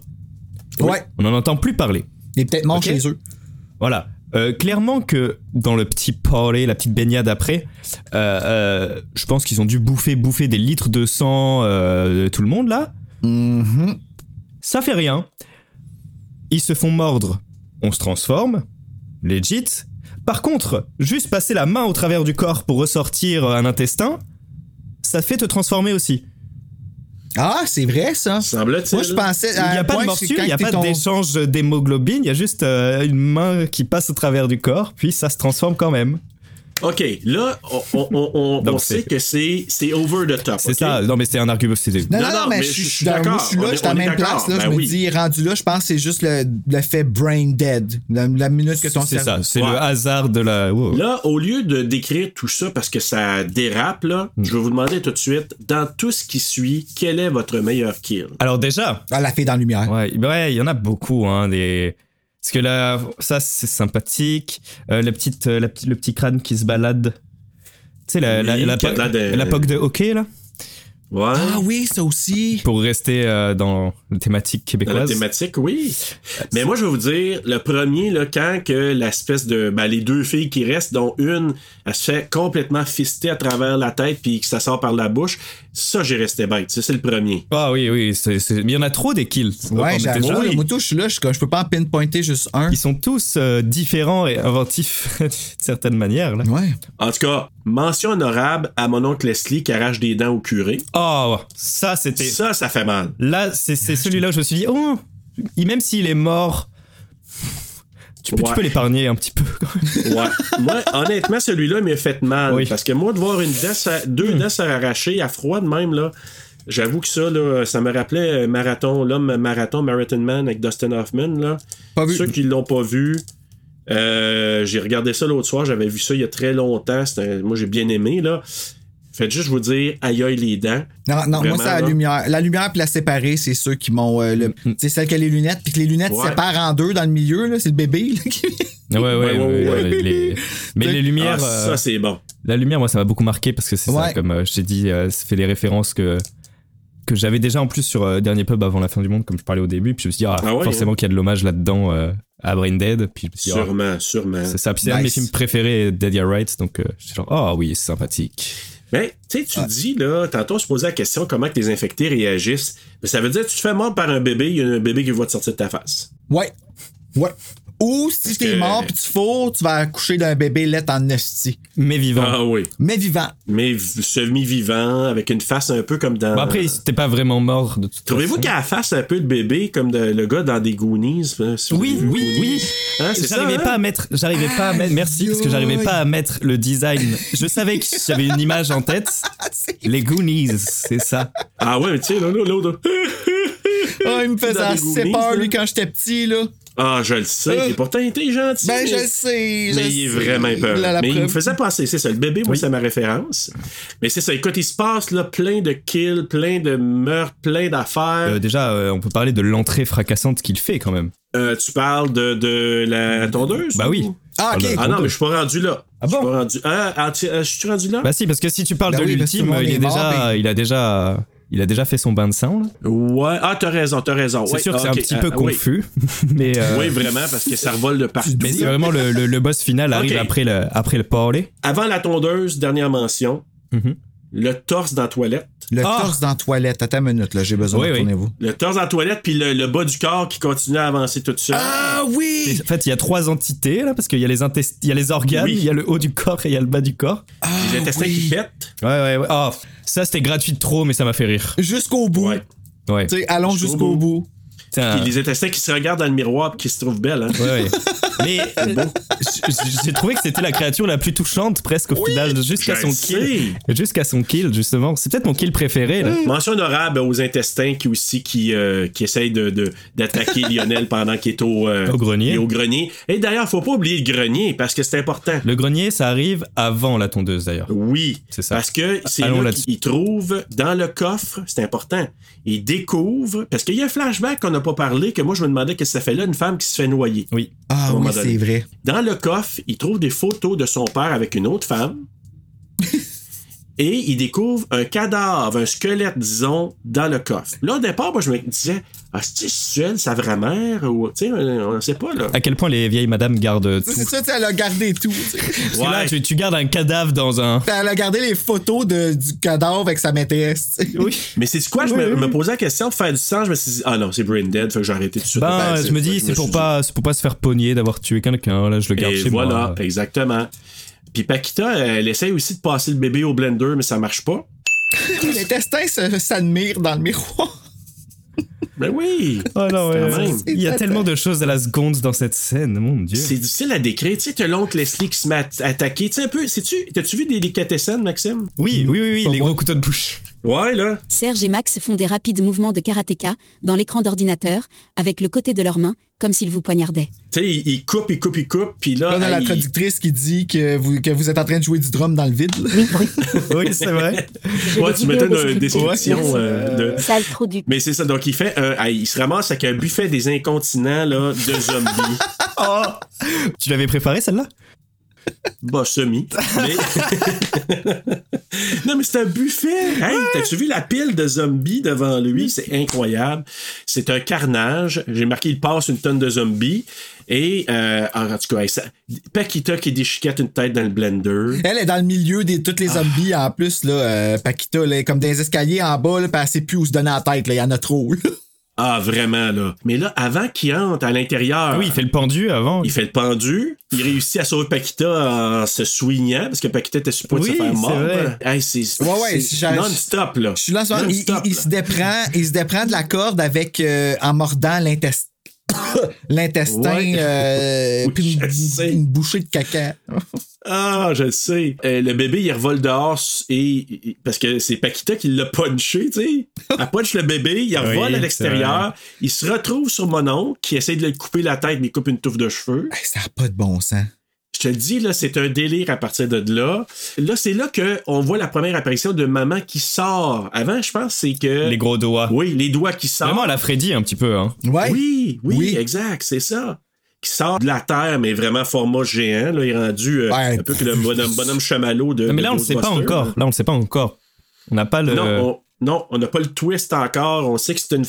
Ouais. On n'en entend plus parler. Il est peut-être mort Ok. chez eux. Voilà. Euh, clairement que dans le petit party, la petite baignade après, euh, euh, je pense qu'ils ont dû bouffer, bouffer des litres de sang, euh, tout le monde là. Mhm. Ça fait rien. Ils se font mordre. On se transforme. Legit. Par contre, juste passer la main au travers du corps pour ressortir un intestin, ça fait te transformer aussi. Ah, c'est vrai, ça. Semble-t-il. Moi, je pensais. Il n'y à un a pas point de que morsure, Euh, quand il n'y a t'es pas ton- d'échange d'hémoglobine, il y a juste euh, une main qui passe au travers du corps, puis ça se transforme quand même. OK, là, on, on- on- on- Donc, on c'est- sait que c'est c'est over the top. C'est ok? ça, non mais c'est un argument. c'est- Non, Non, non, non, non, mais, mais je, je je suis suis dans- d'accord. moi, je suis là, On je est- suis à on la est même d'accord. place. Là, je Ben me oui. dis, rendu là, je pense que c'est juste le, le fait brain dead. La, la minute que ton C'est cerveau. ça, c'est Ouais. le hasard de la. wow. Là, au lieu de décrire tout ça parce que ça dérape, là, je vais vous demander tout de suite, dans tout ce qui suit, quel est votre meilleur kill? Alors déjà, Ah, la fée dans la lumière. ouais, ouais, il y en a beaucoup, hein, des. Parce que là, ça c'est sympathique. Euh, la petite, euh, la petite- le petit crâne qui se balade. Tu sais, la, la, Oui, la qui a poque- l'air de- la poque de hockey, là. Ouais. Ah oui, ça aussi. Pour rester euh, dans la thématique Dans la québécoise. thématique, oui. Mais moi, je vais vous dire, le premier, là, quand que l'espèce de. ben, les deux filles qui restent, dont une, elle se fait complètement fister à travers la tête puis que ça sort par la bouche, ça, j'ai resté bête. Ça, c'est le premier. Ah oui, oui, c'est- c'est- mais il y en a trop des kills. On Ouais, était j'avoue. déjà- là, Moi, tout, je suis là, je, je peux pas en pinpointer juste un. Ils sont tous euh, différents et inventifs d'une certaine manière. Là. Ouais. En tout cas, mention honorable à mon oncle Leslie qui arrache des dents au curé. Oh, ça c'était. Ça, ça fait mal. Là, c'est c'est celui-là où Bah, je me suis dit, oh, il- même s'il est mort, tu peux, tu Ouais. peux l'épargner un petit peu. quand même. Ouais. moi, honnêtement, celui-là m'a fait mal. Oui. Parce que moi, de voir une dent, se- deux dents se arracher à froid de même, là, j'avoue que ça, là, ça me rappelait euh, Marathon, l'homme marathon, Marathon Man avec Dustin Hoffman. Là. Pas vu. Ceux qui l'ont pas vu, euh, j'ai regardé ça l'autre soir, j'avais vu ça il y a très longtemps. c'était- Moi, j'ai bien aimé. Là. Faites juste vous dire, aïe aïe les dents. Non, non, moi, Vraiment, c'est la là. Mm-hmm. lumière. La lumière puis la séparée, c'est ceux qui m'ont. euh, le... Tu sais, celle qui a les lunettes, puis que les lunettes Ouais. séparent en deux dans le milieu, là, c'est le bébé. là, qui- Ouais, ouais, ouais. ouais, ouais, les- Mais les lumières, Ah, euh, ça, c'est bon. la lumière, moi, ça m'a beaucoup marqué parce que c'est ça, Ouais. comme euh, je t'ai dit, euh, ça fait les références que que j'avais déjà en plus sur euh, Dernier Pub avant la fin du monde, comme je parlais au début. Puis je me suis dit, ah, Ah ouais, forcément qu'il y a de l'hommage là-dedans euh, à Brain Dead. Puis je me suis dit, ah, Sûrement, sûrement. c'est ça. Puis c'est un de mes Nice. films préférés, Dead You're Right. Donc, euh, j'étais genre, ah oui, c'est sympathique. Mais Ben, tu sais, tu dis, là, tantôt, on se posait la question comment que les infectés Ben, réagissent. Mais ça veut dire, tu te fais mordre par un bébé, il y a un bébé qui va te sortir de ta face. Ouais. Ouais. Ou si t'es que- mort puis tu fourres, tu vas accoucher d'un bébé lait en esti. Mais vivant. Ah oui. Mais vivant. Mais v- semi-vivant, avec une face un peu comme dans. Bon, après, c'était pas vraiment mort de toute Trouvez-vous façon. qu'à la face un peu de bébé, comme de- le gars dans des Goonies? hein, si vous Oui, avez vu oui, Goonies? oui. Hein, c'est ça, j'arrivais hein? pas à mettre, j'arrivais pas à mettre, merci, parce que j'arrivais pas à mettre le design. Je savais que j'avais une image en tête. Ah, Les Goonies, c'est ça. Ah ouais, mais tu sais, là, là, l'autre. Ah, il me faisait Dans les assez Goonies, peur, là. lui, quand j'étais petit, là. Ah, je le sais. Euh. il est pourtant intelligent. tu sais. Ben, je le sais, je Mais il est sais. vraiment peur. Là, la mais il me preuve. faisait penser, c'est ça. Le bébé, moi, c'est ma référence. Mais c'est ça. Écoute, il se passe là, plein de kills, plein de meurtres, plein d'affaires. Euh, déjà, euh, on peut parler de l'entrée fracassante qu'il fait quand même. Euh, tu parles de, de la tondeuse? Bah oui. ou- Ah, ok. Ah non, mais je suis pas rendu là. Ah bon? Je suis pas rendu. Ah, ah, tu- euh, je suis rendu là? Bah si, parce que si tu parles Bah de oui, parce que tout l'ultime, le monde il est, est mort, déjà, il a déjà, il a déjà fait son bain de sang. là. Ouais. Ah, t'as raison, t'as raison. Ben- C'est Ouais, sûr que c'est un ok, petit ah, peu ah, oui. confus, mais. euh, Oui, vraiment, parce que ça revole de partout. Mais c'est vraiment le, le- le boss final arrive Ok. après le après le parlay. Avant la tondeuse, dernière mention, Mhm. le torse dans la toilette. Le torse Ah! dans la toilette. Attends une minute, là, j'ai besoin Oui, de oui. retournez-vous. Le torse dans la toilette, puis le, le bas du corps qui continue à avancer tout seul. Ah oui! En fait, il y a trois entités là parce qu'il y a les intestins, il y a les organes, Oui. il y a le haut du corps et il y a le bas du corps. Puis Ah, les intestins qui pètent. Ouais ouais ouais. Ah, ça c'était gratuit de trop mais ça m'a fait rire. Jusqu'au bout. Ouais. Ouais. Tu sais, allons Jusqu'au jusqu'au bout. Putain. Puis les intestins qui se regardent dans le miroir et qui se trouvent belles. Hein. Ouais, ouais. Mais Ah euh, j- j'ai trouvé que c'était la créature la plus touchante presque au final jusqu'à je son sais. kill. Jusqu'à son kill justement. C'est peut-être mon kill préféré là. Mention honorable aux intestins qui aussi qui, euh, qui essayent de, de- d'attaquer Lionel pendant qu'il est au, euh, Au grenier. Et au grenier. Et d'ailleurs, faut pas oublier le grenier parce que c'est important. Le grenier, ça arrive avant la tondeuse d'ailleurs. Oui, C'est ça. parce que c'est Allons là là-dessus. qu'il trouve dans le coffre, c'est important. Il découvre parce qu'il y a un flashback qu'on n'a pas parlé que moi je me demandais qu'est-ce que ça fait là une femme qui se fait noyer. Oui. À Ah un oui, moment donné. c'est vrai. Dans le coffre, il trouve des photos de son père avec une autre femme. et il découvre un cadavre, un squelette, disons, dans le coffre. Là, au départ, moi, je me disais, ah, c'est-tu Suel, sa vraie-mère, ou, tu sais, on on sait pas, là. À quel point les vieilles madames gardent tout. C'est ça, tu sais, elle a gardé tout. tu sais. Parce que là, tu, tu gardes un cadavre dans un. Elle a gardé les photos de- du cadavre avec sa maîtresse. tu sais. Oui. Mais c'est quoi, je me, me posais la question pour faire du sang, je me suis dit, ah non, c'est brain dead, fait que j'ai arrêté tout de suite. Ben, Ben, je me je dis, me c'est pour suis pas, c'est pour pas se faire pogner d'avoir tué quelqu'un. Là, je le garde Et chez voilà, moi. exactement. Puis Paquita, elle essaye aussi de passer le bébé au blender, mais ça marche pas. L'intestin se- s'admire dans le miroir. Ben oui! Oh non, C'est ouais. quand même- il y a tellement de choses à la seconde dans cette scène, mon dieu. C'est difficile à décrire. Tu sais, t'as l'oncle Leslie qui se met à attaquer. Tu sais, un peu, sais-tu, t'as-tu vu des délicatessens, Maxime? Oui, oui, oui, oui, les gros couteaux de bouche. Ouais, là. Serge et Max font des rapides mouvements de karatéka dans l'écran d'ordinateur, avec le côté de leurs mains, comme s'ils vous poignardaient. Tu sais, il, il coupe, il coupe, il coupe, puis là. Là, on a la il- traductrice qui dit que vous, que vous êtes en train de jouer du drum dans le vide. là. oui, c'est vrai. Ouais, tu m'étonnes euh, des Ouais. solutions euh, de. Sale trou du Mais c'est ça, donc il fait un- ah, il se ramasse avec un buffet des incontinents là, de zombies. Oh. Tu l'avais préparé celle-là bah, semi. Mais- non, mais c'est un buffet. Hey, t'as-tu vu la pile de zombies devant lui? C'est incroyable. C'est un carnage. J'ai marqué, il passe une tonne de zombies. Et, euh, en tout cas, hey, ça- Paquita qui déchiquette une tête dans le blender. Elle est dans le milieu de tous les Ah. zombies en plus, là, euh, Paquita, là, comme des escaliers en bas, là, puis elle sait plus où se donner la tête, là, il y en a trop. là. Ah, vraiment, là. Mais là, avant qu'il entre à l'intérieur. Ah Oui, il fait le pendu avant. Il fait le pendu. Il réussit à sauver Paquita en se soignant parce que Paquita était supposée Oui, se faire c'est mordre. vrai. Hey, c'est Ouais, ouais, c'est j'ai- non-stop, là. Je suis là, en ce moment, il, Non-stop, il- il là. se déprend, il se déprend de la corde avec euh, en mordant l'intestin. L'intestin, Ouais. euh, Oui, puis une- je sais. une bouchée de caca. Ben, Ah, je le sais. Euh, le bébé, il revole dehors et, et- parce que c'est Paquita qui l'a punché, tu sais. Elle punch le bébé, il revole Oui, à c'est l'extérieur. Il se retrouve sur mon oncle qui essaie de lui couper la tête, mais il coupe une touffe de cheveux. Hey, ça n'a pas de bon sens. Je te le dis, là, c'est un délire à partir de là. Là, c'est là qu'on voit la première apparition de maman qui sort. Avant, je pense, c'est que. Les gros doigts. Oui, les doigts qui sortent. Vraiment à la Freddy un petit peu. Hein. Ouais. Oui, oui, Oui. exact, c'est ça. Qui sort de la terre, mais vraiment format géant. Là, il est rendu euh, un Ouais. peu que le bonhomme, bonhomme chamallow de. Non, mais là, de on le sait pas Euh, Ghostbusters, encore. là. Là, on le sait pas encore. On n'a pas le. Non, on- non, on n'a pas le twist encore. On sait que c'est une,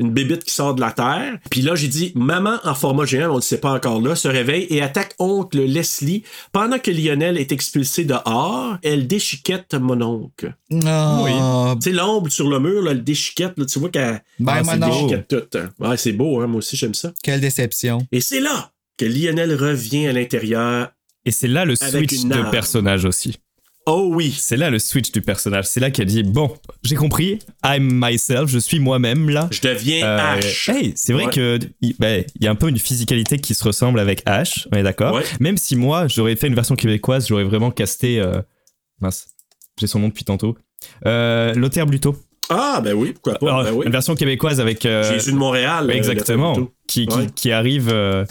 une bébite qui sort de la terre. Puis là, j'ai dit, maman en format géant, on ne sait pas encore là, se réveille et attaque oncle Leslie. Pendant que Lionel est expulsé dehors, elle déchiquette mon oncle. Ah, Tu sais, l'ombre sur le mur, là, elle déchiquette. là, tu vois qu'elle Ah, Ben, elle mon oncle. déchiquette toute. Ouais, c'est beau, hein, moi aussi, hein. j'aime ça. Quelle déception. Et c'est là que Lionel revient à l'intérieur. Et c'est là le Avec switch une de arme. personnage aussi. Oh oui. C'est là le switch du personnage. C'est là qu'elle dit bon, j'ai compris. I'm myself. Je suis moi-même là. Je deviens Euh, H. hey, c'est vrai Ouais. que il ben, il y a un peu une physicalité qui se ressemble avec H, on est d'accord. Ouais. Même si moi, j'aurais fait une version québécoise, j'aurais vraiment casté. euh, mince, j'ai son nom depuis tantôt. Euh, Lothaire Bluto. Ah, ben oui, pourquoi pas. Alors, ben oui. Une version québécoise avec. euh, Jésus de Montréal. oui, euh, exactement. Lothaire Bluto. Qui, qui, Ouais. qui arrive. euh,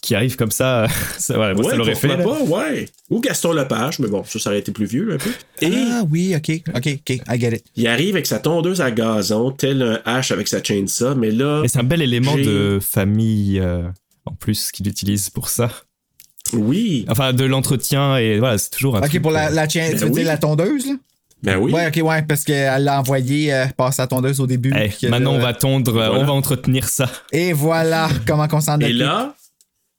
qui arrive comme ça, ça, voilà, Ben, moi, Ouais, ça l'aurait fait. pourquoi là. pas, ouais. Ou Gaston Lepage, mais bon, ça, ça aurait été plus vieux, là, un peu. Et Ah oui, ok, ok, ok, I get it. il arrive avec sa tondeuse à gazon, tel un H avec sa chainsaw, mais là. Et c'est un bel élément hein. J'ai- de famille euh, en plus qu'il utilise pour ça. Oui. Enfin, de l'entretien et voilà, c'est toujours un. Ok, truc, Ah, pour la, euh, la chaîne, Ben tu veux oui. dire la tondeuse, là? Ben oui. Ouais, ok, ouais, parce qu'elle l'a envoyé euh, par sa tondeuse au début. eh, puis que, maintenant, euh, on va tondre, euh, Voilà. on va entretenir ça. Et voilà comment qu'on s'en Et occupe. là,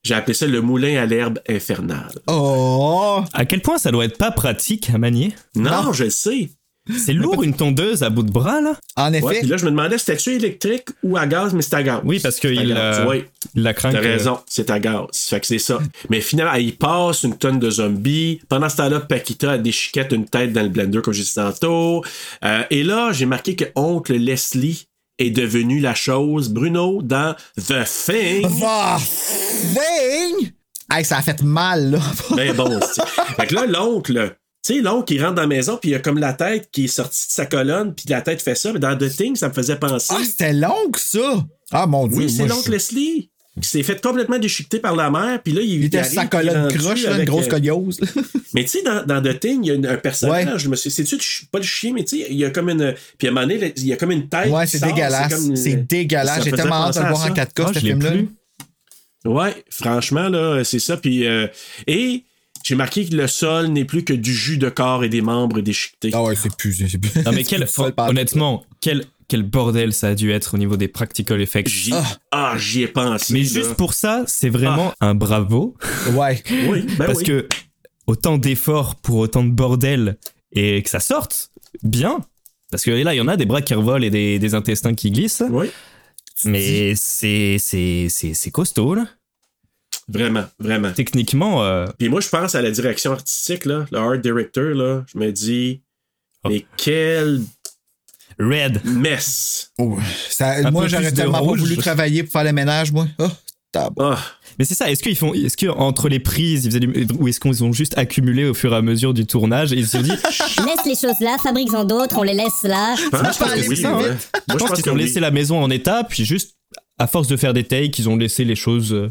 j'ai appelé ça le moulin à l'herbe infernale. Oh! À quel point ça doit être pas pratique à manier Non, Non. je le sais. C'est lourd une tondeuse à bout de bras là En effet. Ouais, puis là, je me demandais, c'était-tu électrique ou à gaz, mais c'est à gaz. Oui, parce que C'est à il, gaz, euh, ouais. La crainte. T'as que- raison, c'est à gaz. Fait que c'est ça. Mais finalement, il passe une tonne de zombies. Pendant ce temps-là, Paquita a déchiquette une tête dans le blender, comme j'ai dit tantôt. Euh, et là, j'ai marqué que Oncle Leslie est devenu la chose Bruno dans The Thing. Va thing! Oh, Hey, ça a fait mal, là. Mais Ben bon, c'est- fait que là, l'oncle, tu sais, l'oncle, il rentre dans la maison, puis il a comme la tête qui est sortie de sa colonne, puis la tête fait ça. Mais dans The Thing, ça me faisait penser. Ah, c'était long, que ça! Ah, mon Dieu. Oui, c'est moi, l'oncle je- Leslie qui s'est fait complètement déchiqueter par la mère, puis là, il, Il était arrive, sa il est colonne rendu croche, là, une avec, grosse euh, coliose. Mais tu sais, dans, dans The Thing, il y a une- un personnage, je me suis c'est-tu le chi- pas le chien, mais tu sais, il y a comme une. Puis à un moment donné, il y a comme une tête. ouais, qui c'est sort, dégueulasse. comme une- C'est Ça dégueulasse. J'ai faisait tellement hâte penser de le à voir en ça. 4K, Ah, ce je l'ai film-là. plus. Ouais, franchement, là, c'est ça. Puis. euh, et j'ai marqué que le sol n'est plus que du jus de corps et des membres déchiquetés. Ah ouais, c'est plus. c'est plus- Non mais c'est quel, plus folle par- honnêtement, quel quel bordel ça a dû être au niveau des practical effects. J'y- Ah, j'y ai pensé. Mais là. juste pour ça, c'est vraiment un bravo. Ouais. Oui, ben parce Ah. oui. que autant d'efforts pour autant de bordel et que ça sorte bien. Parce que là, il y en a des bras qui revolent et des, des intestins qui glissent. Oui, Mais c'est c'est c'est c'est costaud là. vraiment, vraiment. Techniquement, euh, Puis moi, je pense à la direction artistique, là, le art director, là, je me dis, Oh. mais quelle red. messe! Oh, ça- Un moi, peu j'aurais plus de tellement pas rouge. voulu travailler pour faire le ménage, moi. Oh, tab- Ah, Mais c'est ça. Est-ce qu'ils font Est-ce que entre les prises, ils faisaient du- ou est-ce qu'ils ont juste accumulé au fur et à mesure du tournage et ils se sont dit Laisse les choses là, fabrique-en d'autres, on les laisse là. je pense, pense que que oui. ça, ouais. hein. Moi, Je pense qu'ils ont laissé la maison en état, puis juste à force de faire des takes, ils ont laissé les choses. euh,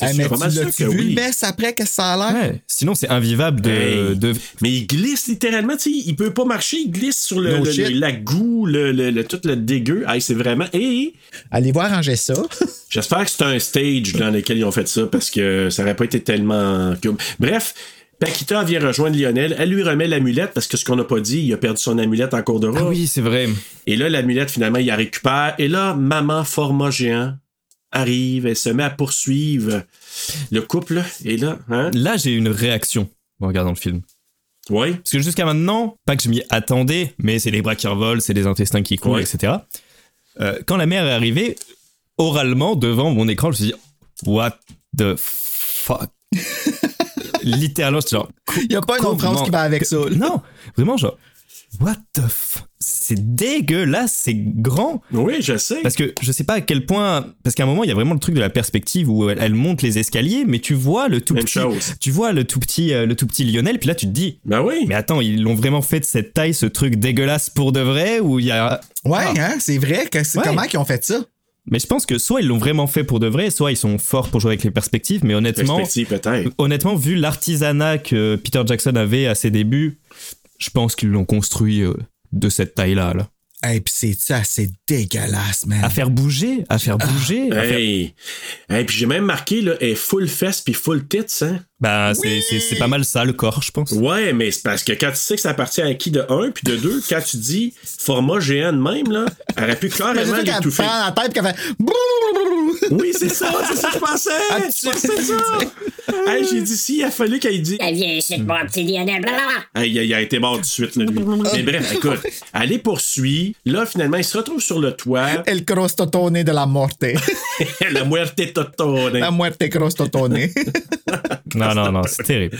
Hey, sûr, mais pas mal tu sûr l'as-tu que vu oui. le mess après, qu'est-ce que ça a l'air? Ouais. Sinon, c'est invivable de. Ah. Hey. de- Mais il glisse littéralement, tu sais, il peut pas marcher, il glisse sur le, No le- shit. le- la goût, le, le- le- tout le dégueu. Hey, c'est vraiment. Et Allez voir ranger ça. j'espère que c'est un stage dans lequel ils ont fait ça parce que ça aurait pas été tellement. cool. Bref. Paquita vient rejoindre Lionel. Elle lui remet l'amulette parce que ce qu'on n'a pas dit, il a perdu son amulette en cours de route. Ah oui, c'est vrai. Et là, l'amulette, finalement, il la récupère. Et là, maman format géant arrive et se met à poursuivre le couple. Et là, hein? Là, j'ai eu une réaction en regardant le film. Oui. Parce que jusqu'à maintenant, pas que je m'y attendais, mais c'est les bras qui revolent, c'est les intestins qui coulent, Ouais. etc. Euh, quand la mère est arrivée, oralement, devant mon écran, je me suis dit What the fuck Littéralement, j'étais genre. Il n'y a pas une autre phrase qui va avec ça. là. Non, vraiment, genre. What the fuck C'est dégueulasse, c'est grand. Oui, je sais. Parce que je sais pas à quel point. Parce qu'à un moment, il y a vraiment le truc de la perspective où elle, elle monte les escaliers, mais tu vois le tout Même petit. chose. Tu vois le tout petit, euh, le tout petit Lionel, puis là tu te dis, Ben oui. mais attends, ils l'ont vraiment fait de cette taille, ce truc dégueulasse pour de vrai, ou il y a. Ouais, Ah. hein, c'est vrai. que c'est Ouais. Comment qu'ils ont fait ça? Mais je pense que soit ils l'ont vraiment fait pour de vrai, soit ils sont forts pour jouer avec les perspectives, mais honnêtement, Perspective, peut-être. honnêtement, vu l'artisanat que Peter Jackson avait à ses débuts, je pense qu'ils l'ont construit euh, de cette taille-là, là. Et puis c'est ça, c'est dégueulasse, man. À faire bouger, à faire bouger. à faire- Hey. Hey, puis j'ai même marqué, là, elle est full fesse puis full tits, hein? Bah, c'est- c'est c'est pas mal ça, le corps, je pense. Ouais, mais c'est parce que quand tu sais que ça appartient à qui de un puis de deux, quand tu dis format géant de même, là, elle aurait pu Mais carrément c'est qu'elle l'étouffer. prend la tête et qu'elle fait. brrrr. Oui, c'est ça, c'est ça que je pensais. Ah, Je tu- pensais ça. Hey, j'ai dit si, il a fallu qu'elle dise. La vieille chute, mon petit Lionel, blablabla. Hey, il, a, il a été mort tout de suite, là, lui. Mais bref, écoute, elle les poursuit. Là, finalement, il se retrouve sur le toit. El cross de la morte. la muerte totone. La muerte grosse totone. Non, non, non, c'est terrible.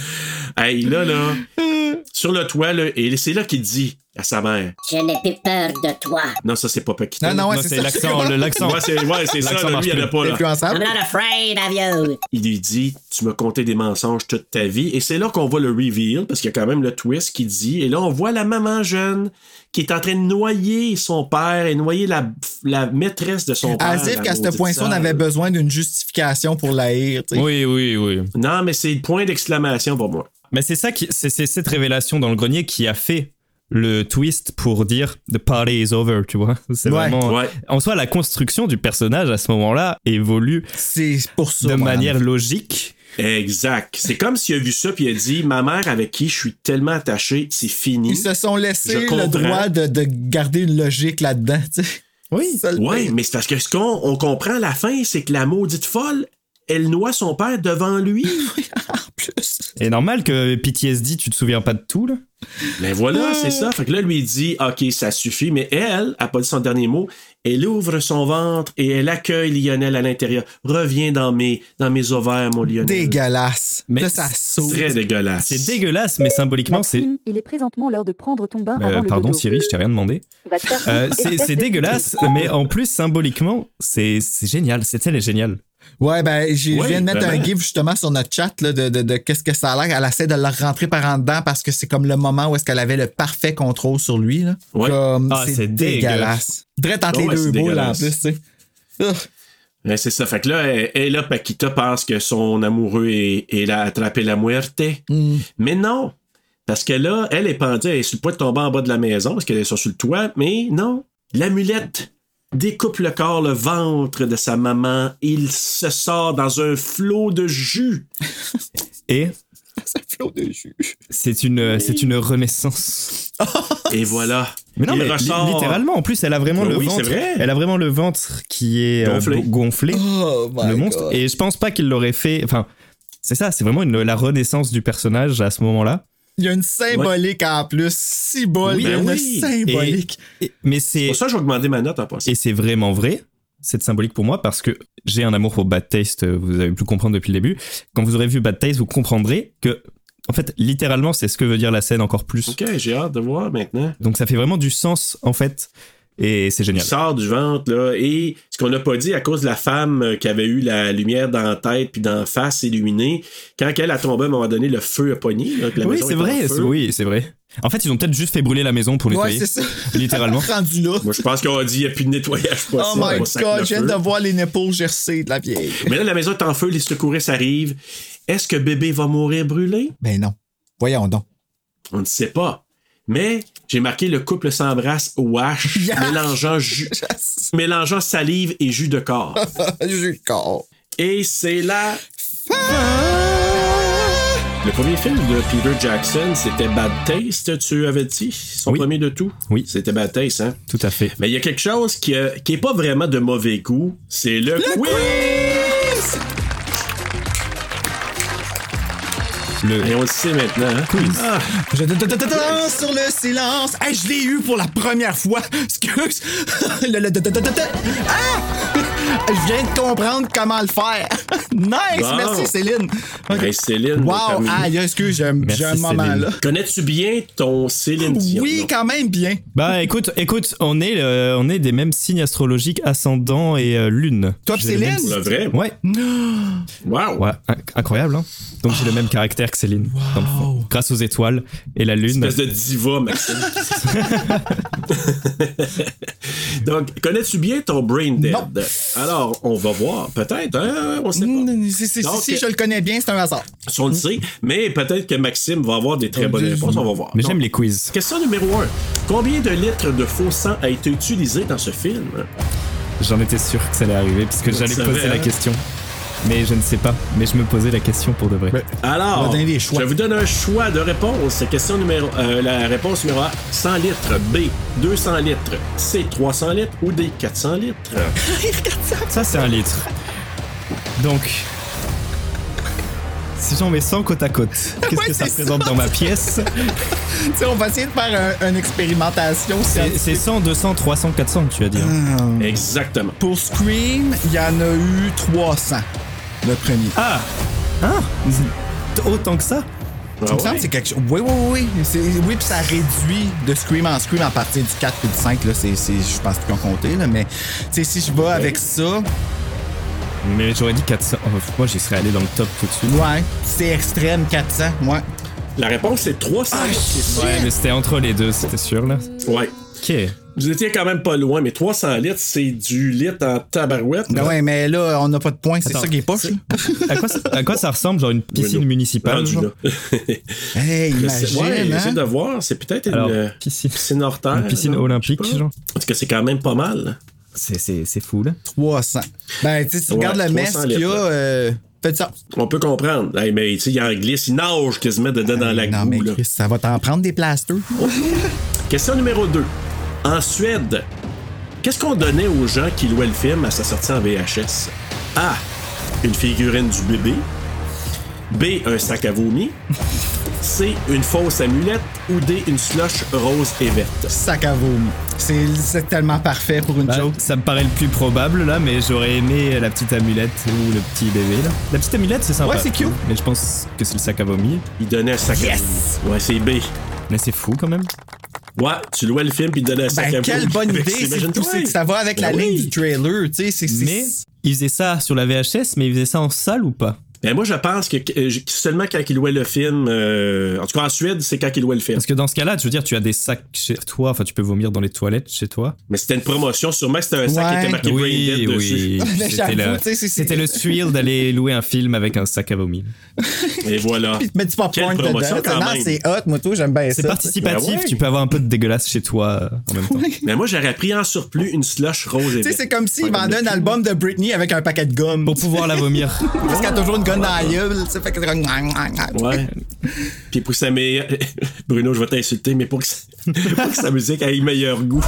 Hey, là, là, sur le toit, là, et c'est là qu'il dit à sa mère. Je n'ai plus peur de toi. Non, ça, c'est pas Paquita. Non, non, ouais, c'est ça. l'accent, le- l'accent. Ouais, c'est ouais, c'est ça, L'accent là, marche lui, il n'y en a pas, là. plus ensemble. I'm not afraid of you. Il lui dit Tu m'as conté des mensonges toute ta vie. Et c'est là qu'on voit le reveal, parce qu'il y a quand même le twist qui dit. Et là, on voit la maman jeune qui est en train de noyer son père et noyer la, la maîtresse de son père. As if la qu'à ce maudite point on sale. avait besoin d'une justification pour la haïr. tu sais. Oui, oui, oui. Non, mais c'est le point d'exclamation pour moi. Mais c'est ça qui, c'est, c'est cette révélation dans le grenier qui a fait le twist pour dire the party is over, tu vois. C'est Ouais. vraiment. Ouais. En soi, la construction du personnage à ce moment-là évolue C'est pour ça. de moi, manière logique. Exact. C'est comme s'il a vu ça puis il a dit Ma mère avec qui je suis tellement attaché, c'est fini. Ils se sont Je laissés le comprends. droit de, de garder une logique là-dedans. tu sais. Oui. Ça, le- Ouais, mais c'est parce que ce qu'on on comprend à la fin, c'est que la maudite folle, elle noie son père devant lui. Et normal que PTSD, tu te souviens pas de tout, là. Mais Ben, voilà, c'est ça. Fait que là, lui, il dit, OK, ça suffit. Mais elle, a pas dit son dernier mot. Elle ouvre son ventre et elle accueille Lionel à l'intérieur. Reviens dans mes, dans mes ovaires, mon Lionel. Dégueulasse. Mais là, ça saute. Très dégueulasse. C'est dégueulasse, mais symboliquement, c'est. Maxime, Il est présentement l'heure de prendre ton bain Euh, avant le pardon, dodo. Siri, je t'ai rien demandé. Va te faire Euh, une c'est, espèce c'est de- dégueulasse, mais en plus, symboliquement, c'est, c'est génial. Cette scène est géniale. Ouais, ben, j'ai- je Oui, viens de mettre vraiment. un gif justement sur notre chat là, de, de- de qu'est-ce que ça a l'air. Elle essaie de le rentrer par en dedans parce que c'est comme le moment où est-ce qu'elle avait le parfait contrôle sur lui. Là. Ouais. Comme, Ah, c'est c'est dégueulasse. Drette entre Ouais, les deux c'est boules en dégueulasse. plus, tu sais. Ugh. Ouais, Ben, c'est ça. Fait que là, elle, elle, là, Paquita pense que son amoureux est, est là, attrapé la muerte. Mm. Mais non. Parce que là, elle est pendue, elle est sur le point de tomber en bas de la maison parce qu'elle est sur sur le toit. Mais non. L'amulette découpe le corps, le ventre de sa maman. Il se sort dans un flot de jus. Et C'est un flot de jus. c'est une, euh, c'est une renaissance. Et voilà. Mais non, Il mais ressort. li- littéralement, en plus, elle a vraiment Mais le oui, ventre. c'est vrai. Elle a vraiment le ventre qui est euh, Gonflé. bo- gonflé, Oh my le monstre. God. Et je pense pas qu'il l'aurait fait. Enfin, c'est ça, c'est vraiment une- la renaissance du personnage à ce moment-là. Il y a une symbolique en plus. Si bol, Oui, il y a une ben oui. symbolique. Et- mais C'est c'est pour ça que je vais augmenter ma note en passant. et c'est vraiment vrai. C'est symbolique pour moi parce que j'ai un amour pour Bad Taste. euh, Vous avez pu le comprendre depuis le début. Quand vous aurez vu Bad Taste, vous comprendrez que, en fait, littéralement, c'est ce que veut dire la scène encore plus. Ok, j'ai hâte de voir maintenant. Donc ça fait vraiment du sens en fait, et c'est Il génial. sort du ventre, là, et ce qu'on n'a pas dit à cause de la femme euh, qui avait eu la lumière dans la tête puis dans la face illuminée, quand elle a tombé à un moment donné, le feu a pogné. là, que la oui, maison c'est était en feu. vrai. c'est- Oui, c'est vrai. En fait, ils ont peut-être juste fait brûler la maison pour Ouais, nettoyer. c'est ça. littéralement. Rendu là. Moi, je pense qu'on a dit, il n'y a plus de nettoyage possible. Oh my on sac god, le je viens feu. de voir les nipples gercés de la vieille. Mais là, la maison est en feu, les secouristes arrivent. Est-ce que bébé va mourir brûlé? Ben non. Voyons donc. On ne sait pas. Mais j'ai marqué le couple s'embrasse au hache, Yeah. mélangeant, jus- mélangeant salive et jus de corps. J'ai le corps. Et c'est là. Le premier film de Peter Jackson, c'était Bad Taste, tu avais dit, son Oui. premier de tout. Oui. C'était Bad Taste, hein. Tout à fait. Mais il y a quelque chose qui n'est qui est pas vraiment de mauvais goût, c'est le, quiz! Le- Et on le sait maintenant, hein. Ah, Je te- te- te- te- te- sur le silence. Hey, je l'ai eu pour la première fois. Excuse. Le- le- te- te- te- te- te- Ah! Je viens de comprendre comment le faire. Nice. Bon. Merci, Céline. Ok. hey, Céline. Wow. parmi- Aïe, excuse, j'ai un- Merci, j'ai un moment Céline. là. Connais-tu bien ton Céline Dion? Oui, non? quand même bien. Bah écoute, écoute, on est, euh, on est des mêmes signes astrologiques ascendant et euh, lune. Toi, Hmm. J'ai le Céline? même- Pour le vrai? Ouais, Wow! ouais, inc- incroyable. Hein Donc j'ai le même caractère que Céline. dans le fond. grâce aux étoiles et la lune. Espèce de diva, Maxime. Donc, connais-tu bien ton brain dead? Non. Alors, on va voir. Peut-être, hein? On sait pas. Mm, c'est- c'est- Donc, Si je le connais bien, c'est un hasard. Si on le sait, mais peut-être que Maxime va avoir des très bonnes réponses. On va voir. Mais Donc, j'aime les quiz. Question numéro 1. Combien de litres de faux sang a été utilisé dans ce film? J'en étais sûr que ça allait arriver puisque j'allais savais, poser la hein. question. Mais je ne sais pas. Mais je me posais la question pour de vrai. On va Alors, donner des choix. je vous donne un choix de réponse. Question numéro, euh, la réponse numéro A, 100 litres. B, 200 litres. C, 300 litres. Ou D, 400 litres. Ça c'est un litre. Donc Si j'en mets 100 côte à côte, qu'est-ce Ouais, que ça c'est représente dans ma pièce Tu sais, on va essayer de faire un- une expérimentation. C'est c'est 100, 200, 300, 400, tu hein. vas dire. Mm. Exactement. Pour Scream, il y en a eu 300, le premier. Ah! Hein? Autant que ça? Ah Tu me semble que c'est quelque chose. Oui, oui, oui. oui. C'est- Oui, puis ça réduit de Scream en Scream à partir du 4 et du 5. Là, c'est, c'est- je pense plus qu'on comptait. Là, mais tu sais, si je vais avec ça, Mais j'aurais dit 400. Oh, Moi, j'y serais allé dans le top tout de suite. ouais, c'est extrême 400. Ouais. La réponse est 300. Ah, Ouais, mais c'était entre les deux, c'était sûr, là. Ouais. Ok. Vous étiez quand même pas loin, mais 300 litres, c'est du litre en tabarouette. Ben ouais, mais là, on n'a pas de points. C'est Attends, ça qui est poche. là. À quoi, ça- à quoi ça ressemble, genre une piscine Bruno. municipale? Rendu Ben genre là. Hey, Je sais- imagine. ouais, hein? j'essaie de voir. C'est peut-être une Alors, euh, piscine, piscine hors terre. une piscine là. olympique, genre? Parce que c'est quand même pas mal. C'est- C'est c'est fou, là. 300. Ben, tu sais, si tu Ouais, regardes la 300 messe qu'il y a, litres, euh, fait ça. On peut comprendre. Hey, mais tu sais, il en glisse, il nage quasiment dedans dans la Non, boue. mais là. Chris, ça va t'en prendre des plasters. Question numéro 2. En Suède, qu'est-ce qu'on donnait aux gens qui louaient le film à sa sortie en VHS? A. Une figurine du bébé. B. Un sac à vomi. C. Une fausse amulette. Ou D. Une slush rose et verte. Sac à vomi. C'est c'est tellement parfait pour une Ben, Bah, joke. Ça me paraît le plus probable là, mais j'aurais aimé la petite amulette ou le petit bébé là. La petite amulette, c'est sympa. Ouais, c'est cute. Mais je pense que c'est le sac à vomi. Il donnait un sac Yes! à vomi. Ouais, c'est B. Mais c'est fou quand même. Ouais, tu louais le film puis il donnait un sac à Ben, vomi. quelle bonne Fait que idée. C'est t'imagines-toi. tout, c'est que ça va avec la Ben oui. ligne du trailer. Tu sais, c'est- c'est- Mais ils faisaient ça sur la VHS, mais ils faisaient ça en salle ou pas Ben, moi, je pense que euh, seulement quand il louait le film. euh, en tout cas, en Suède, c'est quand il louait le film. Parce que dans ce cas-là, tu veux dire, tu as des sacs chez toi, enfin tu peux vomir dans les toilettes chez toi. Mais c'était une promotion. Sûrement que c'était un sac qui Ouais. était marqué Brain Dead dessus. Mais C'était j'avoue, le, tu sais, c'est- c'était le thrill d'aller louer un film avec un sac à vomi. Et voilà. Puis te mettre du popcorn Quelle dedans. promotion, quand Tellement même. c'est Ah hot, moi, tout, j'aime bien ça. C'est participatif, Ben ouais. tu peux avoir un peu de dégueulasse chez toi euh, en même temps. Mais moi, j'aurais pris en surplus une slush rose et Tu sais, verte. c'est comme s'il Ouais, vendait un mais- album de Britney avec un paquet de gomme. Pour pouvoir la vomir. Parce qu'elle a toujours une gomme dans la gueule. tu sais, fait que c'est comme- Ouais. Puis pour que ça meilleure. Bruno, je vais t'insulter, mais pour que, ça- pour que sa musique ait meilleur goût.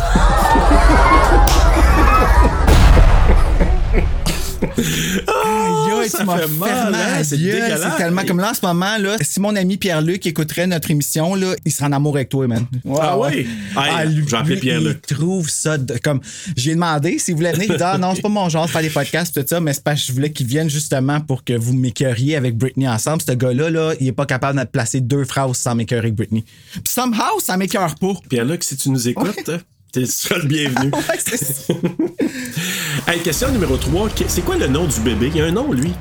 Aïe, aïe, ça tu m'as fait fermé mal, hein, la c'est gueule. dégueulasse. C'est tellement comme là en ce moment là. Si mon ami Pierre-Luc écouterait notre émission là, il serait en amour avec toi, man. Ouais, Ah oui? ouais. Hey, je vais appeler lui, Pierre-Luc. Il trouve ça de- comme j'ai demandé s'il voulait venir. Il dit ah, non, c'est pas mon genre de faire des podcasts tout ça, mais c'est parce que je voulais qu'il vienne justement pour que vous m'écœuriez avec Britney ensemble. Ce gars-là là, il est pas capable de placer deux phrases sans m'écœurer avec Britney. Puis somehow ça m'écœure pas. Pierre-Luc, si tu nous écoutes, t'es le seul bienvenu. Ouais, c'est ça. Hey, question numéro 3. C'est quoi le nom du bébé? Il y a un nom, lui.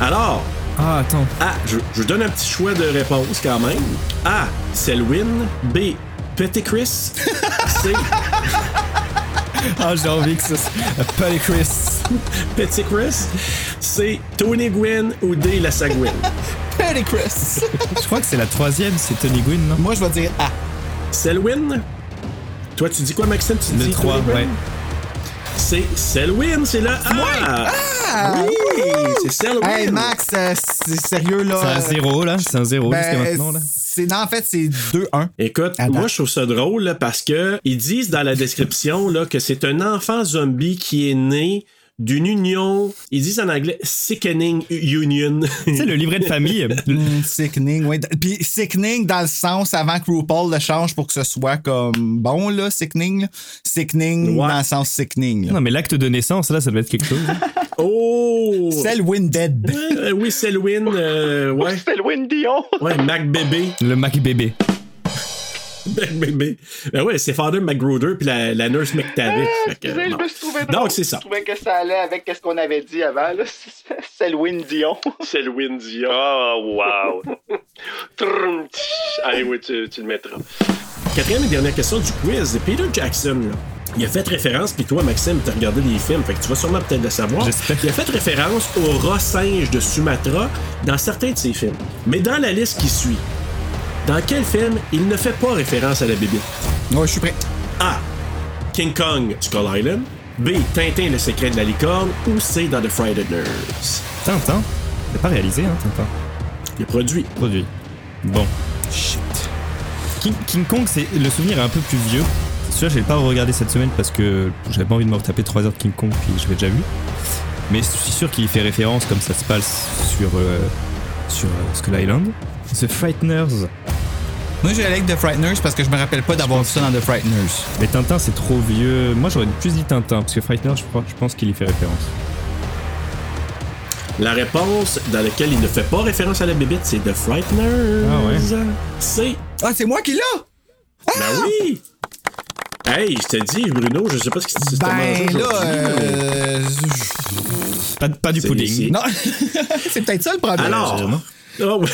Alors, Ah attends. A. Je, je vous donne un petit choix de réponse quand même. A. Selwyn. B. Petit Chris. C. Ah j'ai envie que ça. Pas les Chris. Petit Chris. C. Tony Gwynn ou D. La Sagwyn. Petty Chris. Je crois que c'est la troisième, c'est Tony Gwynn, non Moi je vais dire ah. Selwyn. Toi, tu dis quoi, Maxime? Tu Le dis 3, Tony Gwynn? ouais. C'est Selwyn, c'est le A. Oui, c'est Selwyn. Ah! Hey Max, euh, c'est sérieux là. C'est un euh, zéro, là. C'est un zéro jusqu'à Ben, maintenant, là. C'est, non, en fait, c'est 2-1. Écoute, Ah, bah. moi je trouve ça drôle là, parce que ils disent dans la description là, que c'est un enfant zombie qui est né d'une union. Ils disent en anglais sickening union. Tu sais, le livret de famille. Mm, sickening, oui. Puis sickening dans le sens avant que RuPaul le change pour que ce soit comme bon, là, sickening. là. Sickening Ouais. dans le sens sickening. non, mais l'acte de naissance, là, ça doit être quelque chose. oh. Selwyn Dead. Euh, oui, Selwyn. euh, ouais, C'est le Win Dion. ouais, Mac Bébé. Le Mac bébé. Mac Bébé. Ben ouais, c'est Father McGruder puis la, la nurse McTavish. Fait Eh, que, Excusez, je bon. me suis trouvé drôle. Donc c'est ça. Je trouvais que ça allait avec ce qu'on avait dit avant. là. C'est le Win Dion. Selwyn Dion. Oh, wow. Allez, oui, tu, tu le mettras. Quatrième et dernière question du quiz. Peter Jackson, là, il a fait référence, puis toi, Maxime, t'as regardé les films, fait que tu vas sûrement peut-être le savoir. J'espère. Il a fait référence au rat singe de Sumatra dans certains de ses films. Mais dans la liste qui suit, dans quel film il ne fait pas référence à la bébé? Ouais, je suis prêt. A. King Kong, Skull Island. B. Tintin, le secret de la licorne. Ou C. Dans The Frighteners. Tintin. C'est pas réalisé, hein, Tintin. Le produit. Produit. Bon. Shit. King, King Kong, c'est le souvenir est un peu plus vieux. Celui-là, je l'ai pas regardé cette semaine parce que j'avais pas envie de me retaper 3 heures de King Kong, puis je l'ai déjà vu. Mais je suis sûr qu'il y fait référence, comme ça se passe sur, euh, sur euh, Skull Island. The Frighteners. Moi, j'ai la avec The Frighteners parce que je me rappelle pas d'avoir vu ça dans The Frighteners. Mais Tintin, c'est trop vieux. Moi, j'aurais plus dit Tintin, parce que Frighteners, je, crois, je pense qu'il y fait référence. La réponse dans laquelle il ne fait pas référence à la bébête, c'est The Frighteners. Ah ouais. C'est. Ah, c'est moi qui l'a! Ben oui! Hey, je te dis, Bruno, je sais pas ce qui se Ben là, euh, Pas, pas du C'est- pudding. c'est- Non, c'est peut-être ça le problème. Alors. Oh,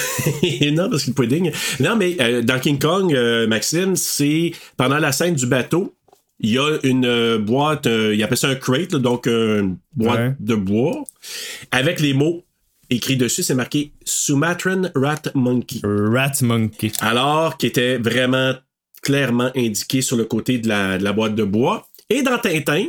oui. non, parce que le pudding. Non, mais euh, dans King Kong, euh, Maxime, c'est pendant la scène du bateau, il y a une euh, boîte, euh, il appelle ça un crate, là, donc euh, une boîte Ouais. de bois, avec les mots écrits dessus, c'est marqué Sumatran Rat Monkey. Rat Monkey. Alors, qui était vraiment clairement indiqué sur le côté de la, de la boîte de bois. Et dans Tintin,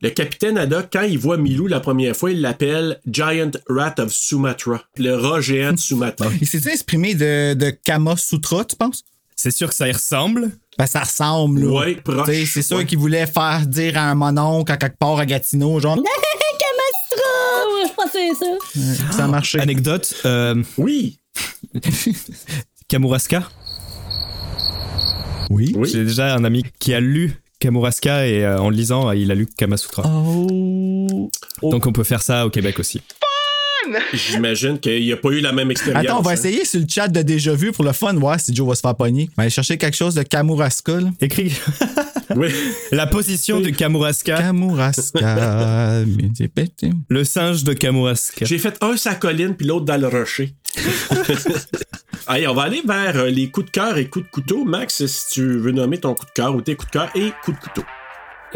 le capitaine Haddock, quand il voit Milou la première fois, il l'appelle Giant Rat of Sumatra. Le rat géant de Sumatra. Il s'est exprimé de, de Kama Sutra, tu penses? C'est sûr que ça y ressemble. Ben, ça ressemble, là. Ouais, proche, T'sais, C'est sûr ouais. qu'il voulait faire dire à un mononcle à quelque part à Gatineau, genre, Camastra! Ah Je pensais ça. ça Ah, a marché. Anecdote. euh, Oui! Kamouraska. Oui. J'ai déjà un ami qui a lu Kamouraska et euh, en le lisant, euh, il a lu Kamasutra. Oh. Donc on peut faire ça au Québec aussi. J'imagine qu'il n'y a pas eu la même expérience. Attends, on va hein. essayer sur le chat de déjà vu pour le fun, voir si Joe va se faire pogner. On va aller chercher quelque chose de Kamouraska, là. Écrit Oui. la position de Kamouraska, Kamouraska. mais c'est pété. le singe de Kamouraska. J'ai fait un sur la colline puis l'autre dans le rocher. Allez, on va aller vers euh, les coups de cœur et coups de couteau. Max, si tu veux nommer ton coup de cœur ou tes coups de cœur et coups de couteau.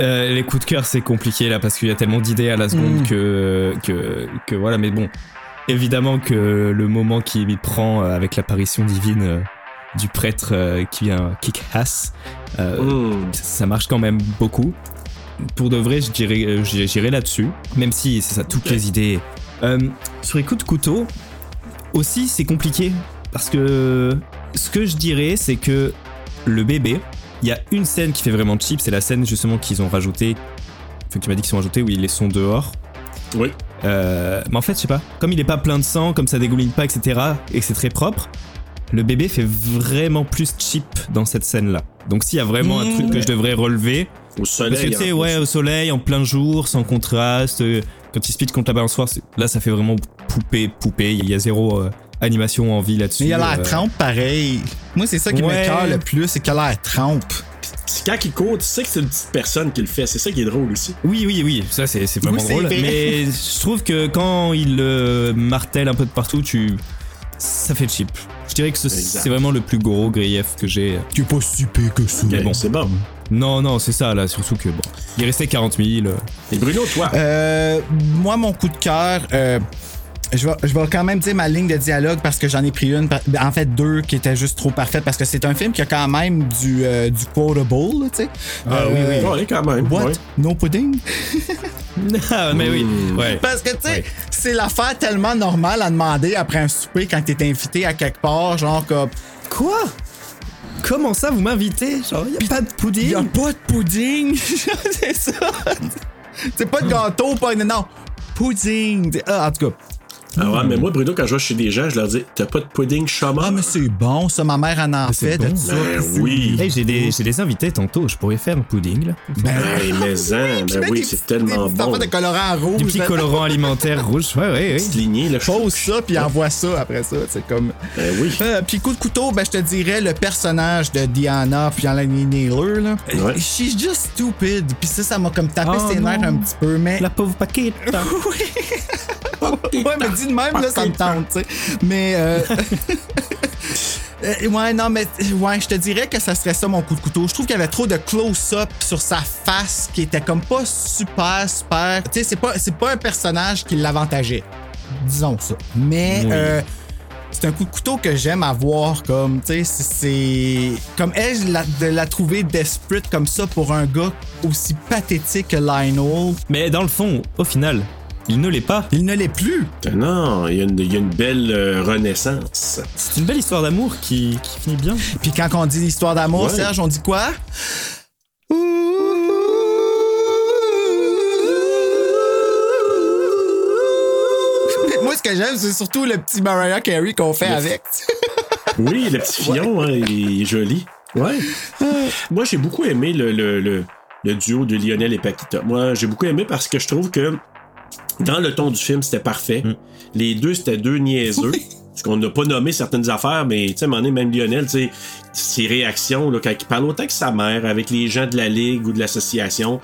Euh, les coups de cœur, c'est compliqué là parce qu'il y a tellement d'idées à la seconde que, que que voilà. Mais bon, évidemment que le moment qui m'y prend euh, avec l'apparition divine euh, du prêtre euh, qui vient kick ass, euh, Hmm. ça marche quand même beaucoup. Pour de vrai, je dirais, euh, j'irai j'irai là-dessus, même si c'est ça, toutes les idées. Euh, sur les coups de couteau, aussi, c'est compliqué parce que ce que je dirais, c'est que le bébé, il y a une scène qui fait vraiment cheap, c'est la scène justement qu'ils ont rajoutée, enfin, que tu m'as dit qu'ils ont rajoutée où ils les sont dehors. Oui. Euh, mais en fait, je sais pas, comme il est pas plein de sang, comme ça dégouline pas, etc., et que c'est très propre, le bébé fait vraiment plus cheap dans cette scène-là. Donc s'il y a vraiment un truc que je devrais relever, Au soleil. hein, parce que tu sais, en plus. ouais, au soleil, en plein jour, sans contraste, euh, quand il speed contre la balançoire, c'est- là ça fait vraiment poupée, poupée, il y a zéro euh, animation en vie là-dessus. Mais il a euh, l'air trempe pareil. Moi, c'est ça qui Ouais. m'écoeure le plus, c'est qu'il a l'air trempe. C'est quand il court, tu sais que c'est une petite personne qui le fait. C'est ça qui est drôle aussi. Oui, oui, oui, ça c'est c'est vraiment Oui, c'est drôle. vrai. Mais je trouve que quand il euh, martèle un peu de partout, tu. Ça fait cheap. Je dirais que ce- Exact. c'est vraiment le plus gros grief que j'ai. Tu es pas si pire que ça. Mais bon. C'est bon. Non, non, c'est ça là, surtout que bon. Il restait 40 000. euh. Et Bruno, toi, Euh, moi, mon coup de cœur, euh, je, vais, je vais quand même dire ma ligne de dialogue parce que j'en ai pris une, par- en fait deux, qui étaient juste trop parfaites parce que c'est un film qui a quand même du, euh, du quotable, là, tu sais. Euh, Ah oui, oui. Ouais, quand même, What? ouais. No pudding? Ah, mais oui, Mmh. ouais. Parce que, tu sais, Ouais. c'est l'affaire tellement normale à demander après un souper quand t'es invité à quelque part, genre comme. Quoi Comment ça vous m'invitez Genre, y a pas de Il pudding a pas de pudding! c'est ça! C'est pas de gâteau, pas de. Non! Pudding! Ah, en tout cas. Ah ouais, mais moi, Bruno, quand je vais chez des gens, je leur dis T'as pas de pudding chômeur Ah, mais c'est bon, ça, ma mère en a c'est fait bon. de ça. Ben oui. Hey, j'ai des, j'ai des invités tantôt, je pourrais faire un pudding là. Ben Ah, Hey, mais hein, ben oui, c'est tellement bon. de colorant Des rouge. petits colorants alimentaires rouges, ouais, ouais, ouais. Petite lignée, là. Pose ça, puis envoie ça après ça. C'est comme. Ben oui. Euh, puis coup de couteau, ben, je te dirais le personnage de Diana, puis en la Naylor, là. Ouais. She's just stupid. Puis ça, ça m'a comme tapé Oh ses nerfs non. un petit peu, mais. La pauvre paquette. Ouais, mais dis de même, là, ça me tente, tu sais. Mais. euh, euh, ouais, non, mais ouais, je te dirais que ça serait ça mon coup de couteau. Je trouve qu'il y avait trop de close-up sur sa face qui était comme pas super, super. Tu sais, c'est pas, c'est pas un personnage qui l'avantageait. Disons ça. Mais. Oui. euh, c'est un coup de couteau que j'aime avoir comme tu sais c'est- c'est comme elle je la- de la trouver desperate comme ça pour un gars aussi pathétique que Lionel Mais dans le fond, au final, il ne l'est pas. il ne l'est plus Non, il y, a une- il y a une belle euh, renaissance. C'est une belle histoire d'amour qui, qui finit bien. Puis quand on dit histoire d'amour, Ouais. Serge, on dit quoi? ce que j'aime, c'est surtout le petit Mariah Carey qu'on fait Le- avec. Oui, le petit fillon, hein, il est joli. Ouais. Moi, j'ai beaucoup aimé le, le- le- le duo de Lionel et Paquita. Moi, j'ai beaucoup aimé parce que je trouve que dans le ton du film, c'était parfait. Mm. Les deux, c'était deux niaiseux. Parce qu'on n'a pas nommé certaines affaires, mais tu sais, à un moment donné, même Lionel, tu sais, ses réactions, là, quand il parle autant que sa mère, avec les gens de la ligue ou de l'association,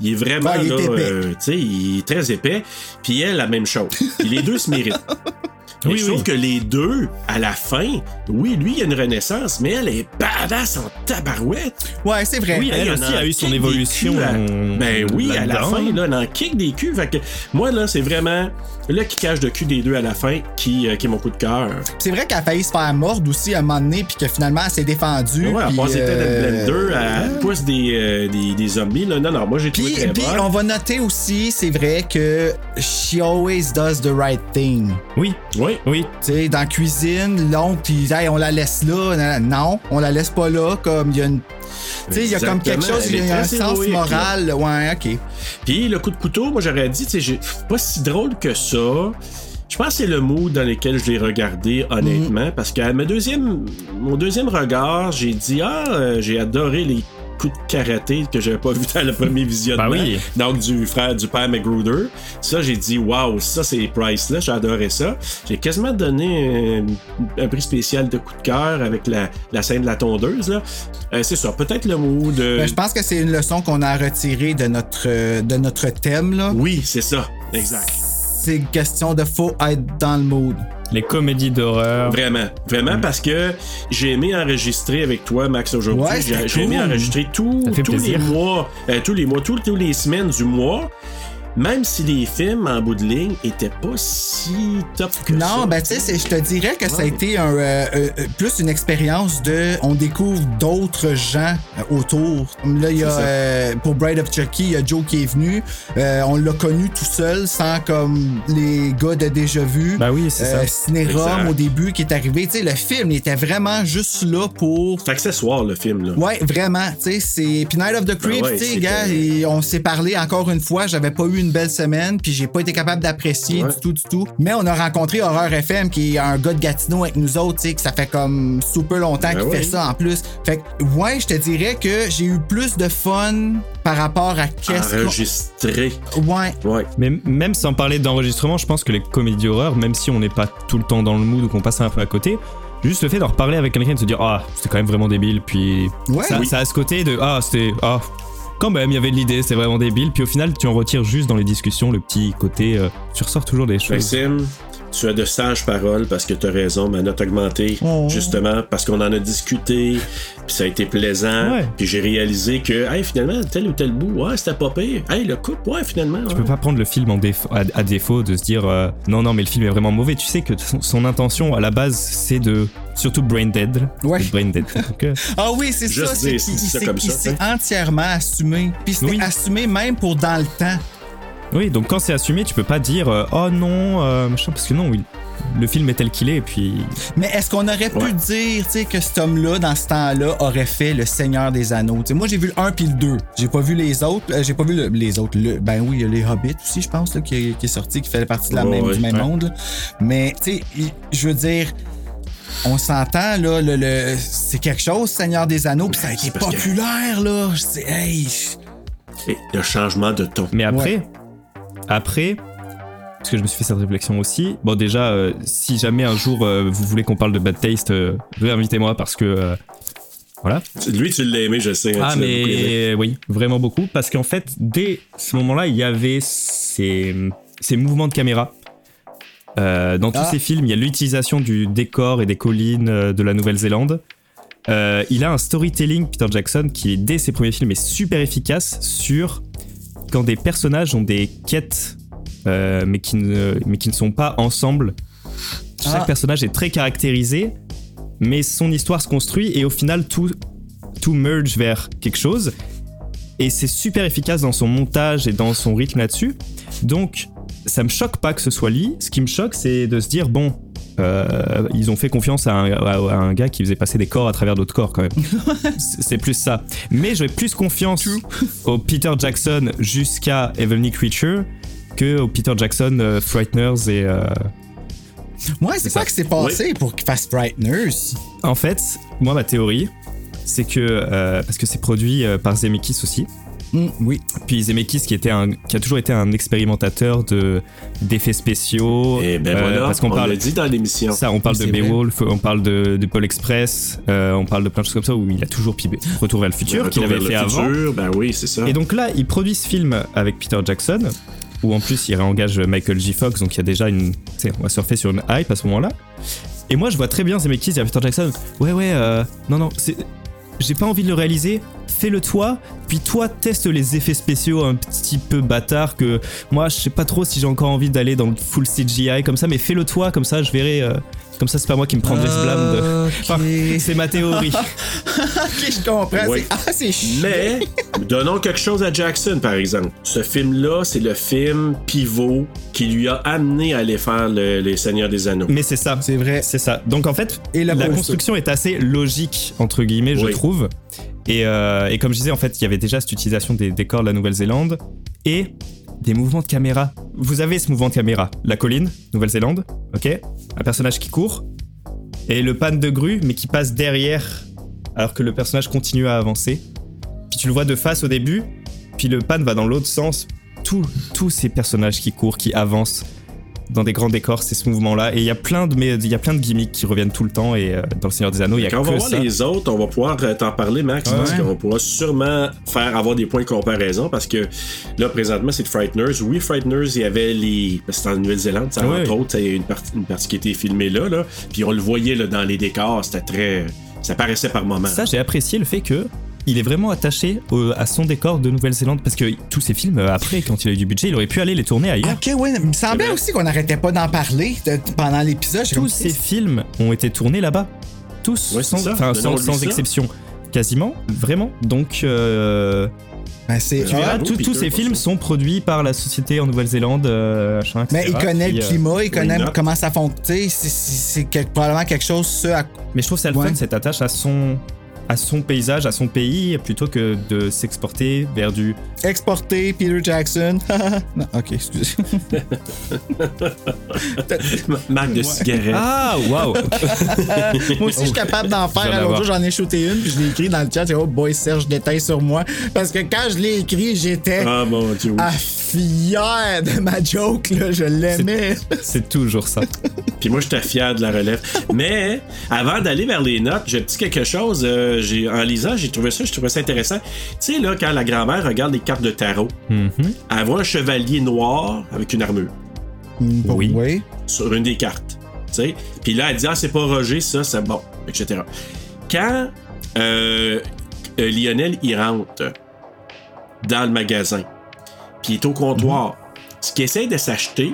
il est vraiment Ah, il est là, épais. euh, tu sais, il est très épais. Puis elle, la même chose. Puis les deux se méritent. Mais Oui, je trouve oui. que les deux, à la fin, oui, lui, il a une renaissance, mais elle est badass en tabarouette. Ouais, c'est vrai. Oui, Elle en aussi a eu son kick des évolution, culs à- euh, Ben oui, à la là-dedans. fin, là, elle en kick des culs. Fait que moi, là, c'est vraiment le kickage de cul des deux à la fin qui, euh, qui est mon coup de cœur. C'est vrai qu'elle a failli se faire mordre aussi à un moment donné, puis que finalement, elle s'est défendue. Ouais, à puis, part c'était euh, d'être blender, elle pousse des, euh, des, des zombies. Là. Non, non, moi, j'ai trouvé Puis, très puis bonne. on va noter aussi, c'est vrai que she always does the right thing. Oui. Oui. Oui. Tu sais, dans la cuisine, l'oncle, il dit, Hey, on la laisse là. Non, Non, on la laisse pas là. Comme il y a une. Tu sais, il y a comme quelque Exactement, chose, il y elle est a un très sens héroïque, moral. Ouais, ok. Puis le coup de couteau, moi j'aurais dit, tu sais, j'ai- pas si drôle que ça. Je pense que c'est le mood dans lequel je l'ai regardé, honnêtement, Mhm. parce qu'à ma deuxième, mon deuxième regard, j'ai dit, ah, euh, j'ai adoré les coups de karaté que j'avais pas vu dans le premier visionnement. Ben Bah oui. Donc, du frère du père McGruder. Ça, j'ai dit, waouh, ça, c'est Price-là, j'ai adoré ça. J'ai quasiment donné euh, un prix spécial de coup de cœur avec la, la scène de la tondeuse, là. Euh, c'est ça, peut-être le mood. euh, Ben, je pense que c'est une leçon qu'on a retirée de notre, euh, de notre thème. Là. Oui, c'est ça, exact. C'est une question de faut être dans le mood. Les comédies d'horreur. Vraiment, vraiment, parce que j'ai aimé enregistrer avec toi, Max, aujourd'hui. Ouais, j'ai c'était j'ai aimé cool. enregistrer tous, Ça fait tous les plaisir. mois, euh, tous les mois, tous, tous les semaines du mois, même si les films en bout de ligne étaient pas si top que ça. Non, ben tu sais, c'est- je te dirais que ça a été un, euh, euh, euh, plus une expérience de on découvre d'autres gens euh, autour. Comme Là, il y a C'est ça. euh, pour Bride of Chucky, il y a Joe qui est venu. Euh, on l'a connu tout seul, sans comme les gars de déjà vu. Ben Bah oui, c'est ça. Cinérum Exact. au début qui est arrivé. Tu sais, le film il était vraiment juste là pour C'est accessoire, le film, là. Ouais, vraiment. Tu sais, c'est. Puis Night of the Creeps, Ah ouais, tu sais, c'est gars, que- et on s'est parlé encore une fois. J'avais pas eu une belle semaine, puis j'ai pas été capable d'apprécier Ouais. du tout, du tout. Mais on a rencontré Horreur FM, qui est un gars de Gatineau avec nous autres, tu sais, que ça fait comme super longtemps Ben qu'il oui. fait ça en plus. Fait que, ouais, je te dirais que j'ai eu plus de fun par rapport à Ah, qu'est-ce Enregistré. qu'on. Ouais. Ouais. Mais même sans parler d'enregistrement, je pense que les comédies d'horreur, même si on n'est pas tout le temps dans le mood ou qu'on passe un peu à côté, juste le fait d'en reparler avec quelqu'un et de se dire Ah, c'était quand même vraiment débile, puis Ouais. ça, Oui. ça a ce côté de Ah, c'était. Ah, quand même, il y avait de l'idée, c'était vraiment débile, puis au final, tu en retires juste dans les discussions le petit côté. euh, tu ressors toujours des choses. Maxime, tu as de sages paroles parce que tu as raison, ma note augmentée, Oh. justement, parce qu'on en a discuté, puis ça a été plaisant, Ouais. puis j'ai réalisé que, hey, finalement, tel ou tel bout, ouais, c'était pas pire. Hey, le couple, ouais, finalement. Tu ouais. peux pas prendre le film en défaut, à, à défaut de se dire euh, non non mais le film est vraiment mauvais. Tu sais que son, son intention à la base c'est de surtout brain dead. là. Ouais. C'est Brain dead. Donc, euh, Ah oui, c'est Juste ça. C'est dire, qu'il c'est il ça s'est comme il ça, hein. s'est ouais. entièrement assumé. Puis c'était Oui. assumé même pour dans le temps. Oui, donc quand c'est assumé, tu peux pas dire euh, oh non, euh, machin, parce que non, il- le film est tel qu'il est, et puis. Mais est-ce qu'on aurait pu Ouais. dire tu sais, que cet homme-là, dans ce temps-là, aurait fait le Seigneur des Anneaux? Tu sais, moi, j'ai vu le 1 puis le 2. J'ai pas vu les autres. Euh, j'ai pas vu le- les autres. Le- ben oui, il y a les Hobbits aussi, je pense, là, qui, qui est sorti, qui fait partie de la Ouais, même, ouais, du même ouais. monde. là. Mais, tu sais, il- je veux dire. On s'entend, là, le, le- c'est quelque chose, Seigneur des Anneaux, puis ça a été parce que- populaire, là. Je dis, hey, Et le changement de ton. Mais après, après, parce que je me suis fait cette réflexion aussi. Bon, déjà, euh, si jamais un jour euh, vous voulez qu'on parle de Bad Taste, euh, réinvitez-moi parce que. euh, voilà. Lui, tu l'as aimé, je sais. hein, Ah, tu l'as beaucoup aimé. mais oui, vraiment beaucoup. Parce qu'en fait, dès ce moment-là, il y avait ces, ces mouvements de caméra. Euh, dans Ah. tous ces films, il y a l'utilisation du décor et des collines euh, de la Nouvelle-Zélande. Euh, il a un storytelling, Peter Jackson, qui, dès ses premiers films, est super efficace sur quand des personnages ont des quêtes, euh, mais, qui ne, mais qui ne sont pas ensemble. Chaque Ah. personnage est très caractérisé, mais son histoire se construit et au final, tout, tout merge vers quelque chose. Et c'est super efficace dans son montage et dans son rythme là-dessus. Donc, ça me choque pas que ce soit lui. Ce qui me choque, c'est de se dire, bon, euh, ils ont fait confiance à un, à- à un gars qui faisait passer des corps à travers d'autres corps quand même. C'est- c'est plus ça. Mais j'avais plus confiance au Peter Jackson jusqu'à Heavenly Creature que au Peter Jackson euh, Frighteners et, euh, Ouais, c'est quoi qui s'est passé pour qu'il fasse Frighteners? En fait, moi, ma théorie, c'est que. euh, parce que c'est produit euh, par Zemeckis aussi. Mm, oui. Puis Zemeckis, qui, était un, qui a toujours été un expérimentateur de, d'effets spéciaux. Et ben voilà, Euh, on l'a dit dans l'émission. Ça, on parle Oui, de c'est vrai. Beowulf, on parle de, de Paul Express, euh, on parle de plein de choses comme ça où il a toujours pibé. Retour vers le futur, qu'il Retour avait vers le fait avant. futur, Ben oui, c'est ça. Et donc là, il produit ce film avec Peter Jackson, où en plus il réengage Michael J. Fox, donc il y a déjà une. tu sais, On va surfer sur une hype à ce moment-là. Et moi, je vois très bien Zemeckis dire à Peter Jackson Ouais, ouais, euh, non, non, c'est. J'ai pas envie de le réaliser, fais-le toi, puis toi teste les effets spéciaux un petit peu bâtard que moi je sais pas trop si j'ai encore envie d'aller dans le full CGI comme ça, mais fais-le toi comme ça, je verrai, euh, comme ça c'est pas moi qui me prendrai Euh, ce blâme. Ah, De... Enfin, c'est ma théorie. ok, je comprends. Oui. C'est- Ah, c'est chiant. Mais donnons quelque chose à Jackson, par exemple. Ce film-là, c'est le film pivot qui lui a amené à aller faire le- Les Seigneurs des Anneaux. Mais c'est ça. C'est vrai. C'est ça. Donc en fait, la, pose. construction est assez logique, entre guillemets, je Oui. trouve. Et, euh, et comme je disais, en fait, il y avait déjà cette utilisation des décors de la Nouvelle-Zélande et des mouvements de caméra. Vous avez ce mouvement de caméra. La colline, Nouvelle-Zélande, ok Un personnage qui court et le panne de grue, mais qui passe derrière alors que le personnage continue à avancer. Puis tu le vois de face au début, puis le pan va dans l'autre sens. Tous- tous ces personnages qui courent, qui avancent dans des grands décors, c'est ce mouvement-là. Et il y a plein de mais il y a plein de gimmicks qui reviennent tout le temps. Et euh, dans le Seigneur des Anneaux, il y a Quand on va que voir ça. les autres, on va pouvoir euh, t'en parler, Max, Ouais. parce qu'on pourra sûrement faire avoir des points de comparaison, parce que là, présentement, c'est de Frighteners. Oui, Frighteners, il y avait les... parce que C'était en Nouvelle-Zélande, ça, Ouais. entre autres, c'est une partie, une partie qui était filmée là, là. Puis on le voyait là, dans les décors, c'était très... Ça paraissait par moments. Ça, j'ai apprécié le fait que il est vraiment attaché au- à son décor de Nouvelle-Zélande parce que tous ces films euh, après, quand il a eu du budget, il aurait pu aller les tourner Hein? Ah, ailleurs. Ok, ouais, il me semblait aussi qu'on n'arrêtait pas d'en parler de- pendant l'épisode. J'ai Tous comme- ces films ont été tournés là-bas. Tous, Ouais, c'est sans, ça. Bah, enfin, sans, Donnons-lui sans ça. exception. Quasiment, vraiment. Donc, euh, Ben, c'est tu verras, hot. tout- tous ces films sont produits par la société en Nouvelle-Zélande. euh, machin, Mais il etc., connaît qui, le euh, climat, il connaît Green Knot. comment ça fonctionne. C'est- C'est c'est quelque- probablement quelque chose, ce à Mais je trouve ça le fun, cette attache à son, à son paysage, à son pays, plutôt que de s'exporter vers du. exporter Peter Jackson. non, ok, excusez. Marque de cigarette. Ah, waouh! Moi aussi, je suis capable d'en faire. J'en ai L'autre jour, avoir. j'en ai shooté une, puis je l'ai écrit dans le chat. J'ai dit, Oh boy, Serge, détail sur moi. Parce que quand je l'ai écrit, j'étais Ah mon dieu, oui. ah, fier de ma joke. Là. Je l'aimais. C'est toujours ça. Puis moi, j'étais fier de la relève. Mais avant d'aller vers les notes, j'ai petit quelque chose. euh, j'ai, en lisant, j'ai trouvé ça, je trouvais ça intéressant. Tu sais, là, quand la grand-mère regarde les cartes de tarot, elle voit un chevalier noir avec une armure Oui. Oui. sur une des cartes. tu sais. Puis là, elle dit Ah, c'est pas Roger, ça, c'est bon, etc. Quand euh, euh, Lionel y rentre dans le magasin, puis il est au Mhm. comptoir, ce qu'il essaie de s'acheter,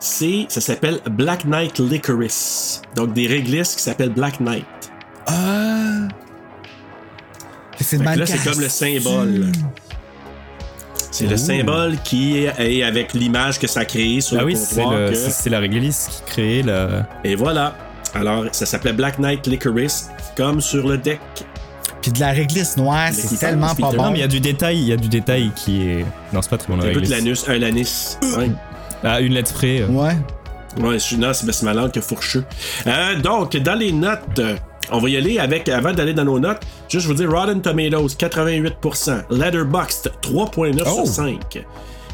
c'est ça s'appelle Black Knight Licorice. Donc des réglisses qui s'appellent Black Knight. Ah. C'est Fait de que mal là, c'est cassé. comme le symbole. C'est le symbole qui est avec l'image que ça a créée sur Ah le oui, c'est comptoir. le- que- c'est- c'est la réglisse qui crée la. Et voilà. Alors, ça s'appelait Black Knight Licorice, comme sur le deck. Puis de la réglisse noire, c'est L'équipage, tellement pas Peter. bon. Non, mais il y a du détail, il y a du détail qui est. Non, c'est pas très bon la Un peu de réglisse. l'anus, un l'anis. Ouais. Ah, une lettre près. euh. Ouais. Ouais, je suis- non, c'est c'est ma langue que fourcheux. Euh, donc, dans les notes, euh, on va y aller avec, avant d'aller dans nos notes, juste vous dire Rotten Tomatoes, 88%. Letterboxd, 3.9 Oh. sur 5.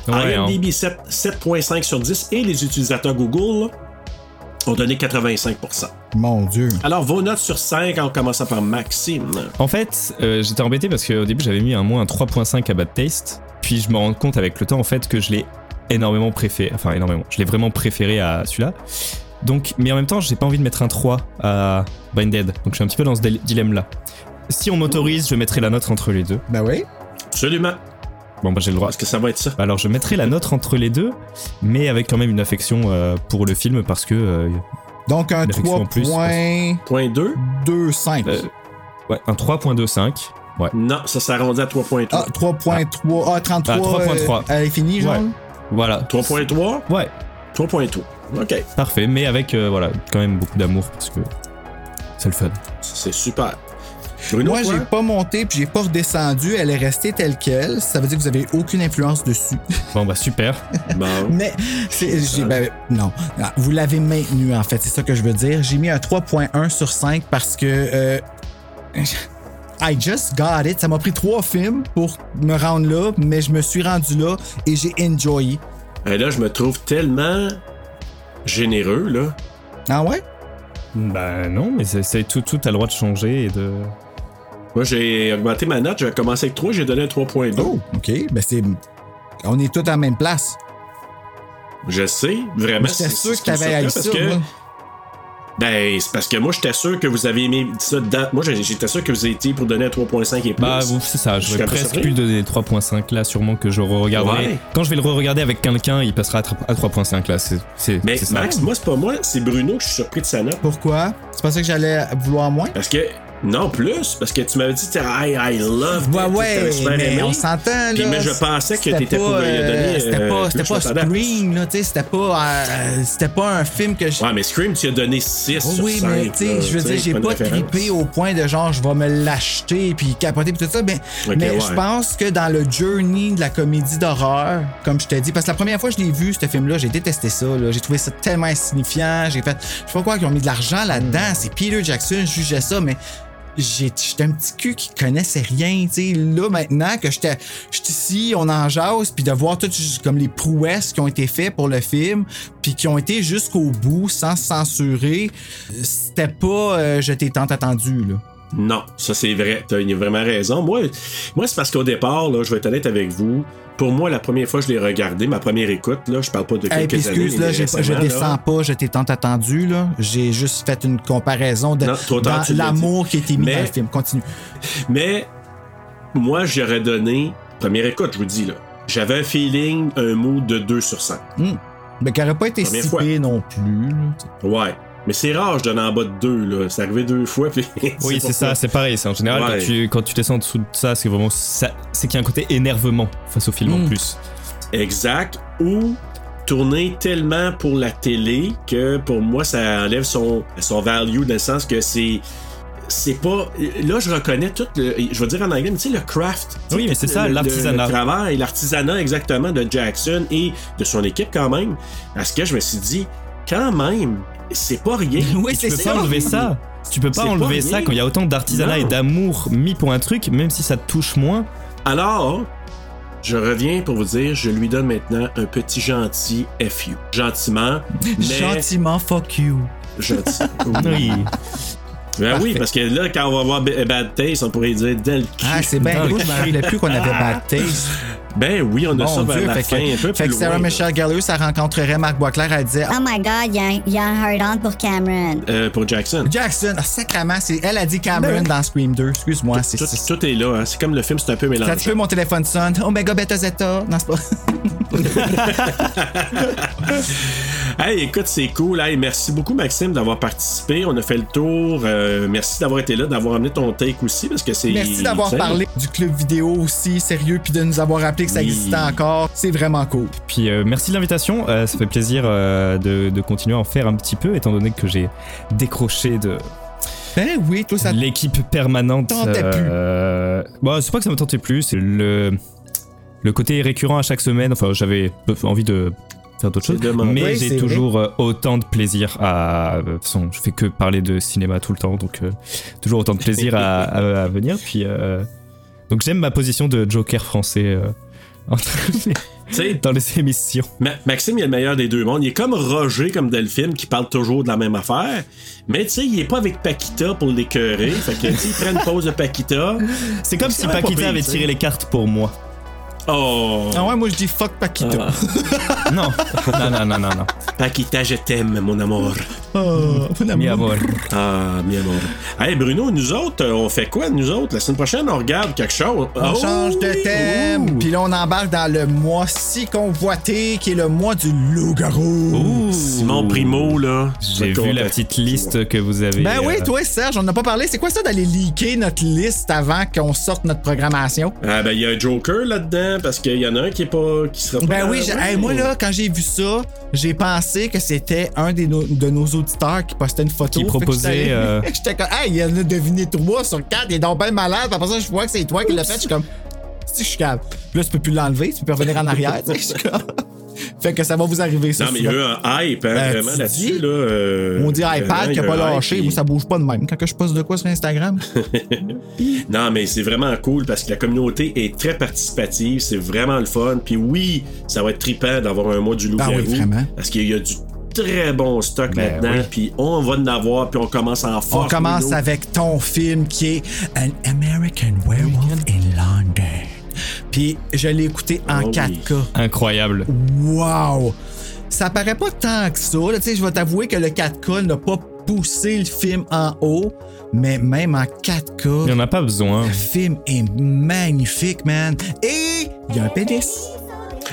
Ouais, hein. IMDb, 7 7.5 sur 10. Et les utilisateurs Google ont donné 85%. Mon Dieu. Alors, vos notes sur 5 en commençant par Maxime. En fait, euh, j'étais embêté parce qu'au début j'avais mis un moins 3.5 à Bad Taste, puis je me rends compte avec le temps en fait que je l'ai énormément préféré, enfin énormément, je l'ai vraiment préféré à celui-là. Donc, mais en même temps, j'ai pas envie de mettre un 3 à Blinded, donc je suis un petit peu dans ce dilemme là. Si on m'autorise, je mettrai la note entre les deux. Ben oui. Absolument. Bon, bah j'ai le droit. Parce que ça va être ça. Alors je mettrai la note entre les deux, mais avec quand même une affection euh, pour le film parce que euh, Donc un Une réflexion en plus, 3.25. Point 2. Euh, ouais, un 3.25. Ouais. Non, ça s'arrondit à 3.3. Ah, 3.3. Ah, 33. Ah, 3.3. euh, Elle est finie, genre. Ouais. Voilà. 3.3? Ouais, 3.3. OK. parfait, mais avec euh, voilà, quand même beaucoup d'amour parce que c'est le fun. C'est super. Bruno, Moi, toi? j'ai pas monté puis j'ai pas redescendu. Elle est restée telle quelle. Ça veut dire que vous avez aucune influence dessus. Bon, bah super. Bon. Mais c'est- j'ai- ben, non, Non, vous l'avez maintenu en fait, c'est ça que je veux dire. J'ai mis un 3.1 sur 5 parce que euh, I just got it. Ça m'a pris trois films pour me rendre là, mais je me suis rendu là et j'ai enjoyé. Et là, je me trouve tellement généreux, là. Ah ouais? Bah non, mais c'est- c'est tout, tout a le droit de changer et de. Moi, j'ai augmenté ma note. J'avais commencé avec 3, j'ai donné un 3.2. Oh, ok. Ben c'est, on est tous à la même place. Je sais, vraiment. Mais j'étais c'est- sûr Ben, c'est que ce qui me t'avais haï surprend ça, moi. Ben, c'est parce que moi, j'étais sûr que vous avez aimé ça dedans. Moi, j'ai- j'étais sûr que vous étiez pour donner un 3.5 et plus. Bah vous, c'est ça, Je j'aurais serais pas presque surpris. pu donner 3.5 là, sûrement que je re-regarderai. Ouais. Quand je vais le re-regarder avec quelqu'un, il passera à 3- à 3.5 là, c'est c'est- Mais c'est ça. Max, moi, c'est pas moi, c'est Bruno que je suis surpris de sa note. Pourquoi? Tu pensais que j'allais vouloir moins? Parce que, non, plus, parce que tu m'avais dit, t'as- I, I love Bah Ouais, ouais, mais on s'entend, là. Puis, mais je pensais que c'était t'étais pour pas, lui donner. euh, C'était euh, pas, plus, c'était je pas m'attendais à- Scream, là, tu sais, c'était pas, euh, c'était pas un film que je. Ah Ouais, mais Scream, tu as donné 6 sur 5. oui, mais tu sais, je veux dire, j'ai pas trippé au point de genre, je vais me l'acheter puis capoter puis tout ça. Mais, Ok, mais ouais. je pense que dans le journey de la comédie d'horreur, comme je t'ai dit, parce que la première fois que je l'ai vu, ce film-là, j'ai détesté ça. là. J'ai trouvé ça tellement insignifiant. J'ai fait, je sais pas quoi, qu'ils ont mis de l'argent là-dedans. C'est Peter Jackson, je jugeais ça, mais. j'ai- J'étais un petit cul qui connaissait rien, tu sais. Là, maintenant que j'étais j'étais ici, on en jase, puis de voir toutes comme les prouesses qui ont été faites pour le film, puis qui ont été jusqu'au bout sans se censurer, c'était pas euh, je t'ai tant attendu, là. Non, ça c'est vrai. T'as une- vraiment raison. Moi, moi c'est parce qu'au départ, là, je vais être honnête avec vous. Pour moi, la première fois que je l'ai regardé, ma première écoute, là, je parle pas de quelques Hey, Eh, puis excuse, années, mais hein. là, j'ai pas- je récemment, là. descends pas, je t'ai tant attendu, là. J'ai juste fait une comparaison de Non, trop tard, dans tu l'as l'amour qui a été mis Mais- dans le film. Continue. Mais moi, j'aurais donné première écoute, je vous dis là. J'avais un feeling, un mot de 2 sur 5. Hmm. Mais qui aurait pas été Première si fois. pire non plus, là. Ouais. Mais c'est rare, je donne en bas de 2 là. C'est arrivé deux fois puis Oui, c'est ça, c'est pareil. C'est en général Ouais. quand tu quand tu descends en dessous de ça, c'est vraiment ça, c'est qu'il y a un côté énervement face au film en Mm. plus. Exact. Ou tourner tellement pour la télé que pour moi, ça enlève son, son value dans le sens que c'est. C'est pas. Là, je reconnais tout le. Je veux dire en anglais, mais tu sais, le craft. Tu sais, Oui, mais tout c'est ça, le- le- l'artisanat. Le travail, l'artisanat exactement de Jackson et de son équipe quand même. Parce que je me suis dit, quand même, c'est pas rien. Oui, Tu peux pas enlever ça. Tu peux pas C'est pas enlever rien. ça quand il y a autant d'artisanat et Non. d'amour mis pour un truc, même si ça te touche moins. Alors, je reviens pour vous dire, je lui donne maintenant un petit gentil FU. Gentiment. Mais Gentiment, fuck you. Gentil. Oui. Ben oui, Parfait. parce que là, quand on va voir B- Bad Taste, on pourrait dire Del Ah, c'est bien cool, je me rappelais plus qu'on avait bad taste. Ben oui, on a ça Mon vers Dieu, la fait fin, un peu que, fait plus loin. que Sarah là. Michelle Gellar, ça rencontrerait Marc Boisclair, elle disait Ah, Oh my god, il y a un, y a un hard-on pour Cameron. Euh, pour Jackson. Jackson, ah, sacrément, c'est- elle a dit Cameron dans Scream 2. Excuse-moi, c'est Tout, c'est- tout est là, hein. c'est comme le film, c'est un peu Ça te mélangé. peut, mon téléphone sonne. Omega Beta Zeta. Non, c'est pas. Hey, écoute, c'est cool. Hey, merci beaucoup, Maxime, d'avoir participé. On a fait le tour. Euh, merci d'avoir été là, d'avoir amené ton take aussi, parce que c'est. Merci d'avoir tu sais, parlé du club vidéo aussi, sérieux, puis de nous avoir rappelé que ça Oui. existait encore. C'est vraiment cool. Puis euh, merci de l'invitation, euh, ça fait plaisir euh, de, de continuer à en faire un petit peu, étant donné que j'ai décroché de Ben oui, tout ça. l'équipe permanente. tentait plus. euh, bon, c'est pas que ça me tentait plus, c'est le, le côté récurrent à chaque semaine. Enfin, j'avais envie de faire d'autres C'est choses, dommage. mais Oui, j'ai c'est toujours euh, autant de plaisir à. De toute façon, je fais que parler de cinéma tout le temps, donc euh, toujours autant de plaisir à, à- à venir. Puis, euh, donc j'aime ma position de joker français euh, entre les- Tu sais, dans les émissions. Ma- Maxime, il est le meilleur des deux mondes. Il est comme Roger, comme Delphine, qui parle toujours de la même affaire. Mais tu sais, il est pas avec Paquita pour l'écœurer. Fait que, tu sais, il prend une pause de Paquita. C'est comme si quand même pas Paquita pire, avait tu sais. tiré les cartes pour moi. Oh! Ah ouais, moi je dis fuck Ah. Paquita. Non, non, non, non, non, non. Paquita, je t'aime, mon amour. Oh, mon amour. Mi amor. Ah, mi amour. Hey, Bruno, nous autres, euh, on fait quoi, nous autres? La semaine prochaine, on regarde quelque chose. On change de thème, Ouh! Puis là, on embarque dans le mois si convoité, qui est le mois du loup-garou. Simon Primo, là. J'ai vu la petite liste que vous avez. Ben oui, euh, toi, Serge, on n'a pas parlé. C'est quoi ça d'aller leaker notre liste avant qu'on sorte notre programmation? Ah, ben, il y a un Joker là-dedans, parce qu'il y en a un qui est pas. qui sera pas. Ben là, oui, j'ai- ouais. hey, moi là, quand j'ai vu ça, j'ai pensé que c'était un des no- de nos auditeurs qui postait une photo. Qui Fait que proposait, j'étais allé- euh, J'étais comme, hey, il en a deviné trois sur quatre, il est donc bien malade. Puis Après ça, je vois que c'est toi qui l'as fait, je suis comme, si je suis calme. Puis là, tu peux plus l'enlever, tu peux revenir en arrière. tu sais, je suis comme- fait que ça va vous arriver, ça. Non, mais il y a eu souvent. un hype, hein, Ben, vraiment, tu là-dessus, dis- là. euh, On dit iPad vraiment, qui il a y pas un hype, lâché, puis- moi ça bouge pas de même. Quand que je poste de quoi sur Instagram, Non, mais c'est vraiment cool parce que la communauté est très participative, c'est vraiment le fun. Puis oui, ça va être trippant d'avoir un mois du loup-garou. Ah oui, vraiment. parce qu'il y a du très bon stock Ben là-dedans, oui. puis on va en avoir, puis on commence en force. on commence Bruno. avec ton film qui est An American Werewolf in London. Puis je l'ai écouté Ah en Oh oui. 4K. Incroyable. Wow! Ça paraît pas tant que ça. là. Tu sais, je vais t'avouer que le 4K n'a pas poussé le film en haut, mais même en 4K, Il n'y en a pas besoin. le film est magnifique, man. Et il y a un pénis.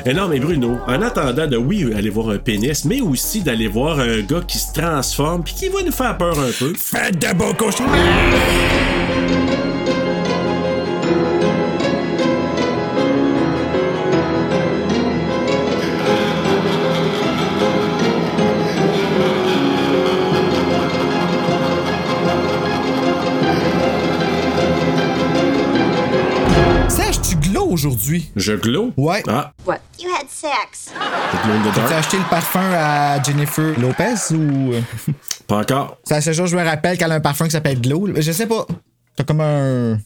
Eh non, mais Bruno, en attendant de, oui, aller voir un pénis, mais aussi d'aller voir un gars qui se transforme, puis qui va nous faire peur un peu. Faites de beaux cauchemars! Serge, tu glow aujourd'hui. Je glow. Ouais. Ah, What? You had sex. je glow in the dark. T'as acheté le parfum à Jennifer Lopez ou. euh, Pas encore. C'est la seule chose que je me rappelle qu'elle a un parfum qui s'appelle Glow. Je sais pas. T'as comme un.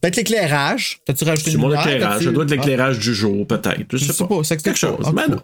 Peut-être l'éclairage. T'as-tu rajouté C'est une mon lumière? éclairage. T'as-tu- Je dois de Ah. l'éclairage du jour, peut-être. Je sais pas. c'est quelque chose. En tout Mais cas, non.